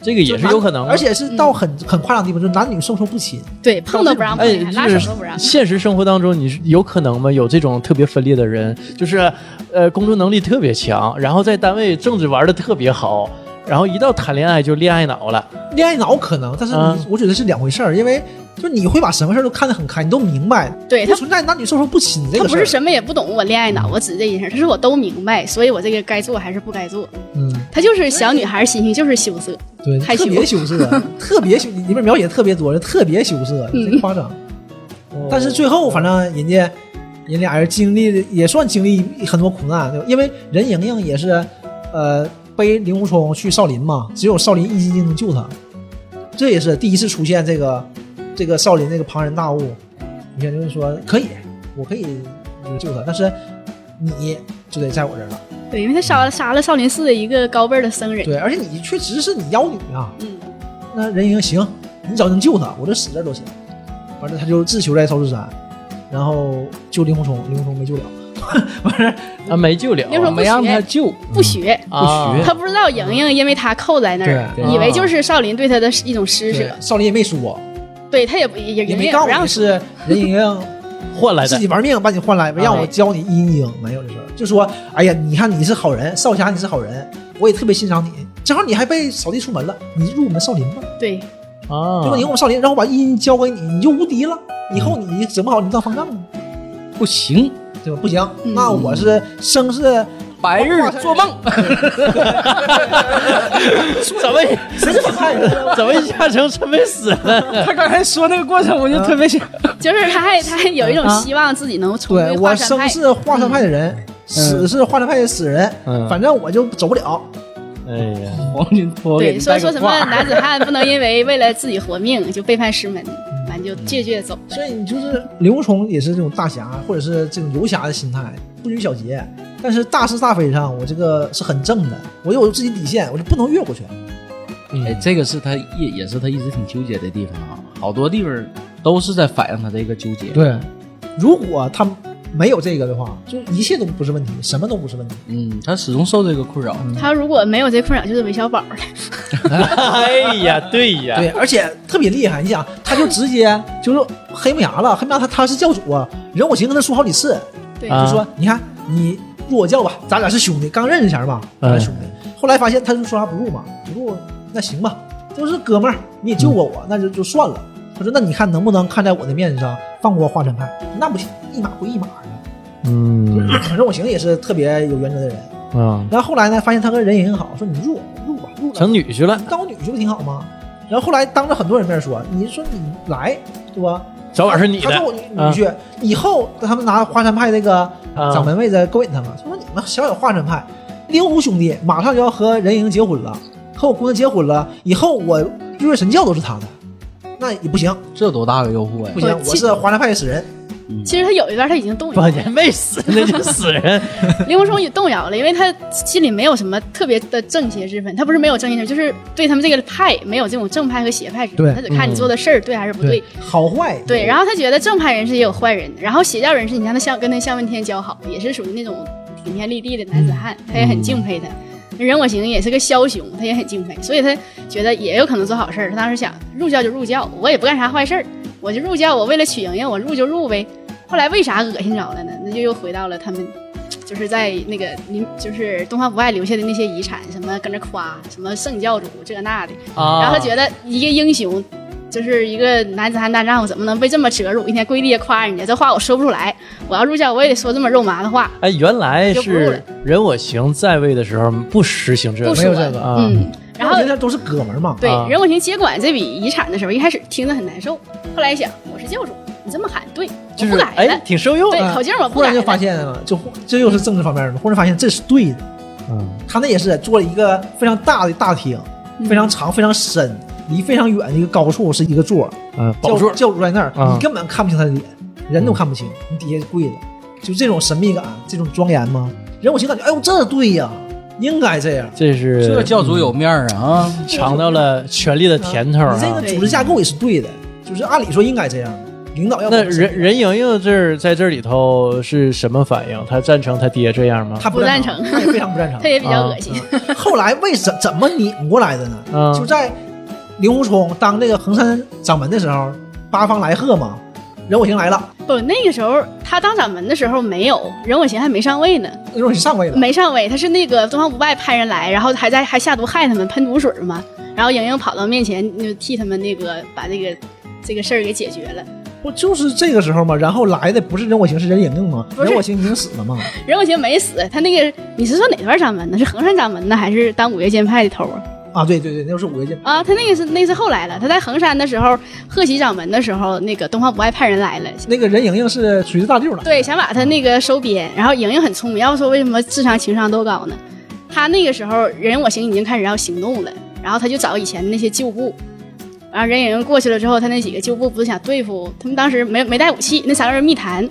A: 这个也是有可能的。
B: 而且是到很很夸张的地步，就是男女授受不亲。
E: 对， 碰都不让碰
A: 哎，，
E: 拉
A: 就是
E: 手都不让。
A: 现实生活当中，你是有可能吗？有这种特别分裂的人，就是呃，工作能力特别强，然后在单位政治玩的特别好，然后一到谈恋爱就恋爱脑了。
B: 恋爱脑可能，但是你
A: 嗯
B: 我觉得是两回事儿，因为就你会把什么事儿都看得很开，你都明白，
E: 对
B: 不
E: 他，
B: 存在男女授受不亲这
E: 他
B: 个
E: 不
B: 事儿
E: 是。什么也不懂，我恋爱脑，我只这一件事儿，他说我都明白，所以我这个该做还是不该做。
B: 嗯，
E: 他就是小女孩心情就是羞涩，
B: 对，
E: 害羞
B: 特别羞涩，特别羞，里面描写特别多，特别羞涩，
E: 嗯
B: 真夸张。但
A: 哦
B: 是最后，反正人家人俩人经历的也算经历很多苦难，对吧啊因为任盈盈也是，呃，背令狐冲去少林嘛，只有少林一心一意能救他，这也是第一次出现这个这个少林这个庞然大物。你看，就是说可以，我可以就是救他，但是你就得在我这儿了。
E: 对，因为他杀了杀了少林寺的一个高辈儿的僧人，
B: 对，而且你确实是你妖女啊，
E: 嗯，
B: 那任盈盈行，你只要能救他，我这死这儿都行。完了，他就自求在曹志山，然后救令狐冲，令狐冲没救了。完事儿
A: 啊，没救了啊，
E: 那时候
C: 没让他救，
E: 不学，
B: 嗯
A: 啊
D: 不学
E: 他不知道莹莹因为他扣在那儿，
B: 对
A: 对
E: 以为就是少林对他的一种施舍，
B: 对少林也没说，
E: 对他也不也
B: 也
E: 莹
B: 没
E: 莹
B: 告
E: 不
B: 诉你
E: 让
B: 是任盈盈
A: 换来
B: 自
A: 的
B: 己玩命把你换来，没让我
E: 啊
B: 教你阴影，没有这事儿。就说，哎呀，你看你是好人，少侠你是好人，我也特别欣赏你。正好你还被扫地出门了，你入我们少林吧，
E: 对
A: 啊
B: 对吧？你入我们少林，然后我把阴影交给你，你就无敌了。以后你整不好你当方丈，
C: 不行，
B: 对吧？不行，
E: 嗯
B: 那我是生是
C: 白日做梦。
A: 怎么怎么一下成陈美死 了？
C: 他刚才说那个过程，我就特别想，
E: 就是他还他还有一种希望自己能重
B: 对
E: 归
B: 我
E: 华山
B: 生
E: 派，嗯
B: 是华山派的人，死是华山派的死人，
A: 嗯
B: 反正我就走不了。
A: 哎呀，
C: 嗯黄金托给
E: 对
C: 你
E: 说
C: 带
E: 说
C: 个
E: 什么
C: 话
E: 男子汉不能因为为了自己活命就背叛师门，完就借借走。
B: 所以你就是令狐冲也是这种大侠或者是这种游侠的心态，不拘小节，但是大是大非上，我这个是很正的，我有自己底线，我就不能越过去。
C: 哎，
B: 嗯
C: 这个是他也也是他一直挺纠结的地方啊，好多地方都是在反映他这个纠结。，
B: 对，如果他没有这个的话，就一切都不是问题，什么都不是问题。
C: 嗯，他始终受这个困扰。
E: 他如果没有这困扰，就是韦小宝了。
A: 哎呀，对呀，
B: 对，而且特别厉害，你想，他就直接就是黑木崖了，黑木崖他他是教主啊，任我行跟他说好几次，
E: 对，
A: 啊
B: 就说你看你入我教吧，咱俩是兄弟，刚认识前嘛，咱
A: 嗯
B: 俩兄弟。后来发现他就说啥不入嘛，不入那行吧，都是哥们儿，你也救过我，那就就算了。他说那你看能不能看在我的面子上放过华山派？那不行，一码归一码的。
A: 嗯
B: 反正我行也是特别有原则的人。
A: 啊，
B: 然后后来呢，发现他跟人也很好，说你入我入吧，入了
A: 成女婿了，
B: 当我女婿不挺好吗？然后后来当着很多人面说，你说你来对吧？
A: 早晚是你
B: 他说
A: 的
B: 我女婿，以后他们拿华山派那个
A: 啊
B: 掌门位在勾引他们，说你们小小华山派，令狐兄弟马上就要和任盈结婚了，和我姑娘结婚了，以后我日月神教都是他的，那也不行，
C: 这多大个诱惑呀
B: 不！行，
E: 我
B: 我是华山派的死人，
E: 其实他有一段他已经动摇
A: 八
E: 了，
A: 年没死，那就死人。
E: 令狐冲也动摇了，因为他心里没有什么特别的正邪之分，他不是没有正邪之分，就是对他们这个派没有这种正派和邪派之
B: 对
E: 分，他只看你做的事儿对还是不对。，
B: 好坏
E: 对，然后他觉得正派人士也有坏人，然后邪教人士，你像他像跟他向问天交好，也是属于那种顶天立地的男子汉，他也很敬佩他。任我行也是个枭雄，他也很敬佩，所以他觉得也有可能做好事儿。他当时想入教就入教，我也不干啥坏事儿，我就入教，我为了娶莹莹，我入就入呗。后来为啥恶心着了呢？那就又回到了他们，就是在那个您就是东方不败留下的那些遗产，什么跟着夸什么圣教主这那的，
A: 啊
E: 然后他觉得一个英雄，就是一个男子汉大丈夫，怎么能被这么折辱？一天跪地夸人家，这话我说不出来。我要入教，我也得说这么肉麻的话。
A: 哎，原来
E: 就不入
A: 是
E: 了
A: 任我行在位的时候不实行这
E: 不
A: 个
E: 说，
B: 没有这个
A: 啊
E: 嗯，然后
B: 现在都是哥们儿嘛，
E: 对
A: 啊，
E: 任我行接管这笔遗产的时候，一开始听着很难受，后来一想我是教主，你这么喊对，我
A: 就
E: 不
A: 是
E: 改
A: 哎
E: 了，，
A: 挺受用
E: 对
A: 的。
E: 口径我不
B: 忽
E: 改
B: 然就
E: 了。
B: 发现了，就忽这又是政治方面的，忽然发现这是对的。
C: 嗯，
B: 他那也是做了一个非常大的大厅，非常长、非常深，离非常远的一个高处是一个座儿，
A: 嗯，
B: 教
A: 宝座，
B: 教主在那儿，
A: 啊
B: 你根本看不清他的脸，人都看不清，你底下跪着，就这种神秘感，这种庄严吗？人我心感觉，哎呦，这对呀，应该这样。
A: 这是
C: 这教主有面儿啊啊！
A: 尝到了权力的甜头
B: 你这
A: 啊
B: 个。组织架构也是对的，就是按理说应该这样，领导要
A: 那任任盈盈这儿在这里头是什么反应？她赞成她爹这样吗？
B: 他
E: 不
B: 赞
E: 赞成
B: 他也非常 不赞成
E: 他。也比较
A: 啊
E: 恶心，
B: 后来为什怎么拧过来的呢？
A: 嗯
B: 就在刘洪冲当这个衡山掌门的时候，八方来贺嘛，任我行来了，
E: 不，那个时候他当掌门的时候没有任我行还没上位呢，
B: 任我行上位了，
E: 没上位，他是那个东方不败派人来，然后还在还下毒害他们，喷毒水嘛。然后莹莹跑到面前，就替他们那个把这个这个事儿给解决了。
B: 不就是这个时候嘛？然后来的不是任我行，是任盈盈吗？
E: 不是
B: 任我行已经死了嘛？
E: 任我行没死，他那个你是说哪段掌门呢？是衡山掌门呢，还是当五岳剑派的头啊？
B: 啊，对对对，那就是五岳剑。
E: 啊，他那个是那是后来了。他在衡山的时候，贺喜掌门的时候，那个东方不败派人来了，
B: 那个任盈盈是锤子大舅了，
E: 对，想把他那个收编。然后莹莹很聪明，要说为什么智商情商都高呢？他那个时候人我行已经开始要行动了，然后他就找以前那些旧部。然后任盈盈过去了之后，他那几个旧部不是想对付他们，当时没没带武器，那三个人密谈，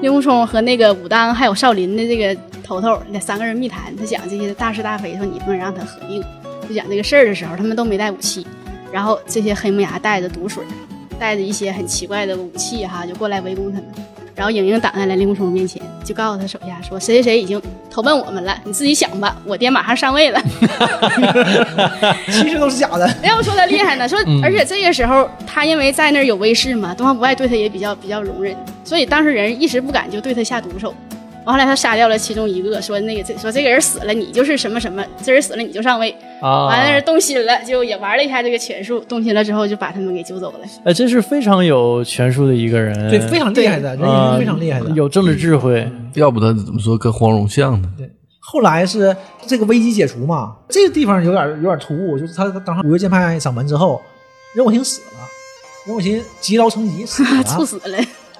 E: 令狐冲和那个武当还有少林的这个头头，那三个人密谈，他讲这些大是大非，说你不能让他合并，就讲这个事儿的时候，他们都没带武器，然后这些黑木崖带着毒水，带着一些很奇怪的武器哈，就过来围攻他们。然后莹莹挡在了令狐冲面前，就告诉他手下说：“谁谁谁已经投奔我们了，你自己想吧，我爹马上上位了。
B: 其实都是假
D: 嗯
B: 的。”
E: 要说他厉害呢，说而且这个时候他因为在那儿有威势嘛，东方不败对他也比较比较容忍，所以当时人一时不敢就对他下毒手。完后来他杀掉了其中一个，说那个这说这个人死了，你就是什么什么，这人死了你就上位。
A: 啊，
E: 完了人动心了，就也玩了一下这个权术，动心了之后就把他们给揪走了。
A: 哎，这是非常有权术的一个人，
B: 对，非常厉害的，任盈
A: 啊
B: 盈非
D: 嗯
B: 常厉害的。嗯
A: 有政治智慧。
D: 要不他怎么说跟黄蓉像呢？
B: 后来是这个危机解除嘛，这个地方有点有点突兀，就是他当上五岳剑派掌门之后，任我行死了，任我行急劳成疾死
E: 猝
B: 了，
E: 死了，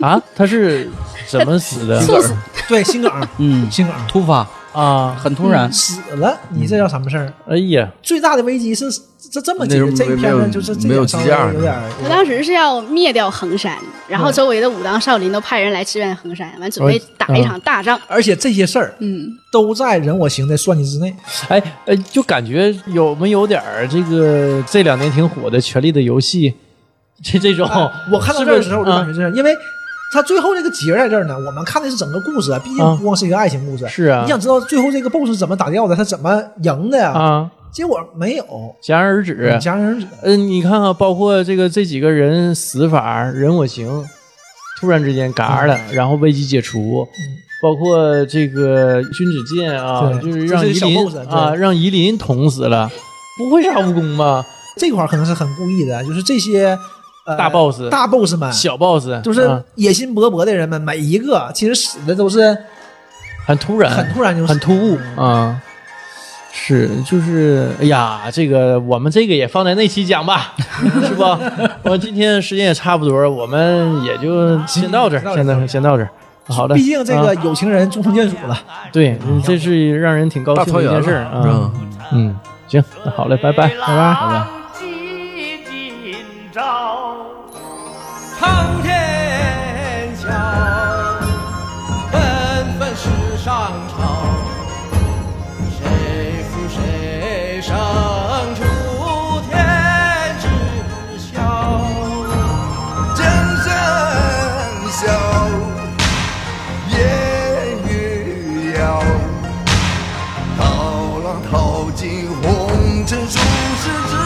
A: 啊，他是怎么死 的
E: 猝死，
B: 对，心梗，
C: 嗯，
B: 心梗
C: 突发，
A: 啊？
C: 很突然。
B: 死了，你这叫什么事儿？
A: 哎呀，
B: 最大的危机是这这么
D: 那
B: 解
D: 时候
B: 决，这一
D: 没
B: 片
D: 没有
B: 呢就是这
D: 没有
B: 点
D: 支
B: 稍微
D: 架
B: 有点儿，
E: 他当时是要灭掉衡山，然后周围的武当、少林都派人来支援衡山，完准备打一场大仗。
B: 而且这些事儿
E: 嗯，
B: 都在任我行的算计之内。
A: 哎哎，就感觉有没有点儿这个这两年挺火的《权力的游戏》这这种
B: 哎，我看到
A: 是不
B: 这儿
A: 是啊
B: 的时候，我就感觉这样，因为他最后这个结在这儿呢，我们看的是整个故事啊，毕竟
A: 啊
B: 不光是一个爱情故事。
A: 是啊
B: 你想知道最后这个 BOSS 怎么打掉的，他怎么赢的呀？
A: 啊，
B: 结果没有，
A: 戛然而止。
B: 戛然而止。
A: 嗯，你看看，包括这个这几个人死法，人我行，突然之间嘎了，
B: 嗯
A: 然后危机解除，包括这个君子剑啊，
B: 对
A: 就是让
B: 这
A: 夷
B: 是小
A: 陵
B: boss，对
A: 啊，让夷陵捅死了，不会杀蜈蚣吧？
B: 这块儿可能是很故意的，就是这些呃
A: 大 boss
B: 大 boss 们，
A: 小 boss
B: 就是
A: 啊
B: 野心勃勃的人们，每一个其实死的都是
A: 很突然，
B: 很突然就死
A: 很突兀啊。是，就是，哎呀，这个我们这个也放在那期讲吧，是吧？我今天时间也差不多了，我们也就先到这儿，
B: 行
A: 先到先到这儿。好的，啊
B: 毕竟这个有情人终成眷属了。
A: 对，嗯这是让人挺高
D: 大
A: 兴
D: 团
A: 的一
D: 圆
A: 件
D: 了
A: 事儿啊。
D: 嗯
A: 嗯，行，那好嘞，拜拜，拜拜，好拜。
F: 几今朝，苍天笑，纷纷世上潮，谁负谁胜出天知晓，
G: 真声笑，烟雨遥。涛浪淘尽红尘俗世之